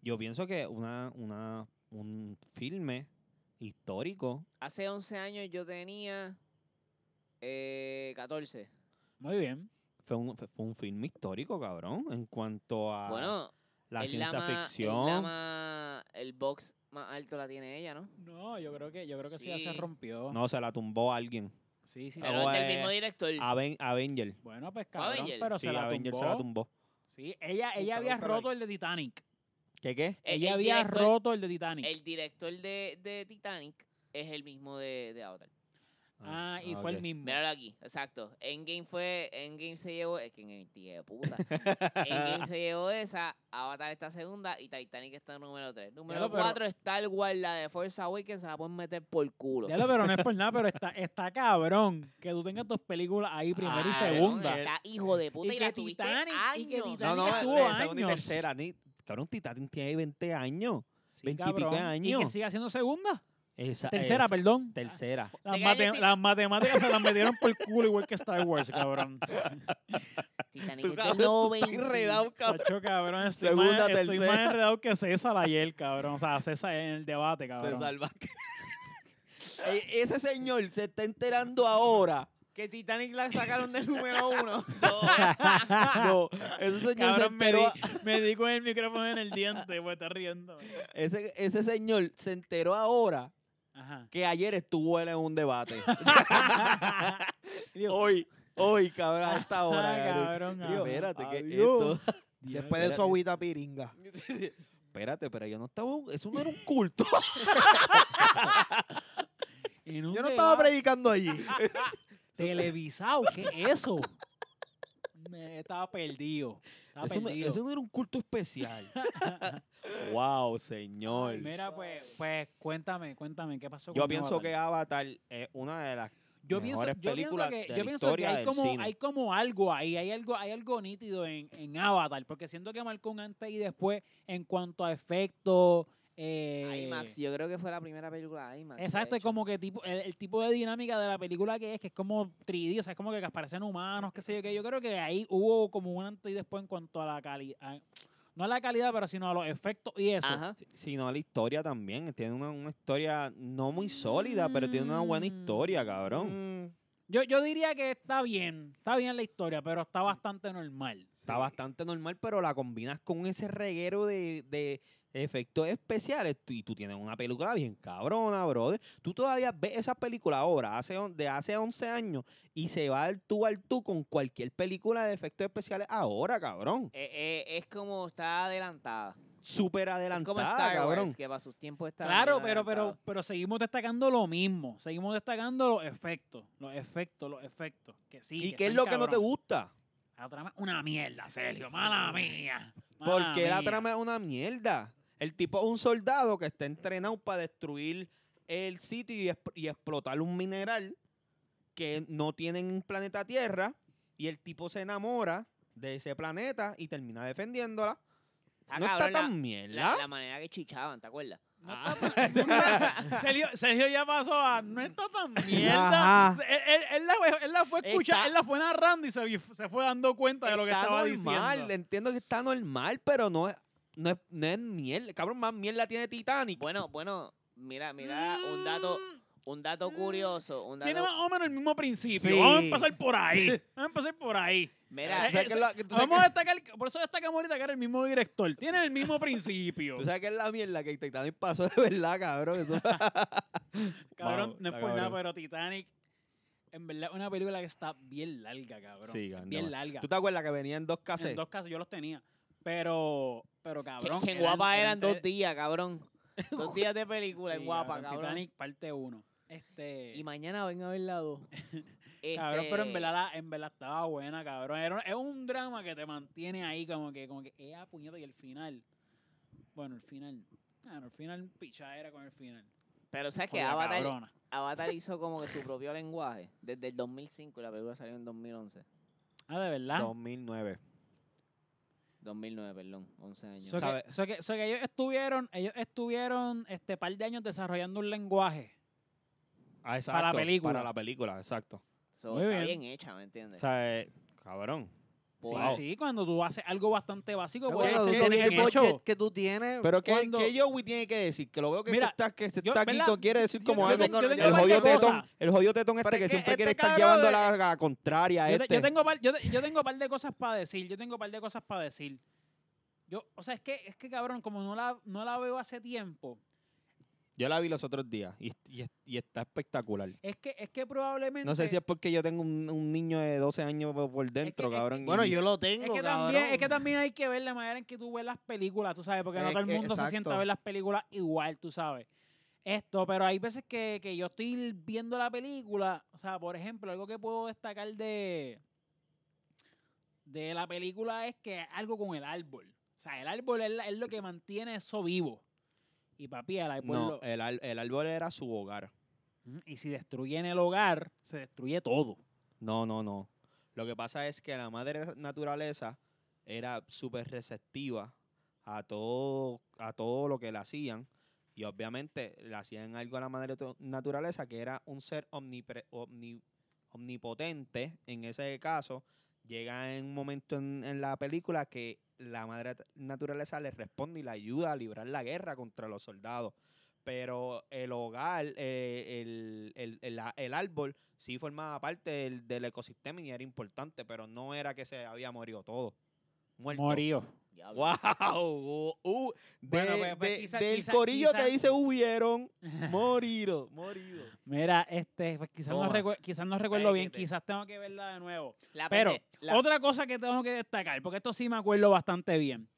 [SPEAKER 4] yo pienso que una, una, un filme histórico.
[SPEAKER 3] Hace 11 años yo tenía eh, 14.
[SPEAKER 1] Muy bien.
[SPEAKER 4] Fue un, fue un filme histórico, cabrón, en cuanto a
[SPEAKER 3] Bueno,
[SPEAKER 4] Ah, la
[SPEAKER 3] es
[SPEAKER 4] ciencia
[SPEAKER 3] más- es la
[SPEAKER 4] ficción. Ah,
[SPEAKER 3] más- el box más alto la tiene ella, ¿no?
[SPEAKER 1] No, yo creo que, yo creo que sí, ya se
[SPEAKER 3] Sí.
[SPEAKER 1] rompió.
[SPEAKER 4] No, se la tumbó alguien.
[SPEAKER 1] Sí, sí,
[SPEAKER 4] Ah,
[SPEAKER 1] se-
[SPEAKER 3] Pero es del
[SPEAKER 4] bueno.
[SPEAKER 3] mismo director.
[SPEAKER 4] Aven- Avenger.
[SPEAKER 1] Bueno, pues cabrón,
[SPEAKER 3] Avenger.
[SPEAKER 1] pero
[SPEAKER 4] Sí,
[SPEAKER 1] se la
[SPEAKER 4] Avenger
[SPEAKER 1] tumbó.
[SPEAKER 4] se la tumbó.
[SPEAKER 1] Sí, ella,
[SPEAKER 4] Búscalo,
[SPEAKER 1] ella había
[SPEAKER 4] búscalo ahí.
[SPEAKER 1] roto el de Titanic.
[SPEAKER 4] ¿Qué qué?
[SPEAKER 3] Eh, El-
[SPEAKER 1] Ella
[SPEAKER 3] el
[SPEAKER 1] había
[SPEAKER 3] director-
[SPEAKER 1] roto el de Titanic.
[SPEAKER 3] El director de, de Titanic es el mismo de, de Avatar.
[SPEAKER 1] ah, y fue el
[SPEAKER 4] ok.
[SPEAKER 1] mismo.
[SPEAKER 3] Míralo aquí, exacto. Endgame fue. Endgame se llevó. Es que Endgame, tío de puta. Endgame se llevó esa. Avatar está segunda. Y Titanic está en número 3. Número
[SPEAKER 1] Diablo, pero-
[SPEAKER 3] 4 Star Wars, la de Force Awakens. Se la pueden meter por culo.
[SPEAKER 1] Ya lo, pero no es por nada, pero está, está cabrón que tú tengas dos películas ahí, primera y
[SPEAKER 3] Ah, cabrón,
[SPEAKER 1] segunda.
[SPEAKER 3] Está hijo de puta.
[SPEAKER 1] Y
[SPEAKER 3] Y,
[SPEAKER 1] que
[SPEAKER 3] la tuviste
[SPEAKER 1] Titanic- y que
[SPEAKER 3] años.
[SPEAKER 1] Titanic No, no, estuvo
[SPEAKER 4] de segunda y
[SPEAKER 1] años.
[SPEAKER 4] tercera. ni- cabrón, Titanic tiene 20 años.
[SPEAKER 1] Sí,
[SPEAKER 4] 20 y pico
[SPEAKER 1] cabrón. Y que
[SPEAKER 4] años. Eh,
[SPEAKER 1] siga siendo segunda.
[SPEAKER 4] Esa-
[SPEAKER 1] Tercera,
[SPEAKER 4] esa-
[SPEAKER 1] perdón.
[SPEAKER 4] Tercera.
[SPEAKER 1] Las,
[SPEAKER 3] Te cae
[SPEAKER 1] mate-
[SPEAKER 3] el-
[SPEAKER 1] las matemáticas se las metieron por culo igual que Star Wars, cabrón.
[SPEAKER 3] Titanic
[SPEAKER 4] Tú,
[SPEAKER 3] es del
[SPEAKER 4] cabrón, tú estás
[SPEAKER 3] 90.
[SPEAKER 4] enredado, cabrón.
[SPEAKER 1] Tacho, cabrón, estoy,
[SPEAKER 4] Segunda,
[SPEAKER 1] más, estoy
[SPEAKER 4] tercera.
[SPEAKER 1] más enredado que César ayer, cabrón. O sea, César en el debate, cabrón.
[SPEAKER 4] Se salva. E- Ese señor se está enterando ahora.
[SPEAKER 3] Que Titanic la sacaron del número uno.
[SPEAKER 4] No, ese señor se
[SPEAKER 1] Cabrón, me di,
[SPEAKER 4] enteró.
[SPEAKER 1] me di con el micrófono en el diente, pues está riendo.
[SPEAKER 4] Ese, ese señor se enteró ahora
[SPEAKER 1] Ajá.
[SPEAKER 4] que ayer estuvo él en un debate. hoy, hoy, cabrón, a esta hora.
[SPEAKER 1] Ah, cabrón,
[SPEAKER 4] cabrón. Digo,
[SPEAKER 1] cabrón.
[SPEAKER 4] espérate, que
[SPEAKER 2] Adiós.
[SPEAKER 4] esto-
[SPEAKER 2] Después de su agüita piringa.
[SPEAKER 4] Espérate, pero yo no estaba. un- Eso no era un culto.
[SPEAKER 1] En un
[SPEAKER 2] Yo no estaba
[SPEAKER 1] debate
[SPEAKER 2] predicando allí.
[SPEAKER 1] televisado, ¿qué es eso? Me estaba perdido. Estaba
[SPEAKER 4] Eso no,
[SPEAKER 1] perdido.
[SPEAKER 4] eso no era un culto especial. wow, señor.
[SPEAKER 1] Mira, pues, pues cuéntame, cuéntame, ¿qué pasó
[SPEAKER 4] Yo
[SPEAKER 1] con
[SPEAKER 4] pienso
[SPEAKER 1] Avatar?
[SPEAKER 4] que Avatar es una de las
[SPEAKER 1] yo pienso,
[SPEAKER 4] mejores
[SPEAKER 1] yo pienso
[SPEAKER 4] películas
[SPEAKER 1] que,
[SPEAKER 4] de
[SPEAKER 1] yo
[SPEAKER 4] la
[SPEAKER 1] pienso que
[SPEAKER 4] historia
[SPEAKER 1] hay
[SPEAKER 4] del
[SPEAKER 1] como,
[SPEAKER 4] cine.
[SPEAKER 1] hay como algo ahí, hay algo, hay algo nítido en, en Avatar, porque siento que marcó un antes y después en cuanto a efectos. Eh,
[SPEAKER 3] IMAX, yo creo que fue la primera película de IMAX. de
[SPEAKER 1] Exacto, es
[SPEAKER 3] hecho.
[SPEAKER 1] como que tipo, el, el tipo de dinámica de la película que es, que es como 3D, o sea, es como que aparecen humanos, qué sé yo, que yo creo que ahí hubo como un antes y después en cuanto a la calidad, no a la calidad, pero sino a los efectos y eso.
[SPEAKER 3] Ajá.
[SPEAKER 4] sino la historia también. Tiene una, una historia no muy sólida, pero tiene una buena historia, cabrón.
[SPEAKER 2] Mm,
[SPEAKER 1] Yo, yo diría que está bien, está bien la historia, pero está bastante normal.
[SPEAKER 4] Está bastante normal, pero la combinas con ese reguero de, de, efectos especiales tú- y tú tienes una película bien cabrona, brother. Tú todavía ves esas películas ahora, hace, on- de hace 11 años, y se va al tú al tú con cualquier película de efectos especiales ahora, cabrón.
[SPEAKER 3] Eh, eh, es como está adelantada.
[SPEAKER 4] Súper
[SPEAKER 3] Es como
[SPEAKER 4] adelantada,
[SPEAKER 3] Star
[SPEAKER 4] cabrón.
[SPEAKER 3] Wars, que para sus tiempos está
[SPEAKER 1] Claro,
[SPEAKER 3] bien
[SPEAKER 1] pero, pero,
[SPEAKER 3] adelantado.
[SPEAKER 1] pero seguimos destacando lo mismo. Seguimos destacando los efectos. Los efectos, los efectos. Que sí,
[SPEAKER 4] ¿Y qué es lo que no te gusta?
[SPEAKER 1] La trama es una mierda, Sergio. Mala mía. mala
[SPEAKER 4] Porque la
[SPEAKER 1] mía.
[SPEAKER 4] trama es una mierda. El tipo es un soldado que está entrenado para destruir el sitio y, exp- y explotar un mineral que no tienen en planeta Tierra. Y el tipo se enamora de ese planeta y termina defendiéndola.
[SPEAKER 3] Ah,
[SPEAKER 4] no
[SPEAKER 3] cabrón,
[SPEAKER 4] está tan
[SPEAKER 3] La,
[SPEAKER 4] mierda.
[SPEAKER 3] la manera que chichaban, ¿te acuerdas?
[SPEAKER 1] No
[SPEAKER 4] Ah.
[SPEAKER 1] pues, está tan- Sergio, Sergio ya pasó a no está tan mierda.
[SPEAKER 2] Ajá.
[SPEAKER 1] Él, él- él la, él la fue escuchando,
[SPEAKER 4] Está-
[SPEAKER 1] él la fue narrando y se, vi- se fue dando cuenta de lo que
[SPEAKER 4] Está
[SPEAKER 1] estaba
[SPEAKER 4] normal.
[SPEAKER 1] diciendo.
[SPEAKER 4] Entiendo que está normal, pero no es, no es, no es mierda. Cabrón, más mierda tiene Titanic.
[SPEAKER 1] Pues,
[SPEAKER 3] Bueno, bueno, mira, mira, un dato,
[SPEAKER 1] Mm,
[SPEAKER 3] un dato
[SPEAKER 1] Mm.
[SPEAKER 3] curioso. Un
[SPEAKER 1] Tiene
[SPEAKER 3] dato-
[SPEAKER 1] más o menos el mismo principio.
[SPEAKER 2] Sí.
[SPEAKER 1] Vamos a empezar por ahí. Vamos a empezar por ahí.
[SPEAKER 3] Mira,
[SPEAKER 4] ¿Tú sabes
[SPEAKER 1] eh,
[SPEAKER 4] qué es la- tú sabes
[SPEAKER 1] Vamos
[SPEAKER 4] qué-
[SPEAKER 1] a destacar, por eso destacamos ahorita que era el mismo director. Tiene el mismo principio.
[SPEAKER 4] tú sabes que es la mierda que Titanic pasó de verdad, cabrón. Eso-
[SPEAKER 1] Cabrón,
[SPEAKER 4] Wow,
[SPEAKER 1] no es
[SPEAKER 4] está
[SPEAKER 1] por nada,
[SPEAKER 4] cabrón.
[SPEAKER 1] pero Titanic, en verdad, es una película que está bien larga, cabrón.
[SPEAKER 4] Sí,
[SPEAKER 1] Es
[SPEAKER 4] anda,
[SPEAKER 1] bien larga.
[SPEAKER 4] ¿Tú te acuerdas que venían dos cassettes?
[SPEAKER 1] En dos casos yo los tenía. Pero, pero cabrón.
[SPEAKER 3] que en guapa eran dos
[SPEAKER 1] tres-
[SPEAKER 3] días, cabrón. Dos días de película
[SPEAKER 1] Sí,
[SPEAKER 3] en guapa,
[SPEAKER 1] cabrón,
[SPEAKER 3] cabrón.
[SPEAKER 1] Titanic parte 1. Este.
[SPEAKER 3] Y mañana ven a ver la dos.
[SPEAKER 1] Cabrón, pero en
[SPEAKER 3] Este,
[SPEAKER 1] verdad, la- en verdad estaba buena, cabrón. Era- es un drama que te mantiene ahí como que, como que, ea, puñeta, y el final. Bueno, el final. Bueno, el final, pichadera con el final.
[SPEAKER 3] Este, Pero sabes que
[SPEAKER 1] Con la
[SPEAKER 3] Avatar,
[SPEAKER 1] cabrona.
[SPEAKER 3] Avatar hizo como que su propio lenguaje desde el 2005 y la película salió en 2011.
[SPEAKER 1] Ah, de verdad.
[SPEAKER 4] 2009.
[SPEAKER 3] 2009, perdón, 11 años.
[SPEAKER 1] So que,
[SPEAKER 4] ¿Sabe?
[SPEAKER 1] so que- so que ellos estuvieron, ellos estuvieron este par de años desarrollando un lenguaje.
[SPEAKER 4] Ah, exacto,
[SPEAKER 1] Para la película.
[SPEAKER 4] Para la película, exacto.
[SPEAKER 3] So,
[SPEAKER 1] muy
[SPEAKER 3] está
[SPEAKER 1] bien.
[SPEAKER 3] bien hecha, ¿me entiendes? Pues,
[SPEAKER 4] O sea, eh, cabrón.
[SPEAKER 1] Sí,
[SPEAKER 4] Wow.
[SPEAKER 1] sí, cuando tú haces algo bastante básico, puede
[SPEAKER 2] Bueno,
[SPEAKER 1] ser
[SPEAKER 2] tú-
[SPEAKER 1] que bien
[SPEAKER 2] el
[SPEAKER 1] hecho.
[SPEAKER 2] budget que tú tienes.
[SPEAKER 4] Pero ¿qué,
[SPEAKER 1] Cuando-
[SPEAKER 4] ¿qué Joey tiene que decir? Que lo veo que
[SPEAKER 1] Mira,
[SPEAKER 4] se está, que se
[SPEAKER 1] yo-
[SPEAKER 4] está
[SPEAKER 1] ¿verdad?
[SPEAKER 4] quito, quiere decir
[SPEAKER 1] Yo-
[SPEAKER 4] como
[SPEAKER 1] yo
[SPEAKER 4] algo.
[SPEAKER 1] tengo- yo tengo
[SPEAKER 4] el jodido
[SPEAKER 1] cualquier cosa.
[SPEAKER 4] tetón, el jodido tetón este
[SPEAKER 2] Pero
[SPEAKER 4] que,
[SPEAKER 2] es que
[SPEAKER 4] siempre quiere
[SPEAKER 2] este
[SPEAKER 4] estar
[SPEAKER 2] cabrón
[SPEAKER 4] llevando
[SPEAKER 2] de-
[SPEAKER 4] la, la contraria a
[SPEAKER 1] Yo, te-
[SPEAKER 4] este.
[SPEAKER 1] yo tengo par, yo, te- yo tengo par de cosas para decir, yo tengo par de cosas para decir. Yo, o sea, es que, es que cabrón, como no la, no la veo hace tiempo,
[SPEAKER 4] Yo la vi los otros días y, y- y está espectacular.
[SPEAKER 1] es que, es que probablemente.
[SPEAKER 4] No sé si es porque yo tengo un, un niño de 12 años por- por dentro,
[SPEAKER 1] que- es
[SPEAKER 4] cabrón.
[SPEAKER 2] bueno,
[SPEAKER 4] y-
[SPEAKER 2] yo lo
[SPEAKER 1] Es
[SPEAKER 2] tengo.
[SPEAKER 1] que,
[SPEAKER 2] cabrón.
[SPEAKER 1] también, es que también hay que ver la manera en que tú ves las películas, tú sabes, porque no
[SPEAKER 2] Es
[SPEAKER 1] todo el
[SPEAKER 2] que-
[SPEAKER 1] mundo se sienta a
[SPEAKER 2] exacto.
[SPEAKER 1] ver las películas igual, tú sabes. Esto, pero hay veces que, que yo estoy viendo la película, o sea, por ejemplo, algo que puedo destacar de, de la película es que algo con el árbol. O sea, el árbol es, la- es lo que mantiene eso vivo. Y papi, el árbol...
[SPEAKER 4] No,
[SPEAKER 1] lo-
[SPEAKER 2] eh.
[SPEAKER 4] el, al- el árbol era su hogar.
[SPEAKER 1] Ujú, y si destruyen el hogar, se destruye todo.
[SPEAKER 4] No, no, no. Lo que pasa es que la madre naturaleza era súper receptiva a todo, a todo lo que le hacían. Y obviamente le hacían algo a la madre to- naturaleza que era un ser omnipre- omni- omnipotente. En ese caso, llega en un momento en, en la película que la madre nat- naturaleza le responde y le ayuda a librar la guerra contra los soldados. Pero el hogar, eh, el- el- el a- el árbol, sí formaba parte del, del ecosistema y era importante, pero no era que se había morido todo. Muerto.
[SPEAKER 1] Morío.
[SPEAKER 3] Diablo.
[SPEAKER 4] ¡Wow! Uh, de-
[SPEAKER 1] Bueno, pues, pues,
[SPEAKER 4] de-
[SPEAKER 1] quizá-
[SPEAKER 4] del
[SPEAKER 1] quizá-
[SPEAKER 4] corillo
[SPEAKER 1] quizá-
[SPEAKER 4] que dice hubieron, morido, morido.
[SPEAKER 1] Mira, este, pues quizás no,
[SPEAKER 4] Toma.
[SPEAKER 1] recue- quizás no recuerdo bien,
[SPEAKER 4] Métete.
[SPEAKER 1] quizás tengo que verla de nuevo.
[SPEAKER 3] La
[SPEAKER 1] Pero,
[SPEAKER 3] pende- la-
[SPEAKER 1] otra cosa que tengo que destacar, porque esto sí me acuerdo bastante bien.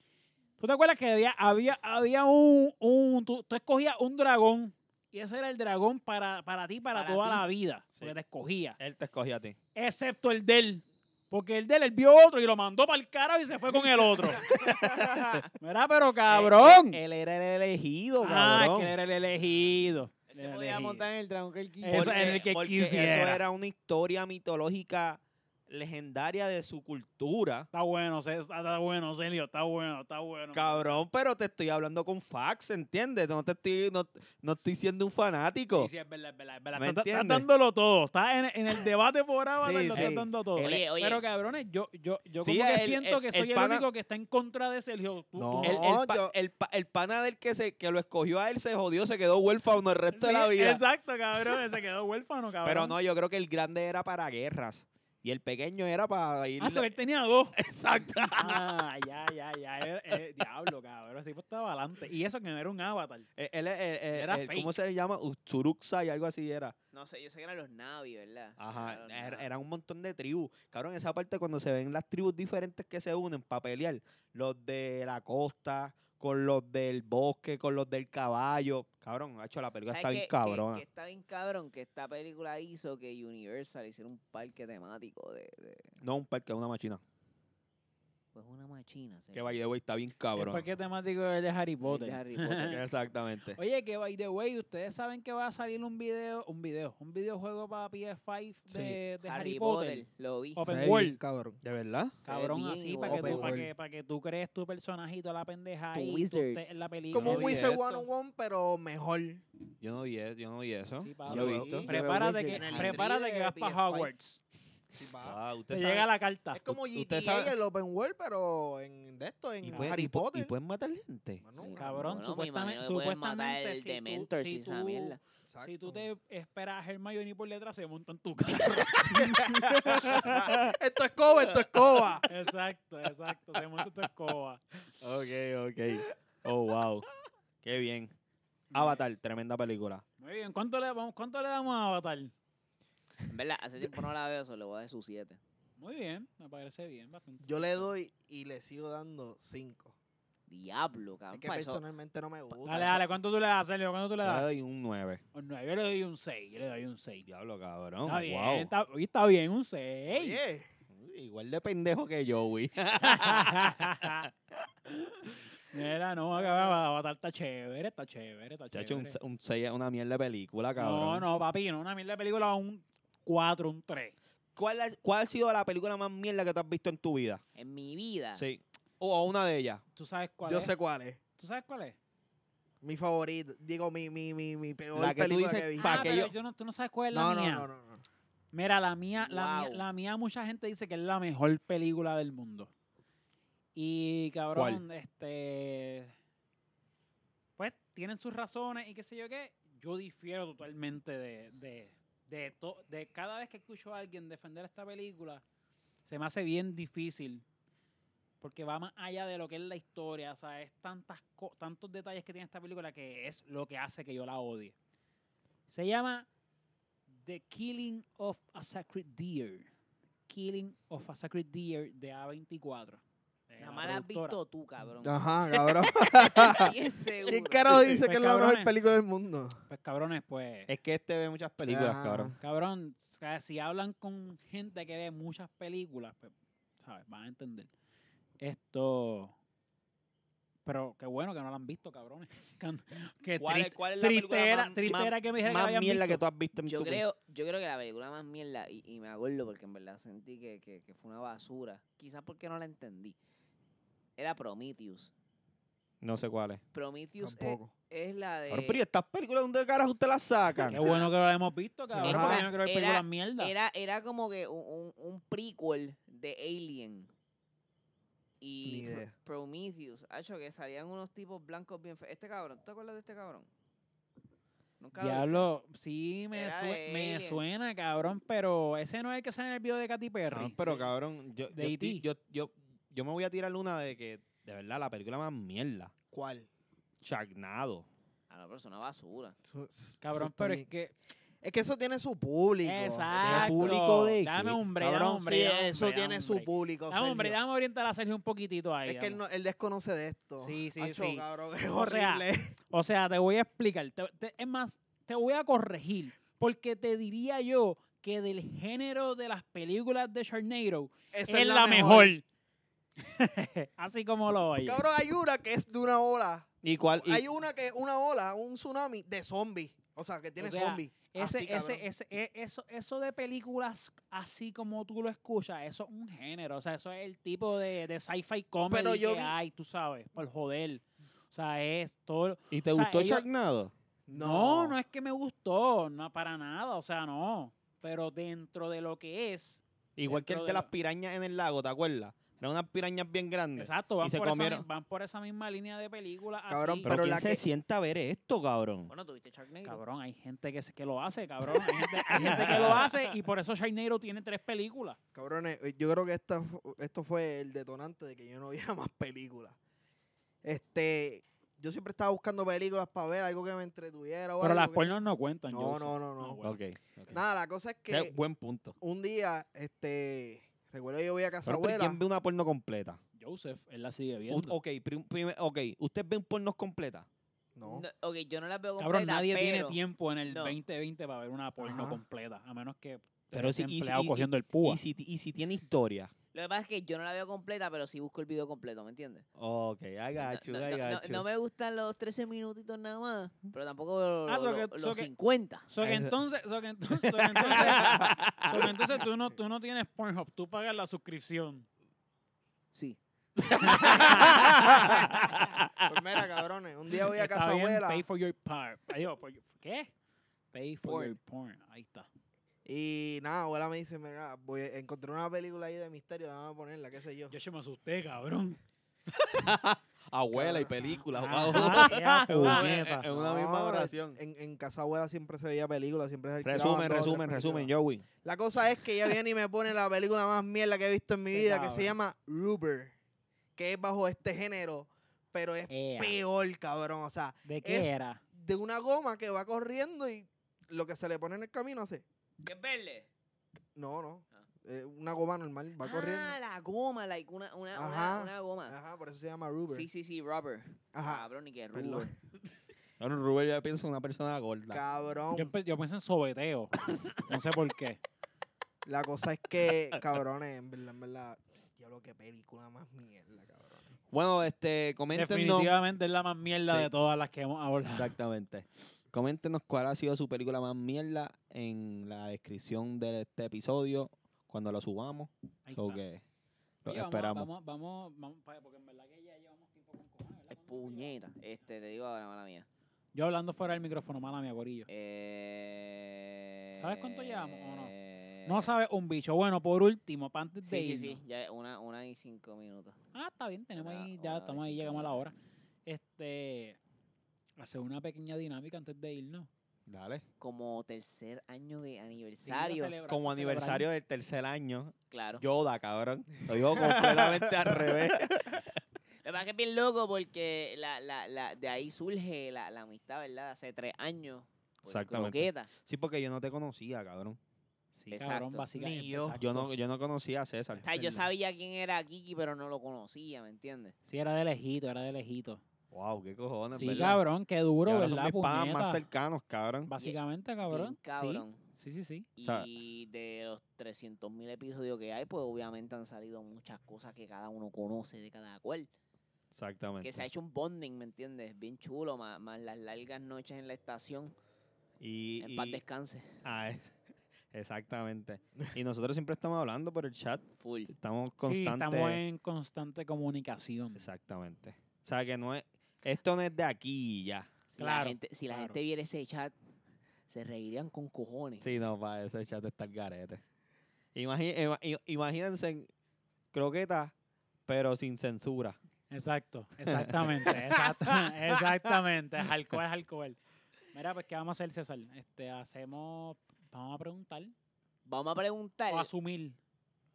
[SPEAKER 1] ¿Tú te acuerdas que había, había, había un, un- tú, tú escogías un dragón y ese era el dragón para, para ti, para,
[SPEAKER 3] Para
[SPEAKER 1] toda
[SPEAKER 3] ti.
[SPEAKER 1] la vida,
[SPEAKER 4] Sí.
[SPEAKER 1] porque te escogía,
[SPEAKER 4] Él te escogió a ti.
[SPEAKER 1] excepto el de él. Porque el de él, él vio otro y lo mandó para el carajo y se fue con el otro. Mira, pero cabrón.
[SPEAKER 4] Él, E, él era el elegido,
[SPEAKER 1] ah,
[SPEAKER 4] cabrón.
[SPEAKER 1] que él era el elegido.
[SPEAKER 3] Él
[SPEAKER 1] Era
[SPEAKER 3] se
[SPEAKER 1] el
[SPEAKER 3] podía
[SPEAKER 1] elegido.
[SPEAKER 3] montar en el dragón que
[SPEAKER 1] eh,
[SPEAKER 3] él quiso.
[SPEAKER 1] Eso, en
[SPEAKER 4] Porque-
[SPEAKER 1] el que
[SPEAKER 4] porque Eso
[SPEAKER 1] quisiera.
[SPEAKER 4] era una historia mitológica legendaria de su cultura.
[SPEAKER 1] Está bueno, Cés- está bueno, Celio, está bueno, está bueno.
[SPEAKER 4] Cabrón, pero te estoy hablando con facts, ¿entiendes? No te estoy, no, no estoy siendo un fanático.
[SPEAKER 1] Sí, sí, es verdad, es verdad, es verdad.
[SPEAKER 4] ¿Me
[SPEAKER 1] Estás- estás
[SPEAKER 4] entiendes?
[SPEAKER 1] dándolo todo. Estás en, en el debate por ahora,
[SPEAKER 4] Sí,
[SPEAKER 1] lo estás
[SPEAKER 4] sí.
[SPEAKER 1] dando todo.
[SPEAKER 3] Oye, oye.
[SPEAKER 1] Pero cabrones, yo, yo, yo
[SPEAKER 4] Sí,
[SPEAKER 1] como que
[SPEAKER 4] el-
[SPEAKER 1] siento
[SPEAKER 4] el-
[SPEAKER 1] que
[SPEAKER 4] el
[SPEAKER 1] soy el, este
[SPEAKER 4] pana-
[SPEAKER 1] único que está en contra de Sergio. Tú-
[SPEAKER 2] No,
[SPEAKER 1] tú-
[SPEAKER 4] El, el, pa-
[SPEAKER 2] yo-
[SPEAKER 4] el pa- el pana del que, se, que lo escogió a él se jodió, se quedó huérfano el resto de la
[SPEAKER 1] Sí,
[SPEAKER 4] vida.
[SPEAKER 1] Exacto, cabrón. Se quedó huérfano, cabrón.
[SPEAKER 4] Pero no, yo creo que el grande era para guerras. Y el pequeño era para ir.
[SPEAKER 1] Ah, se ve, él tenía dos.
[SPEAKER 4] Exacto.
[SPEAKER 1] Ah, ya, ya, ya. eh, eh, diablo, cabrón. Ese tipo estaba adelante. Y eso que no era un avatar.
[SPEAKER 4] Eh, Él, es- eh, eh,
[SPEAKER 1] Era
[SPEAKER 4] eh, ¿Cómo
[SPEAKER 1] fake.
[SPEAKER 4] se llama? Uxuruxa y algo así era.
[SPEAKER 3] No sé, yo sé que eran los Navi, ¿verdad?
[SPEAKER 4] Ajá.
[SPEAKER 3] Eran los
[SPEAKER 1] er,
[SPEAKER 4] Era,
[SPEAKER 3] Navi.
[SPEAKER 4] era un montón de tribus. Cabrón, esa parte cuando se ven las tribus diferentes que se unen para pelear. Los de la costa, con los del bosque, con los del caballo. Cabrón, ha hecho la película
[SPEAKER 3] ¿Sabes
[SPEAKER 4] está bien
[SPEAKER 3] qué- qué-
[SPEAKER 4] cabrona.
[SPEAKER 3] Que, está bien cabrón que esta película hizo que Universal hiciera un parque temático de... de-
[SPEAKER 4] No un parque, una machina.
[SPEAKER 3] pues una machina.
[SPEAKER 4] Que by the way está bien cabrón.
[SPEAKER 1] ¿Por qué temático es el de Harry Potter?
[SPEAKER 4] Exactamente.
[SPEAKER 1] Oye, que by the way, ustedes saben que va a salir un video, un video, un videojuego para PS5 de,
[SPEAKER 4] Sí.
[SPEAKER 1] de Harry, Potter.
[SPEAKER 3] Lo vi.
[SPEAKER 1] Open
[SPEAKER 2] Se ve bien,
[SPEAKER 1] World.
[SPEAKER 2] Cabrón.
[SPEAKER 4] ¿De verdad?
[SPEAKER 3] Se ve
[SPEAKER 1] Cabrón,
[SPEAKER 3] bien
[SPEAKER 1] así,
[SPEAKER 3] igual.
[SPEAKER 1] para que, tú,
[SPEAKER 2] Open
[SPEAKER 1] para,
[SPEAKER 2] world.
[SPEAKER 1] que, para que tú crees tu personajito, la pendeja
[SPEAKER 3] Tu
[SPEAKER 1] ahí, tú
[SPEAKER 3] wizard.
[SPEAKER 1] estés en la película.
[SPEAKER 2] Como
[SPEAKER 4] no
[SPEAKER 2] un
[SPEAKER 4] vi
[SPEAKER 2] Wizard
[SPEAKER 4] esto.
[SPEAKER 2] 101, pero mejor.
[SPEAKER 4] Yo no vi, e- yo no vi eso.
[SPEAKER 1] Sí,
[SPEAKER 4] Yo
[SPEAKER 1] Pablo.
[SPEAKER 4] he
[SPEAKER 2] lo
[SPEAKER 4] visto.
[SPEAKER 2] vi.
[SPEAKER 1] Prepárate,
[SPEAKER 3] Wizard.
[SPEAKER 1] que,
[SPEAKER 3] En el
[SPEAKER 1] prepárate
[SPEAKER 2] trailer
[SPEAKER 1] que vas
[SPEAKER 2] de
[SPEAKER 1] para
[SPEAKER 2] PS5.
[SPEAKER 1] Hogwarts.
[SPEAKER 2] Sí, va.
[SPEAKER 4] Ah, usted
[SPEAKER 1] Te
[SPEAKER 4] sabe-
[SPEAKER 1] llega la carta.
[SPEAKER 2] Es como GTA
[SPEAKER 4] usted sabe-
[SPEAKER 2] el Open World, pero en de esto, en
[SPEAKER 4] y
[SPEAKER 1] pues,
[SPEAKER 4] pueden-
[SPEAKER 2] Harry
[SPEAKER 4] y pu-
[SPEAKER 2] Potter.
[SPEAKER 4] Y pueden matar gente.
[SPEAKER 2] Mano,
[SPEAKER 3] Sí,
[SPEAKER 2] cabrón,
[SPEAKER 1] Cabrón,
[SPEAKER 3] no, me
[SPEAKER 1] supuestamente,
[SPEAKER 3] imagino que pueden matar
[SPEAKER 1] supuestamente
[SPEAKER 3] el
[SPEAKER 1] si tú-
[SPEAKER 3] Dementor
[SPEAKER 1] si
[SPEAKER 3] si esa
[SPEAKER 1] tú-
[SPEAKER 3] mierda.
[SPEAKER 1] Si tú
[SPEAKER 2] exacto.
[SPEAKER 1] te esperas a Hermione por detrás, se montan tu cara.
[SPEAKER 2] esto es coba, esto es coba.
[SPEAKER 1] exacto, exacto. Se monta tu escoba.
[SPEAKER 4] Ok, ok. Oh, wow. Qué bien. Avatar, tremenda película.
[SPEAKER 1] Muy bien. ¿Cuánto le, vamos- ¿Cuánto le damos a Avatar?
[SPEAKER 3] En verdad, hace tiempo no la veo, solo le voy a dar su 7.
[SPEAKER 1] Muy bien. Me parece bien. Bastante.
[SPEAKER 2] Yo le doy y le sigo dando 5.
[SPEAKER 3] Diablo, cabrón.
[SPEAKER 2] Que
[SPEAKER 3] pa' eso-
[SPEAKER 2] personalmente no me gusta.
[SPEAKER 1] Ah, Dale, dale. ¿Cuánto tú le das, Sergio? ¿Cuánto tú le
[SPEAKER 4] Yo le
[SPEAKER 1] das?
[SPEAKER 4] doy un 9.
[SPEAKER 1] Un nueve, Oh, Yo le doy un 6. Yo le doy un 6.
[SPEAKER 4] Diablo, cabrón.
[SPEAKER 1] Está bien.
[SPEAKER 4] wow.
[SPEAKER 1] Está, oye, está bien, un 6.
[SPEAKER 2] Oye,
[SPEAKER 4] Igual de pendejo que Joey.
[SPEAKER 1] Mira, no, cabrón, Avatar está chévere, está chévere, está
[SPEAKER 4] Te ha
[SPEAKER 1] chévere.
[SPEAKER 4] hecho un, se- un seis- una mierda de película,
[SPEAKER 1] no,
[SPEAKER 4] cabrón.
[SPEAKER 1] no, papi, no una mierda de película, un 4, un 3.
[SPEAKER 4] ¿Cuál, ha- ¿Cuál ha sido la película más mierda que tú has visto en tu vida?
[SPEAKER 3] En mi vida.
[SPEAKER 4] Sí. O o una de ellas.
[SPEAKER 1] ¿Tú sabes cuál
[SPEAKER 2] yo
[SPEAKER 1] es?
[SPEAKER 2] sé cuál es.
[SPEAKER 1] ¿Tú sabes cuál es?
[SPEAKER 2] Mi favorito, digo, mi, mi, mi, mi peor
[SPEAKER 4] La que tú
[SPEAKER 2] película
[SPEAKER 4] dices,
[SPEAKER 2] que he visto.
[SPEAKER 4] Pa'
[SPEAKER 1] Ah,
[SPEAKER 4] que
[SPEAKER 1] pero
[SPEAKER 4] yo-
[SPEAKER 1] yo no, tú no sabes cuál es la
[SPEAKER 2] no, no,
[SPEAKER 1] mía.
[SPEAKER 2] no, no, no.
[SPEAKER 1] Mira, la mía, la, mía,
[SPEAKER 3] Wow.
[SPEAKER 1] la mía, mucha gente dice que es la mejor película del mundo. Y cabrón, este. Pues tienen sus razones y qué sé yo qué. Yo difiero totalmente de, de, de, to- de cada vez que escucho a alguien defender esta película, se me hace bien difícil. Porque va más allá de lo que es la historia. O sea, es tantas co- tantos detalles que tiene esta película que es lo que hace que yo la odie. Se llama The Killing of a Sacred Deer. Killing of a Sacred Deer de A24. de
[SPEAKER 3] Nada más la has
[SPEAKER 1] productora.
[SPEAKER 3] visto tú, cabrón.
[SPEAKER 2] Ajá, cabrón.
[SPEAKER 3] Bien seguro.
[SPEAKER 2] ¿Quién caro dice
[SPEAKER 1] Pues,
[SPEAKER 2] que es la
[SPEAKER 1] cabrones.
[SPEAKER 2] mejor película del mundo?
[SPEAKER 1] Pues cabrones, pues.
[SPEAKER 4] Es que este ve muchas películas,
[SPEAKER 2] Ajá.
[SPEAKER 4] cabrón.
[SPEAKER 1] Cabrón, o sea, si hablan con gente que ve muchas películas, pues, ¿sabes? Van a entender. Esto. Pero qué bueno que no la han visto, cabrones. Can- Que
[SPEAKER 4] ¿Cuál,
[SPEAKER 1] triste,
[SPEAKER 4] es- cuál es la
[SPEAKER 1] triste
[SPEAKER 4] película
[SPEAKER 1] era,
[SPEAKER 4] más-
[SPEAKER 1] triste
[SPEAKER 4] más-
[SPEAKER 1] era que me dijeran que la
[SPEAKER 4] más
[SPEAKER 1] habían
[SPEAKER 4] mierda
[SPEAKER 1] visto.
[SPEAKER 4] que tú has visto en
[SPEAKER 3] Yo
[SPEAKER 4] tu vida?
[SPEAKER 3] creo, yo creo que la película más mierda, y, y me acuerdo porque en verdad sentí que, que- que fue una basura, quizás porque no la entendí, era Prometheus.
[SPEAKER 4] No sé cuál es.
[SPEAKER 1] eh,
[SPEAKER 3] Prometheus es,
[SPEAKER 2] Tampoco.
[SPEAKER 3] es la de...
[SPEAKER 4] Cabrón, pero estas películas, ¿dónde carajo usted las sacan?
[SPEAKER 1] Qué bueno que no la hemos visto, cabrón.
[SPEAKER 2] Ajá.
[SPEAKER 1] Porque yo no creo que
[SPEAKER 3] Era-
[SPEAKER 1] películas mierda.
[SPEAKER 3] Era, era como que un, un- un prequel de Alien. Y
[SPEAKER 2] Ni
[SPEAKER 3] Pro-
[SPEAKER 2] idea.
[SPEAKER 3] Prometheus, hecho que salían unos tipos blancos bien feos. Este cabrón, ¿tú te acuerdas de este cabrón? Nunca lo viste.
[SPEAKER 1] Diablo, sí, me,
[SPEAKER 3] Era
[SPEAKER 1] sue-
[SPEAKER 3] de
[SPEAKER 1] me
[SPEAKER 3] Alien.
[SPEAKER 1] suena, cabrón, pero ese no es el que sale en el video de Katy Perry.
[SPEAKER 4] Cabrón, pero cabrón, yo,
[SPEAKER 1] De E
[SPEAKER 4] yo,
[SPEAKER 1] E.T..
[SPEAKER 4] estoy- yo, yo- yo me voy a tirar una de que, de verdad, la película más mierda.
[SPEAKER 2] ¿Cuál?
[SPEAKER 4] Chagnado.
[SPEAKER 3] Ah, no, pero es una basura.
[SPEAKER 2] Eso- eso
[SPEAKER 1] Cabrón,
[SPEAKER 2] está
[SPEAKER 1] pero
[SPEAKER 2] bien.
[SPEAKER 1] es que.
[SPEAKER 2] Es que eso tiene su público.
[SPEAKER 1] Exacto.
[SPEAKER 4] público de
[SPEAKER 1] Dame
[SPEAKER 4] qué?
[SPEAKER 1] un break, dame
[SPEAKER 2] Cabrón,
[SPEAKER 1] un break,
[SPEAKER 2] sí,
[SPEAKER 1] dame un
[SPEAKER 2] eso
[SPEAKER 1] break, dame
[SPEAKER 2] tiene
[SPEAKER 1] un
[SPEAKER 2] su
[SPEAKER 1] break.
[SPEAKER 2] público.
[SPEAKER 1] Dame un break,
[SPEAKER 2] Sergio.
[SPEAKER 1] dame a orientar a Sergio un poquito ahí.
[SPEAKER 2] Es que él,
[SPEAKER 1] dame.
[SPEAKER 2] no- él desconoce de esto.
[SPEAKER 1] Sí, sí,
[SPEAKER 2] Acho,
[SPEAKER 1] sí.
[SPEAKER 2] cabrón, es
[SPEAKER 1] O sea,
[SPEAKER 2] horrible.
[SPEAKER 1] O sea, te voy a explicar. te- te- es más, te voy a corregir. Porque te diría yo que del género de las películas de Sharknado
[SPEAKER 2] Esa
[SPEAKER 1] es, la mejor. Así como lo oye.
[SPEAKER 2] Cabrón, hay una que es de una ola.
[SPEAKER 4] ¿Y cuál? y-
[SPEAKER 2] Hay una que es una ola, un tsunami de zombies. O sea, que tiene
[SPEAKER 1] sea,
[SPEAKER 2] zombies.
[SPEAKER 1] Ese-
[SPEAKER 2] Así,
[SPEAKER 1] ese-
[SPEAKER 2] cabrón.
[SPEAKER 1] ese- e- eso, eso de películas así como tú lo escuchas, eso es un género. O sea, eso es el tipo de, de sci-fi comedy
[SPEAKER 2] Pero yo
[SPEAKER 1] que
[SPEAKER 2] vi-
[SPEAKER 1] hay, tú sabes, por joder. O sea, es todo.
[SPEAKER 4] ¿Y, te
[SPEAKER 1] o sea,
[SPEAKER 4] gustó
[SPEAKER 1] ellos-
[SPEAKER 4] Chagnado?
[SPEAKER 1] No, no es que me gustó, no para nada, o sea, no. Pero dentro de lo que es,
[SPEAKER 4] Igual que
[SPEAKER 1] Dentro
[SPEAKER 4] el
[SPEAKER 1] de
[SPEAKER 4] de las
[SPEAKER 1] la-
[SPEAKER 4] pirañas en el lago, ¿te acuerdas? Eran unas pirañas bien grandes.
[SPEAKER 1] Exacto, van
[SPEAKER 4] se
[SPEAKER 1] por, esa,
[SPEAKER 4] comieron.
[SPEAKER 1] mi- van por esa misma línea de películas.
[SPEAKER 2] Cabrón,
[SPEAKER 1] así.
[SPEAKER 4] Pero,
[SPEAKER 2] Pero
[SPEAKER 4] ¿quién
[SPEAKER 2] la
[SPEAKER 4] se
[SPEAKER 2] que-
[SPEAKER 4] sienta a ver esto, cabrón?
[SPEAKER 3] Bueno, tuviste Sharknado.
[SPEAKER 1] Cabrón, hay gente que, se- que lo hace, cabrón. Hay gente, hay gente que lo hace y por eso Sharknado tiene tres películas.
[SPEAKER 2] Cabrones, eh, yo creo que esta fu- esto fue el detonante de que yo no viera más películas. Este, yo siempre estaba buscando películas para ver algo que me entretuviera. o
[SPEAKER 1] Pero las
[SPEAKER 2] algo que-
[SPEAKER 1] pornos no cuentan.
[SPEAKER 2] No,
[SPEAKER 1] Joseph.
[SPEAKER 2] no, no, no.
[SPEAKER 1] Ah, bueno.
[SPEAKER 4] Ok, ok.
[SPEAKER 2] Nada, la cosa es que
[SPEAKER 4] Qué buen punto.
[SPEAKER 2] un día, este, recuerdo que yo voy a casa
[SPEAKER 4] Pero, pero
[SPEAKER 2] abuela.
[SPEAKER 4] ¿Quién ve una porno completa?
[SPEAKER 1] Joseph, él la sigue
[SPEAKER 4] Un-
[SPEAKER 1] viendo.
[SPEAKER 4] ok, prim- primer- ok, ¿usted ve un porno completa?
[SPEAKER 2] No.
[SPEAKER 3] ok, yo no las veo completa,
[SPEAKER 1] Cabrón, nadie tiene
[SPEAKER 3] pero-
[SPEAKER 1] tiempo en el
[SPEAKER 3] No.
[SPEAKER 1] 2020 para ver una porno
[SPEAKER 2] Ajá.
[SPEAKER 1] completa, a menos que
[SPEAKER 4] Pero
[SPEAKER 1] pero
[SPEAKER 4] si- y si-
[SPEAKER 1] empleado
[SPEAKER 4] y-
[SPEAKER 1] cogiendo el púa.
[SPEAKER 4] Y si, ti- y si tiene historia.
[SPEAKER 3] Lo que pasa es que yo no la veo completa, pero sí busco el video completo, ¿me entiendes?
[SPEAKER 4] Ok, I got you,
[SPEAKER 3] no,
[SPEAKER 4] I
[SPEAKER 3] no- no-
[SPEAKER 4] got you.
[SPEAKER 3] no me gustan los 13 minutitos nada más, pero tampoco lo-
[SPEAKER 1] Ah,
[SPEAKER 3] lo-
[SPEAKER 1] so que-
[SPEAKER 3] los
[SPEAKER 1] so que-
[SPEAKER 3] 50.
[SPEAKER 1] So que
[SPEAKER 4] Eso-
[SPEAKER 1] entonces, so que entonces, so que entonces, so que entonces tú, no, tú no tienes Pornhub, tú pagas la suscripción.
[SPEAKER 3] Sí.
[SPEAKER 2] Pues mira, cabrones, un día voy a
[SPEAKER 1] Está
[SPEAKER 2] casa
[SPEAKER 1] bien,
[SPEAKER 2] abuela
[SPEAKER 1] Pay for your porn. Ay, yo, for your- ¿Qué? Pay for
[SPEAKER 3] Porn.
[SPEAKER 1] your porn. Ahí está.
[SPEAKER 2] y nada, abuela me dice, mira, voy a encontrar una película ahí de misterio, vamos a ponerla, qué sé yo.
[SPEAKER 1] Yo se me asusté, cabrón.
[SPEAKER 4] Abuela y película.
[SPEAKER 1] Ajá, ea, puñeta.
[SPEAKER 4] en una misma
[SPEAKER 2] No,
[SPEAKER 4] oración.
[SPEAKER 2] En, en casa abuela siempre se veía películas, siempre se alquilaban dos
[SPEAKER 4] Resumen,
[SPEAKER 2] o tres
[SPEAKER 4] resumen,
[SPEAKER 2] películas.
[SPEAKER 4] resumen, Joey.
[SPEAKER 2] La cosa es que ella viene y me pone la película más mierda que he visto en mi
[SPEAKER 1] Qué
[SPEAKER 2] vida, que se
[SPEAKER 1] cabrón.
[SPEAKER 2] llama Rubber, que es bajo este género, pero es
[SPEAKER 1] Ea,
[SPEAKER 2] peor, cabrón. O sea,
[SPEAKER 1] ¿De qué
[SPEAKER 2] es-
[SPEAKER 1] era?
[SPEAKER 2] de una goma que va corriendo y lo que se le pone en el camino hace.
[SPEAKER 3] ¿Qué es verde?
[SPEAKER 2] No, no.
[SPEAKER 3] Ah.
[SPEAKER 2] eh, una goma normal, va
[SPEAKER 3] Ah,
[SPEAKER 2] corriendo.
[SPEAKER 3] la goma, like una, una, una-
[SPEAKER 2] Ajá.
[SPEAKER 3] una goma.
[SPEAKER 2] Ajá, por eso se llama Rubber.
[SPEAKER 3] Sí, sí, sí, rubber.
[SPEAKER 2] Ajá.
[SPEAKER 3] Cabrón, y que rubber.
[SPEAKER 2] Perdón.
[SPEAKER 4] Bueno, Rubén, yo pienso en una persona gorda.
[SPEAKER 2] Cabrón.
[SPEAKER 1] Yo, empe- yo pensé en sobeteo. No sé por qué.
[SPEAKER 2] La cosa es que, cabrones, en verdad, en verdad, diablo, qué película más mierda, cabrón.
[SPEAKER 4] Bueno, este, coméntenos.
[SPEAKER 1] Definitivamente es la más mierda
[SPEAKER 4] Sí.
[SPEAKER 1] de todas las que hemos hablado.
[SPEAKER 4] Exactamente. Coméntenos cuál ha sido su película más mierda en la descripción de este episodio cuando lo subamos.
[SPEAKER 1] Ahí
[SPEAKER 4] So
[SPEAKER 1] está.
[SPEAKER 4] que lo
[SPEAKER 1] Oye, vamos-
[SPEAKER 4] esperamos.
[SPEAKER 1] Vamos, vamos, vamos, pa- porque en verdad que ya llevamos tiempo con cojones, ¿verdad?
[SPEAKER 3] Es
[SPEAKER 1] ¿Cuánto llevamos?
[SPEAKER 3] puñeta. Este, te digo ahora, mala mía.
[SPEAKER 1] Yo hablando fuera del micrófono, mala mía, gorillo.
[SPEAKER 3] Eh...
[SPEAKER 1] ¿Sabes cuánto llevamos o No sabes un bicho. Bueno, por último, pa' antes de
[SPEAKER 3] Sí, sí,
[SPEAKER 1] irnos.
[SPEAKER 3] sí. Ya una, una y cinco minutos.
[SPEAKER 1] Ah, está bien, tenemos
[SPEAKER 3] Una-
[SPEAKER 1] ahí,
[SPEAKER 3] una
[SPEAKER 1] ya
[SPEAKER 3] hora y
[SPEAKER 1] estamos ahí,
[SPEAKER 3] cinco
[SPEAKER 1] llegamos a la
[SPEAKER 3] minutos.
[SPEAKER 1] hora. Este, hacer una pequeña dinámica antes de irnos.
[SPEAKER 4] Dale.
[SPEAKER 3] Como tercer año de
[SPEAKER 1] Sí, para
[SPEAKER 3] aniversario.
[SPEAKER 1] celebrar-
[SPEAKER 4] Como
[SPEAKER 1] para
[SPEAKER 4] aniversario del tercer año,
[SPEAKER 3] Claro.
[SPEAKER 4] Yoda, cabrón. Lo digo completamente al revés.
[SPEAKER 3] Lo que pasa es que es bien loco porque la, la, la, de ahí surge la, la amistad, ¿verdad? Hace tres años. pues, por
[SPEAKER 4] Exactamente.
[SPEAKER 3] Croqueta.
[SPEAKER 4] Sí, porque yo no te conocía, cabrón.
[SPEAKER 1] celebrar. Sí, cabrón,
[SPEAKER 3] Exacto.
[SPEAKER 1] básicamente.
[SPEAKER 4] Ni yo. Yo no, yo no conocía a César.
[SPEAKER 3] O sea, yo
[SPEAKER 1] Verdad.
[SPEAKER 3] sabía quién era Kiki, pero no lo conocía, ¿me entiendes?
[SPEAKER 1] Sí, era de lejito, era de lejito.
[SPEAKER 4] Wow, qué cojones,
[SPEAKER 1] Sí,
[SPEAKER 4] ¿verdad?
[SPEAKER 1] cabrón, qué duro,
[SPEAKER 4] Y ahora
[SPEAKER 1] ¿verdad,
[SPEAKER 4] son mis panas más
[SPEAKER 1] puñeta?
[SPEAKER 4] cercanos, cabrón.
[SPEAKER 1] Básicamente,
[SPEAKER 3] Bien
[SPEAKER 1] cabrón.
[SPEAKER 3] cabrón.
[SPEAKER 1] Ah, Sí, sí, sí. sí.
[SPEAKER 3] Y
[SPEAKER 4] O sea-
[SPEAKER 3] de los 300.000 episodios que hay, pues obviamente han salido muchas cosas que cada uno conoce de cada cual.
[SPEAKER 4] Exactamente.
[SPEAKER 3] Que se ha hecho un bonding, ¿me entiendes? Bien chulo, más, más las largas noches en la estación.
[SPEAKER 4] y,
[SPEAKER 3] En paz
[SPEAKER 4] y-
[SPEAKER 3] descanse.
[SPEAKER 4] ah, es- exactamente. Y nosotros siempre estamos hablando por el chat.
[SPEAKER 3] Full.
[SPEAKER 4] Estamos
[SPEAKER 1] Sí,
[SPEAKER 4] constantes.
[SPEAKER 1] estamos en constante comunicación.
[SPEAKER 4] Exactamente. O sea, que no es... Esto no es de aquí y ya.
[SPEAKER 3] Si
[SPEAKER 1] Claro,
[SPEAKER 3] la gente, si la
[SPEAKER 1] claro.
[SPEAKER 3] gente viera ese chat, se reirían con cojones.
[SPEAKER 4] Sí, no, para ese chat está el garete. Imagi- ima- i- imagínense en croquetas, pero sin censura.
[SPEAKER 1] Exacto, exactamente, exacta- exactamente. Alcohol, alcohol. Mira, pues, ¿qué vamos a hacer, César? Este, hacemos, vamos a preguntar
[SPEAKER 3] Vamos a preguntar,
[SPEAKER 1] o asumir.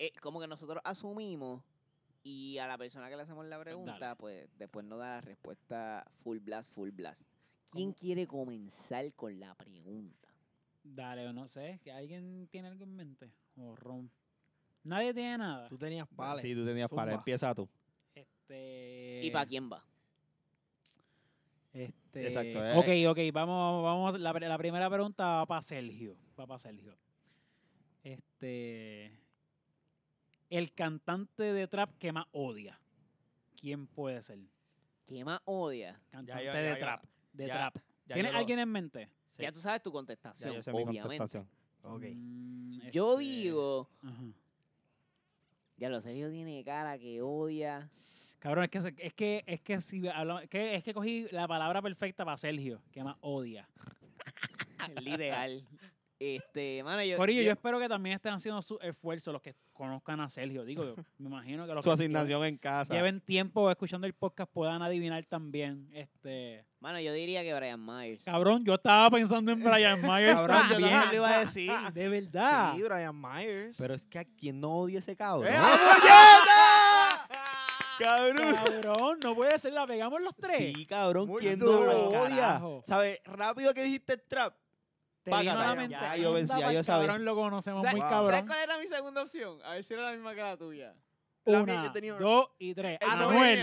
[SPEAKER 3] eh, como que nosotros asumimos y a la persona que le hacemos la pregunta,
[SPEAKER 1] Dale.
[SPEAKER 3] pues después nos da la respuesta full blast, full blast. ¿Quién quiere comenzar con la pregunta?
[SPEAKER 1] Dale, o no sé, que alguien tiene algo en mente. O rom. Nadie tiene nada.
[SPEAKER 2] Tú tenías pales.
[SPEAKER 4] Sí, tú tenías para.
[SPEAKER 2] zumba.
[SPEAKER 4] Empieza tú.
[SPEAKER 1] Este.
[SPEAKER 3] ¿Y para quién va?
[SPEAKER 1] Este,
[SPEAKER 4] Exacto, eh.
[SPEAKER 1] Ok, ok, vamos, vamos. La, pre- la primera pregunta va para Sergio. Va para Sergio. Este. El cantante de trap que más odia. ¿Quién puede ser?
[SPEAKER 3] ¿Qué más odia?
[SPEAKER 1] Cantante
[SPEAKER 4] yo-
[SPEAKER 1] de
[SPEAKER 4] ya yo-
[SPEAKER 1] trap. De
[SPEAKER 4] ya-
[SPEAKER 1] trap.
[SPEAKER 4] Ya
[SPEAKER 1] ¿Tienes
[SPEAKER 4] yo lo-
[SPEAKER 1] alguien en mente?
[SPEAKER 4] Sí.
[SPEAKER 3] Ya tú sabes tu
[SPEAKER 4] Ya
[SPEAKER 3] contestación,
[SPEAKER 4] yo sé mi
[SPEAKER 3] obviamente.
[SPEAKER 4] contestación.
[SPEAKER 2] Ok.
[SPEAKER 1] Mm,
[SPEAKER 3] Yo
[SPEAKER 1] este,
[SPEAKER 3] digo,
[SPEAKER 1] ajá.
[SPEAKER 3] ya lo Sergio tiene cara que odia.
[SPEAKER 1] Cabrón, es que, se- es que, es que si hablamos- es que, es que cogí la palabra perfecta para Sergio, que más odia.
[SPEAKER 3] El ideal. Este, mano, yo.
[SPEAKER 1] Corillo, yo
[SPEAKER 3] yo-
[SPEAKER 1] espero que también estén haciendo su esfuerzo los que conozcan a Sergio. Digo, yo me imagino que los
[SPEAKER 4] Su
[SPEAKER 1] que
[SPEAKER 4] asignación en
[SPEAKER 1] lleven-
[SPEAKER 4] casa.
[SPEAKER 1] lleven tiempo escuchando el podcast puedan adivinar también. Este,
[SPEAKER 3] mano, yo diría que Brian Myers.
[SPEAKER 1] cabrón, yo estaba pensando en Brian Myers
[SPEAKER 2] Cabrón, yo
[SPEAKER 1] también.
[SPEAKER 2] también lo iba a decir.
[SPEAKER 1] De verdad.
[SPEAKER 2] Sí, Brian Myers.
[SPEAKER 4] Pero es que a quien no odia ese
[SPEAKER 2] ¡Eh,
[SPEAKER 4] cabrón. ¡Cabrón!
[SPEAKER 1] Cabrón, no puede ser, la pegamos los tres.
[SPEAKER 4] Sí, cabrón,
[SPEAKER 2] Muy
[SPEAKER 4] ¿quién no
[SPEAKER 2] duro.
[SPEAKER 4] lo
[SPEAKER 1] Pa'l
[SPEAKER 4] odia?
[SPEAKER 1] carajo.
[SPEAKER 4] ¿Sabes? Rápido que dijiste trap.
[SPEAKER 1] Te vino a
[SPEAKER 4] págata,
[SPEAKER 1] la
[SPEAKER 2] ya,
[SPEAKER 1] mente.
[SPEAKER 4] ya, yo ven-
[SPEAKER 1] Anda,
[SPEAKER 4] ya yo
[SPEAKER 1] pa'l
[SPEAKER 4] sabía.
[SPEAKER 1] Cabrón, lo conocemos
[SPEAKER 3] ¿Sabes-
[SPEAKER 1] muy
[SPEAKER 2] wow.
[SPEAKER 3] ¿Sabes
[SPEAKER 1] cabrón.
[SPEAKER 3] cuál era mi segunda opción? A ver si era la misma que la tuya.
[SPEAKER 2] La mía,
[SPEAKER 1] Una,
[SPEAKER 2] yo tenía una.
[SPEAKER 1] dos y tres.
[SPEAKER 2] Ah, no,
[SPEAKER 1] Anuel.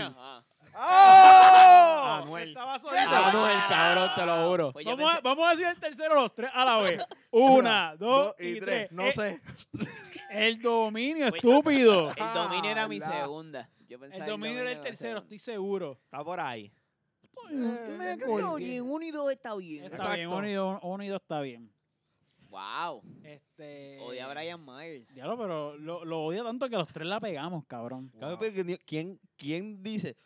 [SPEAKER 2] ¡Oh!
[SPEAKER 4] Anuel.
[SPEAKER 1] Estaba
[SPEAKER 3] Ah,
[SPEAKER 2] Vete
[SPEAKER 1] solito.
[SPEAKER 2] pa'l
[SPEAKER 4] Anuel, cabrón, te lo juro.
[SPEAKER 3] Pues yo
[SPEAKER 1] Vamos a,
[SPEAKER 3] pensé-
[SPEAKER 1] vamos a decir el tercero los tres a la vez. Una, dos y tres.
[SPEAKER 2] No
[SPEAKER 1] Eh,
[SPEAKER 2] sé.
[SPEAKER 1] El dominio,
[SPEAKER 3] Pues-
[SPEAKER 1] estúpido.
[SPEAKER 3] El dominio era mi
[SPEAKER 2] Ah, la-
[SPEAKER 3] segunda. Yo
[SPEAKER 1] El
[SPEAKER 3] pensaba que
[SPEAKER 1] dominio era el
[SPEAKER 3] la
[SPEAKER 1] tercero,
[SPEAKER 3] segunda.
[SPEAKER 1] estoy seguro.
[SPEAKER 4] Está por ahí.
[SPEAKER 2] Eh,
[SPEAKER 1] acuerdo.
[SPEAKER 3] uno y dos está bien.
[SPEAKER 1] Está bien,
[SPEAKER 2] Exacto.
[SPEAKER 1] uno y, dos, uno y dos está bien.
[SPEAKER 3] Wow.
[SPEAKER 1] Este,
[SPEAKER 3] Odia a Brian Myers.
[SPEAKER 1] Diablo, pero lo, lo odia tanto que los tres la pegamos, cabrón.
[SPEAKER 4] Cabrón, pero que ni- ¿Quién, ¿Quién dice?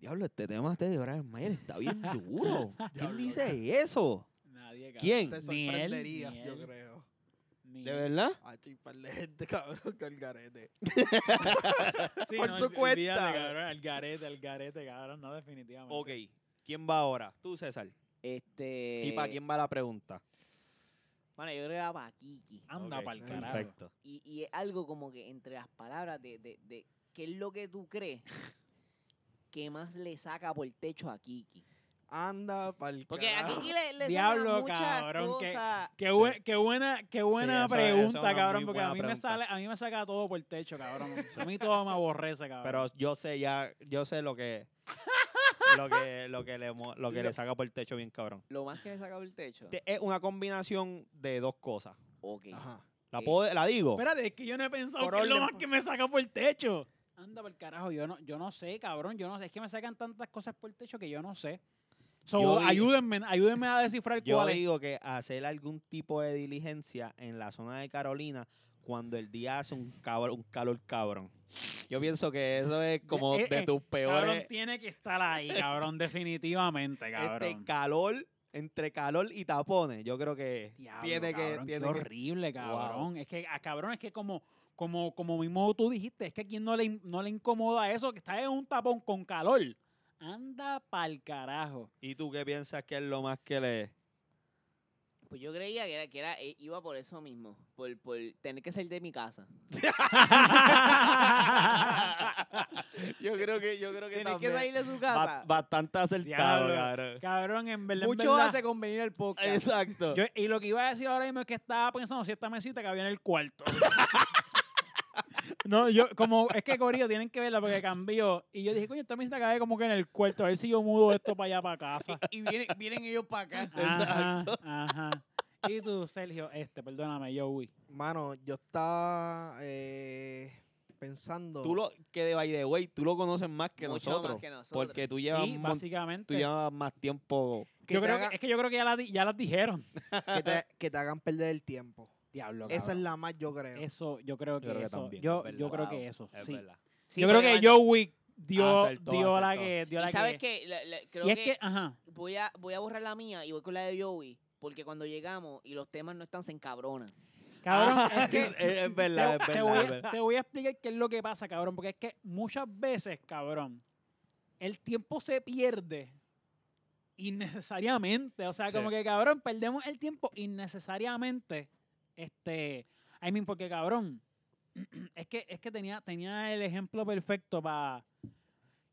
[SPEAKER 4] Diablo, este tema de Brian Mayer está bien duro. ¿Quién
[SPEAKER 2] Diablo,
[SPEAKER 4] dice eso?
[SPEAKER 1] Nadie, cabrón.
[SPEAKER 4] ¿Quién?
[SPEAKER 2] Te
[SPEAKER 1] Ni él,
[SPEAKER 2] sorprenderías,
[SPEAKER 1] ni él.
[SPEAKER 2] yo creo.
[SPEAKER 1] Ni-
[SPEAKER 4] ¿De verdad?
[SPEAKER 2] Ah, chipar de gente, cabrón, que al garete.
[SPEAKER 1] Sí,
[SPEAKER 2] Por
[SPEAKER 1] no,
[SPEAKER 2] su
[SPEAKER 1] olvídate,
[SPEAKER 2] cuenta.
[SPEAKER 1] cabrón, al garete, al garete, cabrón, no, definitivamente.
[SPEAKER 4] Ok, ¿quién va ahora? Tú, César.
[SPEAKER 3] Este.
[SPEAKER 4] ¿Y para quién va la pregunta?
[SPEAKER 3] Bueno, yo creo que era para Kiki.
[SPEAKER 1] Anda
[SPEAKER 4] Ok,
[SPEAKER 1] pa'l carajo.
[SPEAKER 4] Perfecto.
[SPEAKER 3] Ah, Y, y es algo como que entre las palabras de, de, de qué es lo que tú crees que más le saca por el techo a Kiki.
[SPEAKER 2] Anda pa'l
[SPEAKER 3] Porque a
[SPEAKER 2] carajo.
[SPEAKER 3] Kiki le, le
[SPEAKER 1] Diablo,
[SPEAKER 3] sacan muchas
[SPEAKER 1] cabrón, que-
[SPEAKER 3] cosas.
[SPEAKER 1] Qué, bue- qué buena, qué buena
[SPEAKER 4] eso es- eso es
[SPEAKER 1] pregunta,
[SPEAKER 4] una
[SPEAKER 1] cabrón,
[SPEAKER 4] muy
[SPEAKER 1] porque
[SPEAKER 4] buena
[SPEAKER 1] a mí, me
[SPEAKER 4] pregunta.
[SPEAKER 1] sale, a mí me saca todo por el techo, cabrón. A mí todo me aborrece, cabrón.
[SPEAKER 4] Pero yo sé ya, yo sé lo que, lo que, lo que, le, mo- lo que le saca por el techo bien cabrón.
[SPEAKER 3] Lo más que le saca por el techo.
[SPEAKER 4] Te- Es una combinación de dos cosas.
[SPEAKER 3] Ok.
[SPEAKER 2] Ajá.
[SPEAKER 4] ¿La,
[SPEAKER 1] Eh,
[SPEAKER 3] Sí.
[SPEAKER 4] puedo, la digo?
[SPEAKER 1] Espérate, es que yo no he pensado
[SPEAKER 2] Por
[SPEAKER 1] que es lo
[SPEAKER 2] orden,
[SPEAKER 1] más
[SPEAKER 2] por-
[SPEAKER 1] que me saca por el techo. Anda por el carajo, yo no, yo no sé, cabrón. Yo no sé. Es que me sacan tantas cosas por el techo que yo no sé. So,
[SPEAKER 4] Yo di-
[SPEAKER 1] ayúdenme, ayúdenme a descifrar
[SPEAKER 4] Yo
[SPEAKER 1] cuál es.
[SPEAKER 4] digo que hacer algún tipo de diligencia en la zona de Carolina cuando el día hace un, cabr- un calor cabrón. Yo pienso que eso es como
[SPEAKER 1] Eh, eh,
[SPEAKER 4] de tus
[SPEAKER 1] Cabrón,
[SPEAKER 4] peores
[SPEAKER 1] tiene que estar ahí, cabrón, definitivamente, cabrón.
[SPEAKER 4] este calor, entre calor y tapones. Yo creo que
[SPEAKER 1] Diablo,
[SPEAKER 4] tiene que
[SPEAKER 1] cabrón,
[SPEAKER 4] tiene
[SPEAKER 1] qué
[SPEAKER 4] que-
[SPEAKER 1] horrible, cabrón. Es que, a, cabrón, es que como, como, como mismo tú dijiste, es que a quien no le, in- no le incomoda eso, que está en un tapón con calor. Anda pa'l carajo.
[SPEAKER 4] ¿Y tú qué piensas que es lo más que le
[SPEAKER 3] Pues yo creía que era, que era eh, iba por eso mismo, por, por tener que salir de mi casa.
[SPEAKER 4] Yo creo que yo creo que
[SPEAKER 3] Tener que
[SPEAKER 4] también
[SPEAKER 3] salir de su
[SPEAKER 4] ba-
[SPEAKER 3] casa.
[SPEAKER 4] bastante acertado,
[SPEAKER 1] Diablo.
[SPEAKER 4] cabrón.
[SPEAKER 1] Cabrón, en verdad. en
[SPEAKER 3] Mucho
[SPEAKER 1] verdad,
[SPEAKER 3] hace convenir el podcast.
[SPEAKER 4] Exacto.
[SPEAKER 1] Yo- y lo que iba a decir ahora mismo es que estaba pensando si esta mesita que había en el cuarto. no, yo, como, es que Corillo, tienen que verla porque cambió. Y yo dije, coño, esta mesita cabe como que en el cuarto, a ver si yo mudo esto para allá, para casa.
[SPEAKER 3] Y vienen, vienen ellos para
[SPEAKER 1] Ah,
[SPEAKER 3] acá.
[SPEAKER 1] Ajá, ajá. Y tú, Sergio, este, perdóname, Joey.
[SPEAKER 2] Mano, yo estaba eh, pensando.
[SPEAKER 4] Tú lo que de by the way, tú lo conoces más que,
[SPEAKER 3] Mucho
[SPEAKER 4] nosotros,
[SPEAKER 3] más que nosotros.
[SPEAKER 4] porque tú
[SPEAKER 1] Sí,
[SPEAKER 4] llevas un mon-
[SPEAKER 1] básicamente.
[SPEAKER 4] tú llevas más tiempo
[SPEAKER 2] que,
[SPEAKER 1] yo
[SPEAKER 2] te
[SPEAKER 1] creo
[SPEAKER 2] hagan-
[SPEAKER 1] que, es que yo creo que ya, la di- ya las dijeron.
[SPEAKER 2] que, te, que te hagan perder el tiempo.
[SPEAKER 1] Diablo,
[SPEAKER 2] Esa es
[SPEAKER 1] cabrón.
[SPEAKER 2] la más, yo creo.
[SPEAKER 1] Eso, yo creo que
[SPEAKER 4] creo que
[SPEAKER 1] eso.
[SPEAKER 4] también,
[SPEAKER 1] yo,
[SPEAKER 4] es
[SPEAKER 1] yo
[SPEAKER 3] verdad.
[SPEAKER 1] creo que eso,
[SPEAKER 4] Es
[SPEAKER 1] sí.
[SPEAKER 4] verdad.
[SPEAKER 3] Sí,
[SPEAKER 1] yo creo
[SPEAKER 3] porque
[SPEAKER 1] que
[SPEAKER 3] van-
[SPEAKER 1] Joey dio,
[SPEAKER 4] Acertó,
[SPEAKER 1] dio la
[SPEAKER 4] acertó.
[SPEAKER 1] que... Dio
[SPEAKER 3] Y
[SPEAKER 1] la
[SPEAKER 3] sabes
[SPEAKER 1] que-
[SPEAKER 3] que, la- la- creo
[SPEAKER 1] y es
[SPEAKER 3] que,
[SPEAKER 1] que, ajá.
[SPEAKER 3] voy, a, voy a borrar la mía y voy con la de Joey, porque cuando llegamos y los temas no están, se encabronan.
[SPEAKER 1] Cabrón,
[SPEAKER 4] Ah,
[SPEAKER 1] es que
[SPEAKER 4] es- es verdad,
[SPEAKER 1] te,
[SPEAKER 4] es
[SPEAKER 1] te
[SPEAKER 4] verdad,
[SPEAKER 1] voy
[SPEAKER 4] es
[SPEAKER 1] a,
[SPEAKER 4] verdad.
[SPEAKER 1] te voy a explicar qué es lo que pasa, cabrón, porque es que muchas veces, cabrón, el tiempo se pierde innecesariamente, o sea,
[SPEAKER 4] Sí.
[SPEAKER 1] como que cabrón, perdemos el tiempo innecesariamente. Este, I mean, porque cabrón, es que es que tenía tenía el ejemplo perfecto para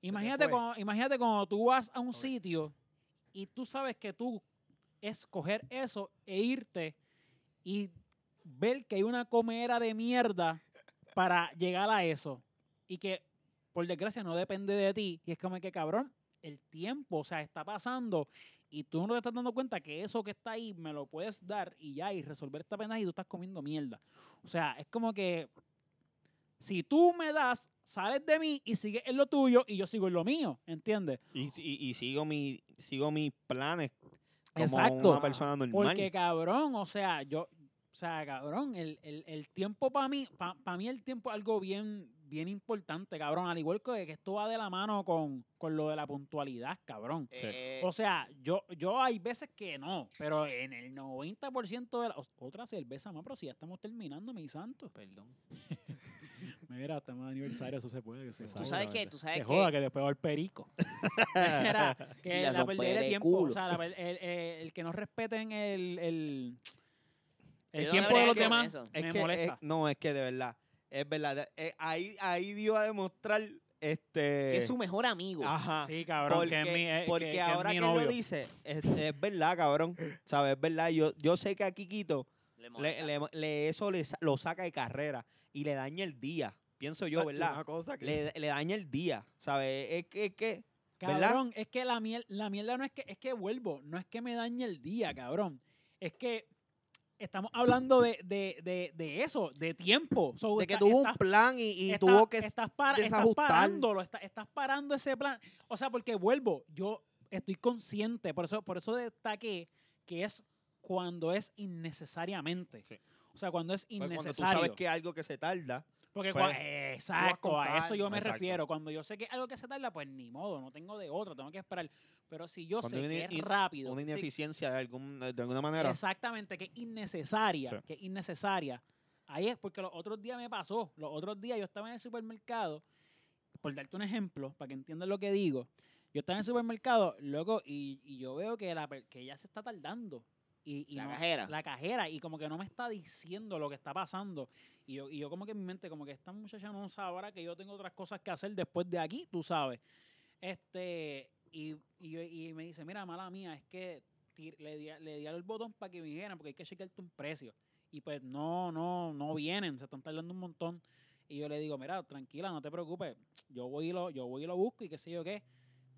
[SPEAKER 1] Imagínate
[SPEAKER 2] fue.
[SPEAKER 1] cuando, imagínate cuando tú vas a un
[SPEAKER 2] Ok.
[SPEAKER 1] sitio y tú sabes que tú es coger eso e irte y ver que hay una comera de mierda para llegar a eso y que por desgracia no depende de ti y es como que cabrón el tiempo o sea está pasando y tú no te estás dando cuenta que eso que está ahí me lo puedes dar y ya y resolver esta pena y tú estás comiendo mierda o sea es como que si tú me das sales de mí y sigues en lo tuyo y yo sigo en lo mío ¿entiendes?
[SPEAKER 4] Y, y- y sigo mi sigo mis planes como
[SPEAKER 1] Exacto.
[SPEAKER 4] una persona normal.
[SPEAKER 1] Porque cabrón, o sea, yo, o sea, cabrón, el, el- el tiempo para mí, para mí el tiempo es algo bien, bien importante, cabrón. Al igual que, que esto va de la mano con, con lo de la puntualidad, cabrón.
[SPEAKER 4] Eh,
[SPEAKER 1] O sea, yo, yo hay veces que no, pero en el 90% de la... o- Otra cerveza más, pero si ya estamos terminando, mi santo.
[SPEAKER 3] Perdón.
[SPEAKER 1] Mira, estamos de aniversario, eso se puede. Que se
[SPEAKER 3] Tú
[SPEAKER 1] salga,
[SPEAKER 3] sabes
[SPEAKER 1] ¿verdad?
[SPEAKER 3] que, tú sabes
[SPEAKER 1] Se
[SPEAKER 3] que.
[SPEAKER 1] joda que después va el perico. Era
[SPEAKER 3] Y
[SPEAKER 1] que
[SPEAKER 3] la
[SPEAKER 1] la,
[SPEAKER 3] rompe
[SPEAKER 1] pérdida de
[SPEAKER 3] de
[SPEAKER 1] tiempo.
[SPEAKER 3] culo.
[SPEAKER 1] O sea, la per- el, el- el que no respeten el, el, el
[SPEAKER 3] Yo no
[SPEAKER 1] tiempo de
[SPEAKER 3] bregué
[SPEAKER 1] los
[SPEAKER 3] con
[SPEAKER 1] demás
[SPEAKER 3] eso.
[SPEAKER 4] es
[SPEAKER 1] me
[SPEAKER 4] que,
[SPEAKER 1] molesta.
[SPEAKER 4] es- no, es que de verdad. Es verdad. de- eh, ahí, ahí dio a demostrar este.
[SPEAKER 3] Que es su mejor amigo.
[SPEAKER 1] Ah,
[SPEAKER 4] Ajá.
[SPEAKER 1] sí, cabrón, que es mi, eh, que-
[SPEAKER 4] porque
[SPEAKER 1] que es
[SPEAKER 4] ahora
[SPEAKER 1] mi
[SPEAKER 4] que
[SPEAKER 1] novio.
[SPEAKER 4] lo dice, es, es verdad, cabrón. ¿Sabes? Es verdad. Yo, yo sé que a Kikito
[SPEAKER 3] Le
[SPEAKER 4] le,
[SPEAKER 3] molesta.
[SPEAKER 4] le- le- eso le sa- lo saca de carrera y le daña el día. Pienso yo,
[SPEAKER 2] Pues, Una
[SPEAKER 4] ¿verdad?
[SPEAKER 2] cosa que-
[SPEAKER 4] Le, le daña el día, ¿sabes? Es que, es que ¿Verdad?
[SPEAKER 1] Cabrón, es que la, miel, la mierda no es que, es que vuelvo, no es que me dañe el día, cabrón. Es que estamos hablando de, de, de, de eso, de tiempo. So,
[SPEAKER 2] de que
[SPEAKER 1] está-
[SPEAKER 2] tuvo
[SPEAKER 1] está-
[SPEAKER 2] un plan y, y
[SPEAKER 1] está-
[SPEAKER 2] tuvo que...
[SPEAKER 1] estás, para, estás
[SPEAKER 2] desajustar.
[SPEAKER 1] parándolo, está- estás parando ese plan. O sea, porque vuelvo, yo estoy consciente, por eso, por eso destaqué que es cuando es innecesariamente.
[SPEAKER 4] Sí.
[SPEAKER 1] O sea, cuando es
[SPEAKER 4] pues,
[SPEAKER 1] innecesario.
[SPEAKER 4] cuando tú sabes que algo que se tarda,
[SPEAKER 1] Porque
[SPEAKER 4] Pues,
[SPEAKER 1] cua- exacto,
[SPEAKER 2] con
[SPEAKER 1] a eso yo me
[SPEAKER 4] calma.
[SPEAKER 1] refiero. Cuando yo sé que algo que se tarda, pues ni modo, no tengo de otro, tengo que esperar. Pero si yo
[SPEAKER 4] Cuando
[SPEAKER 1] sé
[SPEAKER 4] hay
[SPEAKER 1] que
[SPEAKER 4] una in-
[SPEAKER 1] es rápido,
[SPEAKER 4] una
[SPEAKER 1] sí,
[SPEAKER 4] ineficiencia de, algún, de alguna manera.
[SPEAKER 1] exactamente, que es innecesaria,
[SPEAKER 4] Sí.
[SPEAKER 1] que es innecesaria. Ahí es porque los otros días me pasó. Los otros días yo estaba en el supermercado, por darte un ejemplo, para que entiendas lo que digo. Yo estaba en el supermercado, loco, y, y yo veo que, la, per- que ella se está tardando. Y, y
[SPEAKER 3] La
[SPEAKER 1] no-
[SPEAKER 3] cajera.
[SPEAKER 1] la cajera y como que no me está diciendo lo que está pasando. Y yo, y yo como que en mi mente, como que esta muchacha no sabrá que yo tengo otras cosas que hacer después de aquí, tú sabes. Este, y, y, yo- y me dice, mira, mala mía, es que ti- le di, a- le di al botón para que vinieran porque hay que chequearte un precio. Y pues no, no, no vienen, se están tardando un montón. Y yo le digo, mira, tranquila, no te preocupes, yo voy y lo, yo voy y lo busco y qué sé yo qué.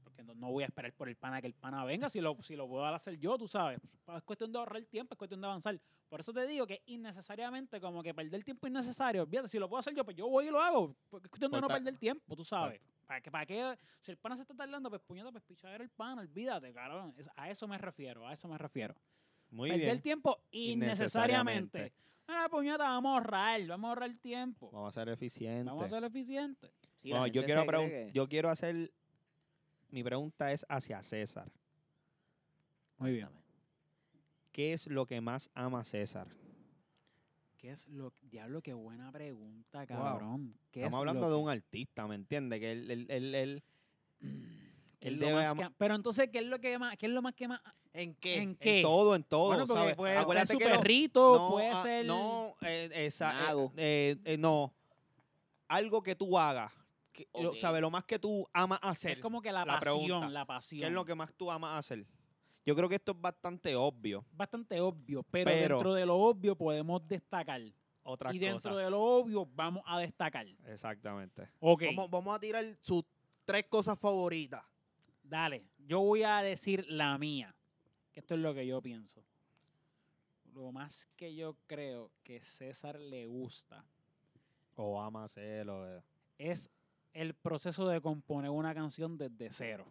[SPEAKER 1] Porque no, no voy a esperar por el pana que el pana venga, si lo, si lo puedo hacer yo, tú sabes. Es cuestión de ahorrar tiempo, es cuestión de avanzar. Por eso te digo que innecesariamente, como que perder tiempo innecesario. Fíjate, si lo puedo hacer yo, pues yo voy y lo hago. Porque es cuestión de
[SPEAKER 4] Pues
[SPEAKER 1] no
[SPEAKER 4] ta-
[SPEAKER 1] perder tiempo, tú sabes. ¿Para qué, ¿Para qué? Si el pana se está tardando, pues puñeta, pues pichadero el pana, olvídate, cabrón. Es- a eso me refiero, a eso me refiero.
[SPEAKER 4] Muy
[SPEAKER 1] perder
[SPEAKER 4] bien.
[SPEAKER 1] tiempo
[SPEAKER 4] Innecesariamente.
[SPEAKER 1] innecesariamente. Ahora, puñeta, vamos a ahorrar, vamos a ahorrar tiempo.
[SPEAKER 4] Vamos a ser eficientes.
[SPEAKER 1] Vamos a ser eficientes.
[SPEAKER 3] Sí, la
[SPEAKER 4] Bueno, yo
[SPEAKER 3] gente
[SPEAKER 4] quiero
[SPEAKER 3] se cree
[SPEAKER 4] pregun-
[SPEAKER 3] que-
[SPEAKER 4] yo quiero hacer mi pregunta es hacia César.
[SPEAKER 1] Muy bien.
[SPEAKER 4] ¿Qué es lo que más ama César?
[SPEAKER 1] ¿Qué es lo diablo? Qué buena pregunta,
[SPEAKER 2] Wow.
[SPEAKER 1] cabrón. ¿Qué
[SPEAKER 4] Estamos
[SPEAKER 1] es
[SPEAKER 4] hablando
[SPEAKER 1] lo
[SPEAKER 4] de
[SPEAKER 1] que-
[SPEAKER 4] un artista, ¿me entiendes? Que él, él, él, él-
[SPEAKER 1] qué es
[SPEAKER 4] él
[SPEAKER 1] lo
[SPEAKER 4] debe
[SPEAKER 1] más que
[SPEAKER 4] amar-
[SPEAKER 1] am- Pero entonces, ¿qué es lo que más, qué es lo más que más?
[SPEAKER 2] ¿En qué?
[SPEAKER 1] ¿En
[SPEAKER 4] en
[SPEAKER 1] qué?
[SPEAKER 4] todo, en todo,
[SPEAKER 1] Bueno, porque
[SPEAKER 4] ¿sabes?
[SPEAKER 1] puede ser su
[SPEAKER 4] Pues, que lo-
[SPEAKER 1] perrito,
[SPEAKER 4] no,
[SPEAKER 1] puede
[SPEAKER 4] ah,
[SPEAKER 1] ser.
[SPEAKER 4] No, eh, esa- eh,
[SPEAKER 3] Mago.
[SPEAKER 4] eh, eh, no. Algo que tú hagas, que- lo-
[SPEAKER 3] Ok.
[SPEAKER 4] ¿sabes? Lo más que tú amas hacer.
[SPEAKER 1] es como que la,
[SPEAKER 4] la
[SPEAKER 1] pasión,
[SPEAKER 4] pregunta.
[SPEAKER 1] la pasión.
[SPEAKER 4] ¿Qué es lo que más tú amas hacer? Yo creo que esto es bastante obvio.
[SPEAKER 1] Bastante obvio, pero,
[SPEAKER 4] Pero-
[SPEAKER 1] dentro de lo obvio podemos destacar.
[SPEAKER 4] Otra
[SPEAKER 1] y dentro de lo obvio vamos a destacar.
[SPEAKER 4] Exactamente.
[SPEAKER 1] Ok,
[SPEAKER 2] Vamos, vamos a tirar sus tres cosas favoritas.
[SPEAKER 1] dale. Yo voy a decir la mía. Que esto es lo que yo pienso. Lo más que yo creo que César le gusta
[SPEAKER 4] O ama hacerlo. eh.
[SPEAKER 1] es el proceso de componer una canción desde cero.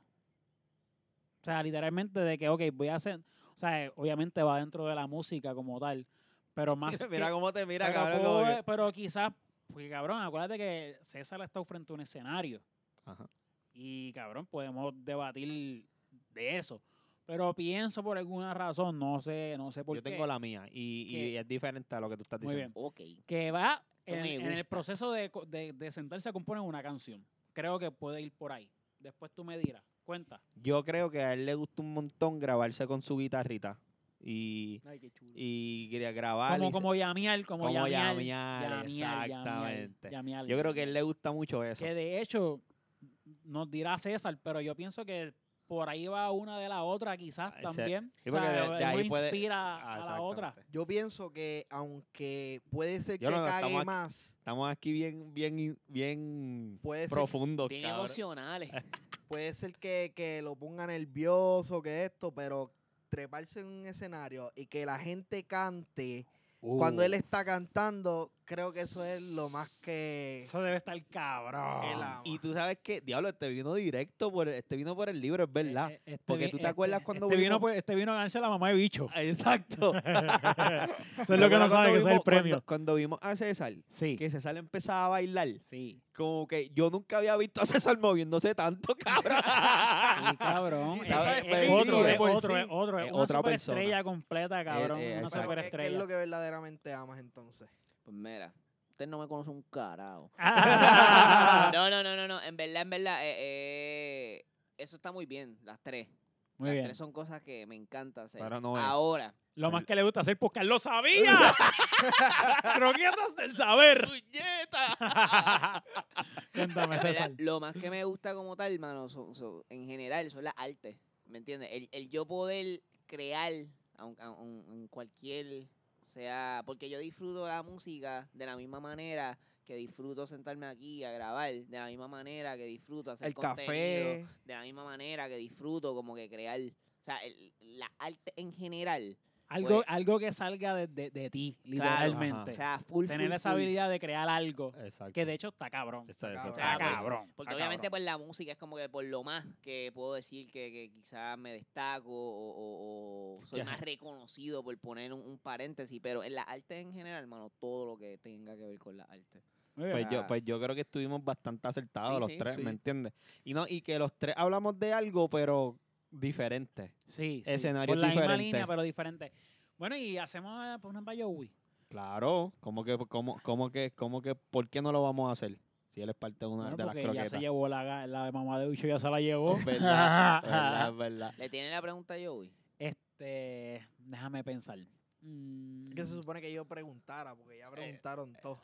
[SPEAKER 1] O sea, literalmente de que, ok, voy a hacer, o sea, eh, obviamente va dentro de la música como tal, pero más...
[SPEAKER 4] Mira,
[SPEAKER 1] que-
[SPEAKER 4] cómo te mira,
[SPEAKER 1] pero,
[SPEAKER 4] cabrón.
[SPEAKER 1] puedo-
[SPEAKER 4] como que-
[SPEAKER 1] pero quizás, porque cabrón, acuérdate que César ha estado frente a un escenario
[SPEAKER 4] Ajá.
[SPEAKER 1] y cabrón, podemos debatir de eso. Pero pienso por alguna razón, no sé, no sé por
[SPEAKER 4] Yo
[SPEAKER 1] qué.
[SPEAKER 4] tengo la mía y, y
[SPEAKER 1] que-
[SPEAKER 4] es diferente a lo que tú estás
[SPEAKER 1] Muy
[SPEAKER 4] diciendo.
[SPEAKER 1] bien.
[SPEAKER 3] Ok.
[SPEAKER 1] que va
[SPEAKER 3] Esto
[SPEAKER 1] en,
[SPEAKER 3] me
[SPEAKER 1] en el
[SPEAKER 3] gusta.
[SPEAKER 1] proceso de, co- de- de sentarse a componer una canción. Creo que puede ir por ahí. Después tú me dirás. Cuenta.
[SPEAKER 4] Yo creo que a él le gusta un montón grabarse con su guitarrita y,
[SPEAKER 1] Ay, qué chulo.
[SPEAKER 4] y gra- grabar.
[SPEAKER 1] como,
[SPEAKER 4] y-
[SPEAKER 1] como llamear, como,
[SPEAKER 4] Como
[SPEAKER 1] llamear.
[SPEAKER 4] llamear,
[SPEAKER 1] llamear,
[SPEAKER 4] exactamente.
[SPEAKER 1] llamear,
[SPEAKER 4] yo creo que a
[SPEAKER 1] llamear.
[SPEAKER 4] él le gusta mucho eso.
[SPEAKER 1] Que de hecho, nos dirá César, pero yo pienso que por ahí va una de la otra quizás
[SPEAKER 4] Ah, ese-
[SPEAKER 1] también.
[SPEAKER 4] sí,
[SPEAKER 1] O sea,
[SPEAKER 4] porque de- de
[SPEAKER 1] uno
[SPEAKER 4] ahí puede-
[SPEAKER 1] inspira
[SPEAKER 4] Ah,
[SPEAKER 1] a la otra.
[SPEAKER 4] exactamente.
[SPEAKER 2] Yo pienso que, aunque puede ser
[SPEAKER 4] Yo
[SPEAKER 2] que
[SPEAKER 4] no, no,
[SPEAKER 2] cague
[SPEAKER 4] estamos aquí.
[SPEAKER 2] más,
[SPEAKER 4] Estamos aquí bien, bien, in- bien
[SPEAKER 2] puede ser,
[SPEAKER 4] profundos.
[SPEAKER 3] Bien
[SPEAKER 4] cabrón.
[SPEAKER 3] emocionales.
[SPEAKER 2] puede ser que, que lo ponga nervioso, que esto, pero Uh.
[SPEAKER 1] Uh.
[SPEAKER 2] treparse en un escenario y que la gente cante, cuando él está cantando, creo que eso es lo más que
[SPEAKER 1] Eso debe estar cabrón.
[SPEAKER 2] él ama.
[SPEAKER 4] Y tú sabes que, diablo, este vino directo por este vino por el libro, es verdad.
[SPEAKER 1] Eh, eh, este
[SPEAKER 4] Porque
[SPEAKER 1] vi-
[SPEAKER 4] tú te acuerdas
[SPEAKER 1] este-
[SPEAKER 4] cuando
[SPEAKER 1] este vino,
[SPEAKER 4] vimos-
[SPEAKER 1] pues, este vino a ganarse a la mamá de bicho.
[SPEAKER 4] Exacto.
[SPEAKER 1] Eso es lo que no sabe que ese es el premio.
[SPEAKER 4] Cuando, cuando vimos a César,
[SPEAKER 1] Sí.
[SPEAKER 4] que César empezaba a bailar,
[SPEAKER 1] Sí.
[SPEAKER 4] como que yo nunca había visto a César moviéndose tanto, cabrón.
[SPEAKER 1] Sí, cabrón.
[SPEAKER 4] Y
[SPEAKER 1] Es,
[SPEAKER 4] sabes,
[SPEAKER 1] es-
[SPEAKER 4] pero
[SPEAKER 1] es
[SPEAKER 4] sí,
[SPEAKER 1] otro,
[SPEAKER 4] de
[SPEAKER 1] es
[SPEAKER 4] por
[SPEAKER 1] otro,
[SPEAKER 4] sí.
[SPEAKER 1] es otro. Es
[SPEAKER 4] Es
[SPEAKER 1] una
[SPEAKER 4] otra
[SPEAKER 1] superestrella completa, cabrón.
[SPEAKER 4] Eh, eh,
[SPEAKER 1] una
[SPEAKER 4] exacto.
[SPEAKER 2] Pero ¿qué- ¿Qué es
[SPEAKER 1] superestrella.
[SPEAKER 2] lo que verdaderamente amas entonces?
[SPEAKER 3] Pues mira, usted no me conoce un carajo.
[SPEAKER 1] Ah.
[SPEAKER 3] No, no, no, no, no. En verdad, en verdad, eh, eh, eso está muy bien, las tres.
[SPEAKER 1] Muy
[SPEAKER 3] las
[SPEAKER 1] bien.
[SPEAKER 3] tres son cosas que me encanta hacer.
[SPEAKER 4] Pero no es.
[SPEAKER 3] Ahora.
[SPEAKER 1] Lo más que le gusta hacer porque él lo sabía. Croquetas del saber. Cuéntame,
[SPEAKER 3] en verdad,
[SPEAKER 1] César.
[SPEAKER 3] lo más que me gusta como tal, hermano, son, son- en general, son las artes. ¿Me entiendes? El, el yo poder crear aun- aun- en cualquier sea. Porque yo disfruto la música de la misma manera que disfruto sentarme aquí a grabar, de la misma manera que disfruto hacer
[SPEAKER 2] El
[SPEAKER 3] contenido.
[SPEAKER 2] café.
[SPEAKER 3] de la misma manera que disfruto como que crear, o sea, el- la arte en general,
[SPEAKER 1] Algo,
[SPEAKER 3] Pues-
[SPEAKER 1] algo que salga de, de- de ti,
[SPEAKER 3] Claro.
[SPEAKER 1] literalmente.
[SPEAKER 4] Ajá.
[SPEAKER 3] o sea, full,
[SPEAKER 1] Tener
[SPEAKER 3] full,
[SPEAKER 1] esa
[SPEAKER 3] full.
[SPEAKER 1] habilidad de crear algo.
[SPEAKER 4] Exacto.
[SPEAKER 1] Que de hecho está cabrón.
[SPEAKER 4] Esa- esa-
[SPEAKER 2] Cabrón.
[SPEAKER 1] Está
[SPEAKER 3] Ah, pues,
[SPEAKER 1] cabrón.
[SPEAKER 3] Porque
[SPEAKER 1] está
[SPEAKER 3] obviamente
[SPEAKER 1] cabrón.
[SPEAKER 3] pues la música es como que por lo más que puedo decir que, que quizás me destaco o, o- o soy
[SPEAKER 1] Ya.
[SPEAKER 3] más reconocido por poner un, un paréntesis, pero en la arte en general, hermano, todo lo que tenga que ver con la arte.
[SPEAKER 1] Muy bien.
[SPEAKER 4] Pues yo,
[SPEAKER 3] Ah.
[SPEAKER 4] pues yo creo que estuvimos bastante acertados
[SPEAKER 3] Sí,
[SPEAKER 4] los
[SPEAKER 3] sí,
[SPEAKER 4] tres,
[SPEAKER 2] sí.
[SPEAKER 4] ¿me entiendes? Y no, y que los tres hablamos de algo, pero diferente.
[SPEAKER 1] Sí, sí.
[SPEAKER 4] escenarios
[SPEAKER 1] Por la misma
[SPEAKER 4] diferentes.
[SPEAKER 1] línea, pero diferente. Bueno, y hacemos eh, pues, una Bayowi.
[SPEAKER 4] Claro, como que, como, como que, como que, ¿por qué no lo vamos a hacer? Si él es parte de una
[SPEAKER 1] Bueno,
[SPEAKER 4] de las
[SPEAKER 1] porque ya se
[SPEAKER 4] croquetas.
[SPEAKER 1] llevó la, ga- la mamá de Ucho, ya se la llevó.
[SPEAKER 4] Es verdad, es verdad, es verdad.
[SPEAKER 3] ¿Le tiene la pregunta a Joey?
[SPEAKER 1] Este, déjame pensar. Mm,
[SPEAKER 2] Que se supone que yo preguntara, porque ya preguntaron todo.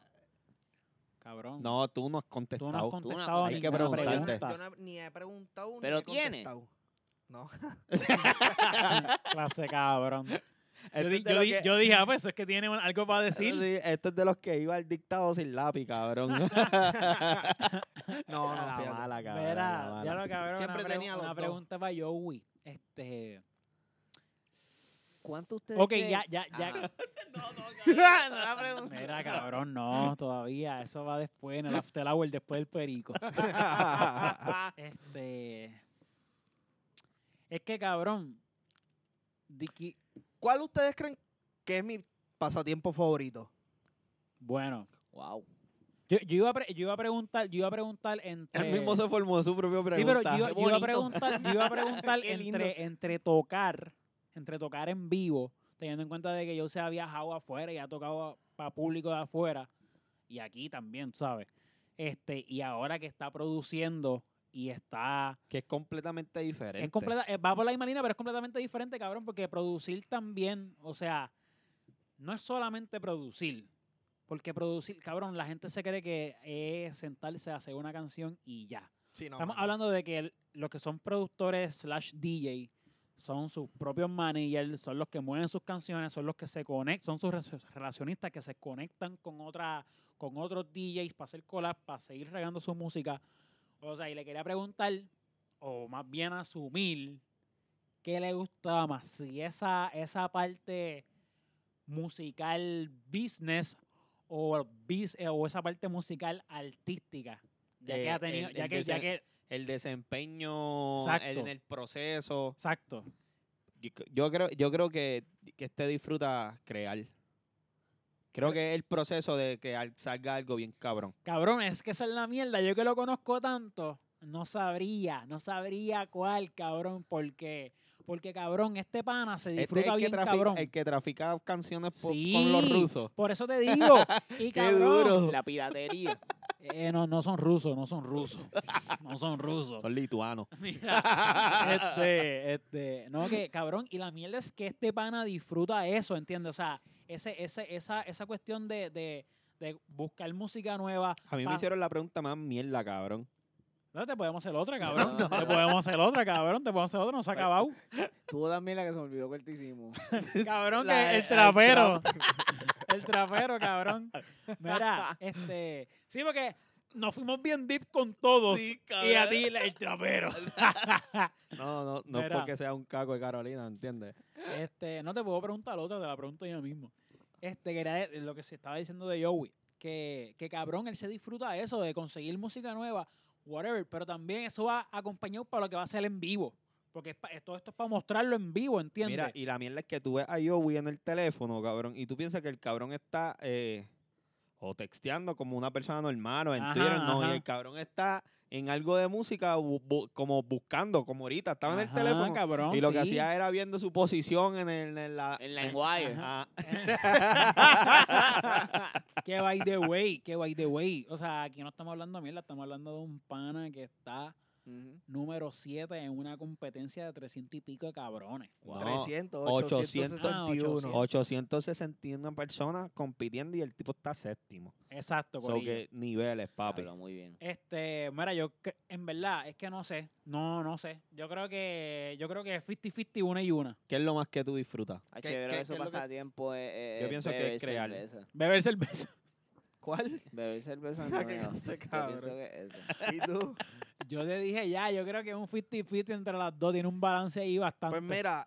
[SPEAKER 1] Cabrón.
[SPEAKER 4] No, tú no has
[SPEAKER 1] tú no has
[SPEAKER 4] contestado.
[SPEAKER 1] contestado
[SPEAKER 3] Hay que
[SPEAKER 1] ninguna
[SPEAKER 2] Porque yo, no-
[SPEAKER 4] preguntarte.
[SPEAKER 2] yo no he- ni he preguntado
[SPEAKER 3] Pero
[SPEAKER 2] ni he
[SPEAKER 3] tiene.
[SPEAKER 2] contestado. No.
[SPEAKER 1] Clase cabrón. Yo,
[SPEAKER 4] Este
[SPEAKER 1] di-
[SPEAKER 4] es de
[SPEAKER 1] yo
[SPEAKER 4] lo
[SPEAKER 1] di-
[SPEAKER 4] que-
[SPEAKER 1] yo dije, ah, pues es que tiene un- algo para decir.
[SPEAKER 4] Sí, esto es de los que iba al dictado sin lápiz, cabrón. no, no,
[SPEAKER 2] No, no,
[SPEAKER 4] la
[SPEAKER 2] fíjate.
[SPEAKER 4] mala, cabrón. la
[SPEAKER 1] Verá,
[SPEAKER 4] mala.
[SPEAKER 1] ya lo cabrón.
[SPEAKER 2] Siempre
[SPEAKER 1] una, pregu-
[SPEAKER 2] tenía los
[SPEAKER 1] una
[SPEAKER 2] dos.
[SPEAKER 1] pregunta para Joey. Este.
[SPEAKER 3] ¿Cuánto ustedes
[SPEAKER 1] Ok,
[SPEAKER 3] creen-
[SPEAKER 1] ya, ya, ya.
[SPEAKER 3] Ajá. no la pregunta.
[SPEAKER 1] Mira, cabrón, no, todavía. Eso va después, en el after hour, después del perico. Este. Es que, cabrón. di que-
[SPEAKER 2] ¿Cuál ustedes creen que es mi pasatiempo favorito?
[SPEAKER 1] Bueno.
[SPEAKER 3] Wow.
[SPEAKER 1] Yo, yo iba a pre- yo iba a preguntar, yo iba a preguntar entre.
[SPEAKER 4] Él mismo se formó su propia
[SPEAKER 1] Sí, pero
[SPEAKER 4] pregunta.
[SPEAKER 1] yo,
[SPEAKER 3] Qué
[SPEAKER 1] yo iba a
[SPEAKER 3] bonito.
[SPEAKER 1] preguntar, yo iba a preguntar
[SPEAKER 3] Qué lindo.
[SPEAKER 1] entre, entre tocar, entre tocar en vivo, teniendo en cuenta de que yo se ha viajado afuera y ha tocado para público de afuera, y aquí también, ¿sabes? Este, y ahora que está produciendo y está...
[SPEAKER 4] que es completamente diferente.
[SPEAKER 1] Es completa, eh, va por la misma línea, pero es completamente diferente, cabrón, porque producir también, o sea, no es solamente producir. Porque producir, cabrón, la gente se cree que es sentarse a hacer una canción y ya.
[SPEAKER 2] Sí, no,
[SPEAKER 1] Estamos
[SPEAKER 2] mano.
[SPEAKER 1] hablando de que el- los que son productores slash DJ son sus propios managers, son los que mueven sus canciones, son los que se conectan, son sus re- relacionistas que se conectan con otra, con otros DJs para hacer collab, para seguir regando su música. O sea, y le quería preguntar, o más bien asumir, ¿qué le gustaba más? Si esa, esa parte musical business o, bis- eh, o esa parte musical artística. Ya que
[SPEAKER 4] Eh,
[SPEAKER 1] ha tenido,
[SPEAKER 4] el-
[SPEAKER 1] ya
[SPEAKER 4] el
[SPEAKER 1] que, ya
[SPEAKER 4] desen-
[SPEAKER 1] que
[SPEAKER 4] El desempeño el- en
[SPEAKER 1] Exacto.
[SPEAKER 4] el proceso.
[SPEAKER 1] Exacto.
[SPEAKER 4] Yo, c- yo creo, yo creo que, que este disfruta crear. Creo que es el proceso de que al- salga algo bien cabrón.
[SPEAKER 1] Cabrón, es que esa es la mierda. Yo que lo conozco tanto, no sabría, no sabría cuál, cabrón, porque, porque cabrón, este pana se
[SPEAKER 4] Este es
[SPEAKER 1] disfruta
[SPEAKER 4] el,
[SPEAKER 1] bien,
[SPEAKER 4] que trafica,
[SPEAKER 1] cabrón.
[SPEAKER 4] el que trafica canciones po- con
[SPEAKER 1] Sí.
[SPEAKER 4] los rusos.
[SPEAKER 1] Por eso te digo. Y cabrón,
[SPEAKER 3] La piratería.
[SPEAKER 1] eh, no, no son rusos, no son rusos. No son rusos.
[SPEAKER 4] Son lituanos.
[SPEAKER 1] Mira, este, este, no, que cabrón, y la mierda es que este pana disfruta eso, ¿entiendes? O sea, ese, ese, esa, esa cuestión de, de, de buscar música nueva.
[SPEAKER 4] A mí me
[SPEAKER 1] pa-
[SPEAKER 4] hicieron la pregunta más mierda, cabrón.
[SPEAKER 1] No, te podemos hacer otra, cabrón.
[SPEAKER 3] No.
[SPEAKER 1] Te podemos hacer otra, cabrón. Te podemos hacer otra, no se ha acabado.
[SPEAKER 3] Tú también la que se me olvidó que te hicimos.
[SPEAKER 1] Cabrón,
[SPEAKER 4] La-
[SPEAKER 1] que
[SPEAKER 4] el
[SPEAKER 1] el trapero. El trapero, cabrón. Mira, este. Sí, porque nos fuimos bien deep con todos. y a ti, el trapero.
[SPEAKER 4] No, no, no es
[SPEAKER 1] Mira.
[SPEAKER 4] porque sea un caco de Carolina, ¿entiendes?
[SPEAKER 1] Este, no te puedo preguntar otra, te la pregunto yo mismo. Este, que era de- lo que se estaba diciendo de Joey. que, que cabrón, él se disfruta de eso, de conseguir música nueva, whatever, pero también eso va acompañado para lo que va a ser en vivo. Porque es pa- todo esto es para mostrarlo en vivo, ¿entiendes?
[SPEAKER 4] Mira, y la mierda es que tú ves a Joey en el teléfono, cabrón, y tú piensas que el cabrón está eh, o texteando como una persona normal o en
[SPEAKER 1] Ajá,
[SPEAKER 4] Twitter, no,
[SPEAKER 1] ajá.
[SPEAKER 4] y el cabrón está en algo de música bu- bu- como buscando, como ahorita, estaba en el
[SPEAKER 1] Ajá,
[SPEAKER 4] teléfono
[SPEAKER 1] cabrón,
[SPEAKER 4] y lo que
[SPEAKER 1] sí.
[SPEAKER 4] hacía era viendo su posición en el... En la,
[SPEAKER 3] En LimeWire.
[SPEAKER 4] Ajá.
[SPEAKER 1] Eh. Que by the way, que by the way. O sea, aquí no estamos hablando de mierda, estamos hablando de un pana que está
[SPEAKER 3] Ujú.
[SPEAKER 1] número 7 en una competencia de 300 y pico de cabrones.
[SPEAKER 4] No,
[SPEAKER 2] 300,
[SPEAKER 4] 800.
[SPEAKER 2] 861.
[SPEAKER 1] Ah,
[SPEAKER 4] 861 personas compitiendo y el tipo está séptimo.
[SPEAKER 1] Exacto,
[SPEAKER 4] So
[SPEAKER 1] corillo.
[SPEAKER 4] que niveles, papi.
[SPEAKER 3] Habló muy bien.
[SPEAKER 1] Este, mira, yo cre- en verdad es que no sé, no no sé. Yo creo que yo creo que es 50-50 una y una.
[SPEAKER 4] ¿Qué es lo más que tú disfrutas?
[SPEAKER 3] Ah,
[SPEAKER 2] ¿Qué-
[SPEAKER 3] chévere,
[SPEAKER 2] qué-
[SPEAKER 3] eso
[SPEAKER 2] qué es lo que-
[SPEAKER 3] pasatiempo es, es-
[SPEAKER 4] Yo pienso que es
[SPEAKER 3] beber
[SPEAKER 4] crear.
[SPEAKER 3] cerveza.
[SPEAKER 1] Beber cerveza.
[SPEAKER 2] ¿Cuál?
[SPEAKER 3] Beber cerveza no,
[SPEAKER 2] Ah, qué
[SPEAKER 3] no.
[SPEAKER 2] clase,
[SPEAKER 3] Yo
[SPEAKER 2] cabrón.
[SPEAKER 3] pienso que es eso.
[SPEAKER 2] ¿Y tú?
[SPEAKER 1] Yo te dije ya, yo creo que es un 50-50 entre las dos, tiene un balance ahí bastante.
[SPEAKER 2] Pues mira,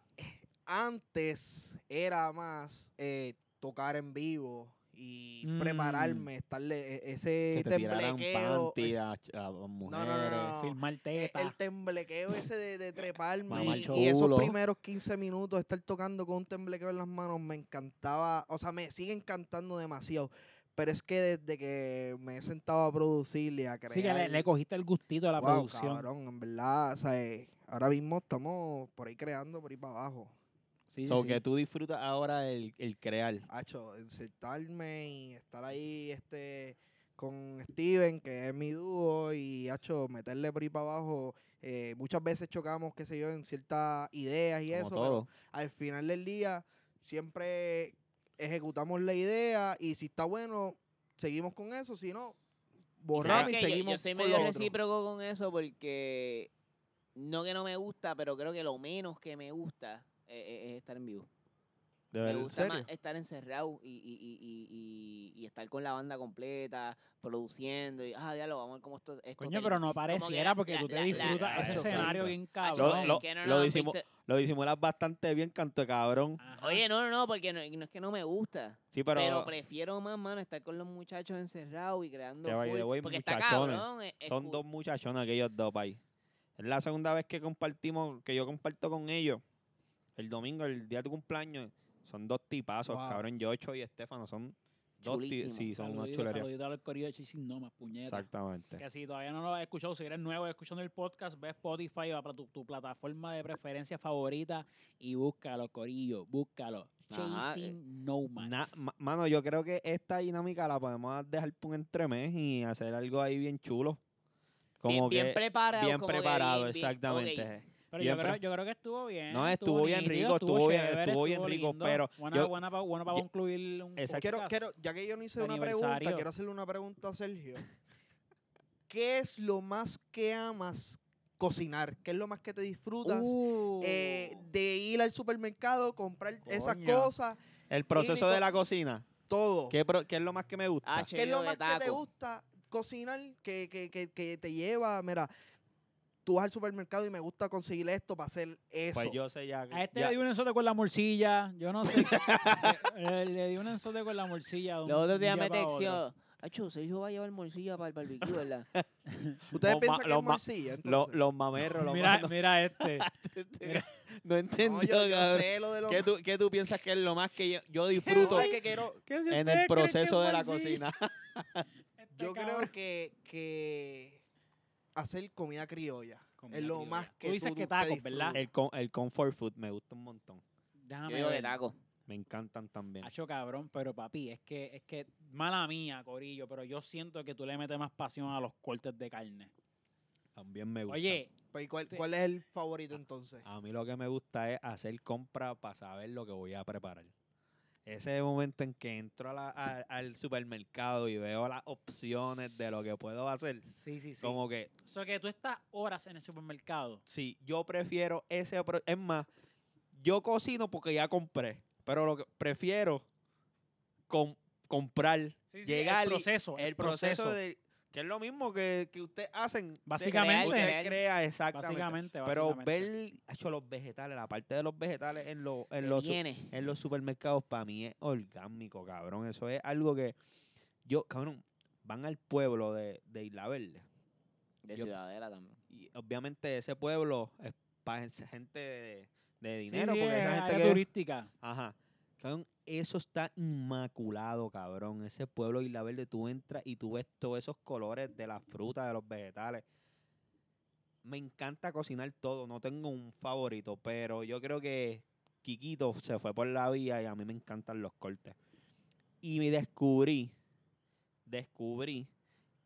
[SPEAKER 2] antes era más eh, tocar en vivo y
[SPEAKER 1] Mm.
[SPEAKER 2] prepararme, estarle e- ese
[SPEAKER 4] que te tiraran
[SPEAKER 2] temblequeo.
[SPEAKER 4] panty
[SPEAKER 2] es-
[SPEAKER 4] a, ch- a mujeres.
[SPEAKER 2] no,
[SPEAKER 1] Filmar
[SPEAKER 2] e-
[SPEAKER 1] teta.
[SPEAKER 2] el temblequeo ese de, de treparme
[SPEAKER 4] Mamá
[SPEAKER 2] y,
[SPEAKER 4] chulo.
[SPEAKER 2] y esos primeros 15 minutos estar tocando con un temblequeo en las manos me encantaba, o sea, me sigue encantando demasiado. Pero es que desde que me he sentado a producir y a crear...
[SPEAKER 1] Sí, que le, le cogiste el gustito a la
[SPEAKER 2] Guau,
[SPEAKER 1] producción.
[SPEAKER 2] cabrón, en verdad, o sea, eh, ahora mismo estamos por ahí creando, por ahí para abajo.
[SPEAKER 1] Sí,
[SPEAKER 4] So
[SPEAKER 1] sí.
[SPEAKER 4] que tú disfrutas ahora el, el crear.
[SPEAKER 2] Hacho, insertarme y estar ahí este, con Steven, que es mi dúo, y Hacho, meterle por ahí para abajo. Eh, muchas veces chocamos, qué sé yo, en ciertas ideas y
[SPEAKER 4] Como
[SPEAKER 2] eso,
[SPEAKER 4] todo.
[SPEAKER 2] pero al final del día siempre ejecutamos la idea y si está bueno, seguimos con eso, si no, borramos y
[SPEAKER 3] ¿Sabes qué? Yo-
[SPEAKER 2] seguimos
[SPEAKER 3] Yo, soy
[SPEAKER 2] con
[SPEAKER 3] medio
[SPEAKER 2] lo otro.
[SPEAKER 3] recíproco con eso porque no que no me gusta, pero creo que lo menos que me gusta eh, eh, es, estar en vivo.
[SPEAKER 4] De
[SPEAKER 3] Me
[SPEAKER 4] verdad.
[SPEAKER 3] gusta más
[SPEAKER 2] serio?
[SPEAKER 3] estar encerrado y, y- y- y- y- y estar con la banda completa, produciendo y, ah, diablo, vamos a ver cómo esto... esto
[SPEAKER 1] Coño,
[SPEAKER 3] termina".
[SPEAKER 1] pero no
[SPEAKER 3] la-
[SPEAKER 1] pareciera porque tú
[SPEAKER 3] la-
[SPEAKER 1] te
[SPEAKER 3] la-
[SPEAKER 1] disfrutas
[SPEAKER 4] la-
[SPEAKER 1] ese
[SPEAKER 4] Exacto.
[SPEAKER 1] escenario bien
[SPEAKER 3] Ah,
[SPEAKER 1] cabrón.
[SPEAKER 3] es
[SPEAKER 4] lo-
[SPEAKER 3] que no
[SPEAKER 4] lo
[SPEAKER 3] nos han
[SPEAKER 4] hicimos-
[SPEAKER 3] visto-
[SPEAKER 4] Lo disimulas bastante bien, canto de cabrón.
[SPEAKER 1] Ajá.
[SPEAKER 3] Oye, no, no, no, porque no, no es que no me gusta.
[SPEAKER 4] Sí, pero.
[SPEAKER 3] Pero, prefiero más, mano, estar con los muchachos encerrados y creando
[SPEAKER 4] Que by the
[SPEAKER 3] full,
[SPEAKER 4] way,
[SPEAKER 3] Porque está
[SPEAKER 4] muchachones.
[SPEAKER 3] cabrón. eh,
[SPEAKER 4] son
[SPEAKER 3] escu-
[SPEAKER 4] dos muchachones aquellos dos, país. Es la segunda vez que compartimos, que yo comparto con ellos. El domingo, el día de tu cumpleaños. Son dos tipazos,
[SPEAKER 2] Wow.
[SPEAKER 4] cabrón. Yocho y Estefano son dos ti-
[SPEAKER 3] Chulísimos.
[SPEAKER 4] Sí, son una
[SPEAKER 1] Saludito-
[SPEAKER 4] chulería.
[SPEAKER 1] saludito a los corillos de Chasing Noma, puñeta.
[SPEAKER 4] Exactamente.
[SPEAKER 1] Que si todavía no lo has escuchado, si eres nuevo escuchando el podcast, ve Spotify, va para tu, tu plataforma de preferencia favorita y búscalo, corillo, búscalo.
[SPEAKER 3] Ajá,
[SPEAKER 1] Chasing Nomads.
[SPEAKER 4] eh, Na- ma- mano, yo creo que esta dinámica la podemos dejar por un entremés y hacer algo ahí bien chulo. Como
[SPEAKER 3] bien, bien
[SPEAKER 4] que
[SPEAKER 3] preparado.
[SPEAKER 4] bien
[SPEAKER 3] como que
[SPEAKER 4] preparado,
[SPEAKER 3] bien- bien-
[SPEAKER 4] exactamente.
[SPEAKER 3] ok.
[SPEAKER 1] Pero yo
[SPEAKER 4] Siempre.
[SPEAKER 1] creo, yo creo que estuvo bien.
[SPEAKER 4] No, estuvo bien
[SPEAKER 1] nítido,
[SPEAKER 4] rico, estuvo bien-
[SPEAKER 1] chévere,
[SPEAKER 4] estuvo bien rico,
[SPEAKER 1] lindo.
[SPEAKER 4] pero
[SPEAKER 1] Buena,
[SPEAKER 4] yo-
[SPEAKER 1] buena pa- bueno para
[SPEAKER 4] yo-
[SPEAKER 1] concluir un
[SPEAKER 4] Exacto.
[SPEAKER 2] Quiero,
[SPEAKER 1] podcast.
[SPEAKER 2] quiero, ya que yo no hice
[SPEAKER 1] de
[SPEAKER 2] una pregunta,
[SPEAKER 1] aniversario.
[SPEAKER 2] quiero hacerle una pregunta a Sergio. ¿Qué es lo más que amas cocinar? ¿Qué es lo más que te disfrutas
[SPEAKER 1] Uh.
[SPEAKER 2] eh, de ir al supermercado, comprar esas
[SPEAKER 1] Coño.
[SPEAKER 2] cosas,
[SPEAKER 4] el proceso
[SPEAKER 2] Nico-
[SPEAKER 4] de la cocina.
[SPEAKER 2] todo? ¿Qué,
[SPEAKER 4] ¿Qué, pro- qué es lo más que me gusta?
[SPEAKER 3] Ah, che,
[SPEAKER 2] es lo
[SPEAKER 3] de
[SPEAKER 2] más que te
[SPEAKER 3] taco.
[SPEAKER 2] gusta cocinar que, que- que- que te lleva? Mira, tú vas al supermercado y me gusta conseguir esto para hacer eso.
[SPEAKER 4] Pues yo sé ya.
[SPEAKER 1] A este
[SPEAKER 4] ya-
[SPEAKER 1] le di un ensote con la morcilla. Yo no sé. Eh, le di un ensote con la morcilla. de un
[SPEAKER 3] Los otros días
[SPEAKER 1] día
[SPEAKER 3] me
[SPEAKER 1] pa' otro.
[SPEAKER 3] texteó. Acho, Sergio va a llevar morcilla para el barbecue, ¿verdad?
[SPEAKER 2] ¿Ustedes
[SPEAKER 4] Los
[SPEAKER 2] piensan
[SPEAKER 4] ma-
[SPEAKER 2] que
[SPEAKER 4] los
[SPEAKER 2] es
[SPEAKER 4] ma-
[SPEAKER 2] morcilla?
[SPEAKER 4] lo-
[SPEAKER 2] entonces?
[SPEAKER 4] los mamerros, los
[SPEAKER 1] Mira,
[SPEAKER 4] ma-
[SPEAKER 1] mira este.
[SPEAKER 4] No
[SPEAKER 2] No,
[SPEAKER 4] entendió,
[SPEAKER 2] yo, yo
[SPEAKER 4] cabrón.
[SPEAKER 2] sé lo de los
[SPEAKER 4] ¿Qué
[SPEAKER 2] ma-
[SPEAKER 4] tú, qué tú piensas que es lo más que yo, yo
[SPEAKER 2] tú
[SPEAKER 4] disfruto
[SPEAKER 2] sabes que quiero,
[SPEAKER 1] ¿Qué si
[SPEAKER 4] en
[SPEAKER 1] ustedes
[SPEAKER 4] el
[SPEAKER 1] creen que
[SPEAKER 4] proceso
[SPEAKER 1] es
[SPEAKER 4] de la
[SPEAKER 1] morcilla?
[SPEAKER 4] cocina?
[SPEAKER 1] Este
[SPEAKER 2] Yo
[SPEAKER 1] cabrón.
[SPEAKER 2] creo que, que hacer comida criolla
[SPEAKER 1] Comida
[SPEAKER 2] es lo
[SPEAKER 1] criolla.
[SPEAKER 2] más
[SPEAKER 1] Tú
[SPEAKER 2] que
[SPEAKER 1] dices
[SPEAKER 2] tú-
[SPEAKER 1] que
[SPEAKER 2] te
[SPEAKER 1] tacos, ¿verdad?
[SPEAKER 2] disfrutas.
[SPEAKER 4] El, con- el comfort food me gusta un montón.
[SPEAKER 3] Yo
[SPEAKER 1] Déjame
[SPEAKER 3] digo de
[SPEAKER 1] ver.
[SPEAKER 3] taco.
[SPEAKER 4] Me encantan también.
[SPEAKER 1] Hacho cabrón, pero papi, es que, es que, mala mía, Corillo, pero yo siento que tú le metes más pasión a los cortes de carne.
[SPEAKER 4] También me gusta.
[SPEAKER 1] Oye,
[SPEAKER 2] Pues, ¿y ¿cuál,
[SPEAKER 1] Te-
[SPEAKER 2] cuál es el favorito entonces?
[SPEAKER 1] Ah,
[SPEAKER 4] A mí lo que me gusta es hacer compra para saber lo que voy a preparar. Ese momento en que entro a la- a- al supermercado y veo las opciones de lo que puedo hacer.
[SPEAKER 1] sí, sí, sí.
[SPEAKER 4] Como que,
[SPEAKER 1] So que tú estás horas en el supermercado.
[SPEAKER 4] sí, yo prefiero ese... pro- Es más, yo cocino porque ya compré, pero lo que prefiero com- comprar,
[SPEAKER 1] Sí, sí,
[SPEAKER 4] llegar
[SPEAKER 1] el
[SPEAKER 4] y-
[SPEAKER 1] proceso.
[SPEAKER 4] el proceso, de... Que es lo mismo que, que ustedes hacen. de-
[SPEAKER 1] Básicamente.
[SPEAKER 4] Usted crea, exactamente.
[SPEAKER 1] Básicamente,
[SPEAKER 4] Pero
[SPEAKER 1] básicamente.
[SPEAKER 4] ver, hecho los vegetales, la parte de los vegetales en, lo- en
[SPEAKER 3] Te
[SPEAKER 4] los... su- eh,
[SPEAKER 3] viene.
[SPEAKER 4] en los supermercados para mí es orgánico, cabrón. Eso es algo que Yo, cabrón, van al pueblo de, de Isla Verde.
[SPEAKER 3] De
[SPEAKER 4] Yo-
[SPEAKER 3] Ciudadela también.
[SPEAKER 4] Y obviamente ese pueblo es para gente de, de dinero, porque
[SPEAKER 1] es
[SPEAKER 4] esa gente
[SPEAKER 1] área
[SPEAKER 4] que...
[SPEAKER 1] turística.
[SPEAKER 4] Ajá. Cabrón, eso está inmaculado, cabrón. Ese pueblo de Isla Verde, tú entras y tú ves todos esos colores de las frutas, de los vegetales. Me encanta cocinar todo, no tengo un favorito, pero yo creo que Kikito se fue por la vía y a mí me encantan los cortes. Y me descubrí, descubrí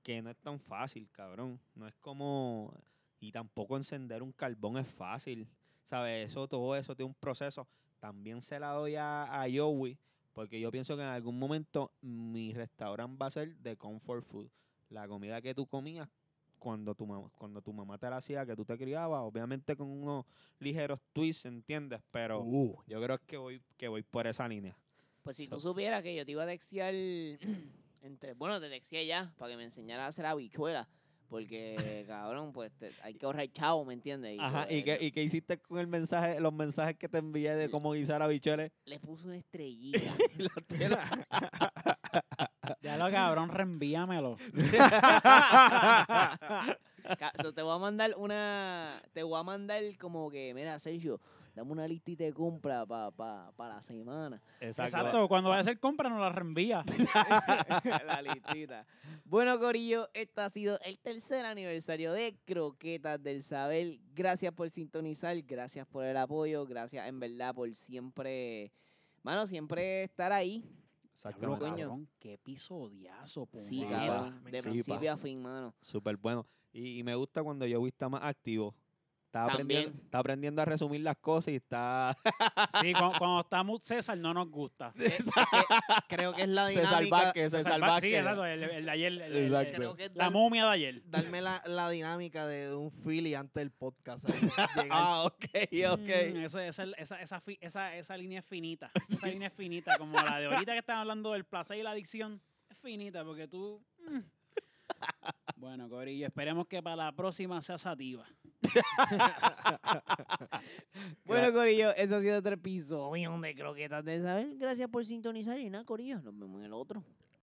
[SPEAKER 4] que no es tan fácil, cabrón. No es como... Y tampoco encender un carbón es fácil. ¿Sabes? Eso, todo eso tiene un proceso también se la doy a, a Joey, porque yo pienso que en algún momento mi restaurante va a ser de comfort food. La comida que tú comías cuando tu, mam- cuando tu mamá te la hacía, que tú te criabas, obviamente con unos ligeros twists, ¿entiendes? Pero
[SPEAKER 2] Uh,
[SPEAKER 4] yo creo que voy, que voy por esa línea.
[SPEAKER 3] Pues si
[SPEAKER 4] So-
[SPEAKER 3] tú supieras que yo te iba a textear. Entre, bueno, te texteé ya para que me enseñara a hacer habichuela. Porque, cabrón, pues te- hay que ahorrar chavo, ¿me entiendes? Y
[SPEAKER 4] Ajá,
[SPEAKER 3] pues,
[SPEAKER 4] ¿y qué,
[SPEAKER 3] le-
[SPEAKER 4] ¿y qué hiciste con el mensaje, los mensajes que te envié de cómo guisar habichuelas?
[SPEAKER 3] Le puse una estrellita.
[SPEAKER 4] Y los tienes-
[SPEAKER 1] Ya lo cabrón, reenvíamelo.
[SPEAKER 3] Ca- so, te voy a mandar una. Te voy a mandar como que, mira, Sergio, dame una listita de compra para pa, pa la semana.
[SPEAKER 4] Exacto.
[SPEAKER 1] Exacto, cuando vaya a hacer compra nos la reenvía.
[SPEAKER 3] la listita. Bueno, Corillo, este ha sido el tercer aniversario de Croquetas del Saber. Gracias por sintonizar, gracias por el apoyo, gracias en verdad por siempre, mano, siempre estar ahí.
[SPEAKER 1] Pero,
[SPEAKER 4] Exactamente.
[SPEAKER 3] coño.
[SPEAKER 1] cabrón, qué episodiazo,
[SPEAKER 3] Sí,
[SPEAKER 4] Sí,
[SPEAKER 1] puñeta.
[SPEAKER 3] cabrón,
[SPEAKER 2] pa.
[SPEAKER 3] de
[SPEAKER 4] Sí,
[SPEAKER 3] principio
[SPEAKER 4] pa.
[SPEAKER 3] a fin, mano.
[SPEAKER 4] Súper bueno. Y, y me gusta cuando Joey está más activo. Está aprendiendo,
[SPEAKER 3] También.
[SPEAKER 4] está aprendiendo a resumir las cosas y está.
[SPEAKER 1] Sí, cu- cuando, está Mood César no nos gusta.
[SPEAKER 2] creo que es la
[SPEAKER 4] se salva que se
[SPEAKER 1] César
[SPEAKER 4] salva
[SPEAKER 1] Vázquez, Sí, exacto, el, el de ayer. el- el- el-
[SPEAKER 4] Exacto.
[SPEAKER 1] el-
[SPEAKER 2] Creo que es
[SPEAKER 1] la
[SPEAKER 2] dar-
[SPEAKER 1] momia de ayer.
[SPEAKER 2] darme la, la dinámica de, de un Philly antes del podcast. ¿sabes? Llegar-
[SPEAKER 4] Ah, ok, ok.
[SPEAKER 1] Mm, eso, esa, esa, esa, fi- esa, esa línea es finita. Esa línea es finita. Como la de ahorita que están hablando del placer y la adicción. Es finita porque tú. mm. Bueno, Corillo, esperemos que para la próxima sea sativa.
[SPEAKER 3] Bueno, Corillo, eso ha sido otro episodio de Croquetas del Saber. Gracias por sintonizar y nada, Corillo, nos vemos en el otro.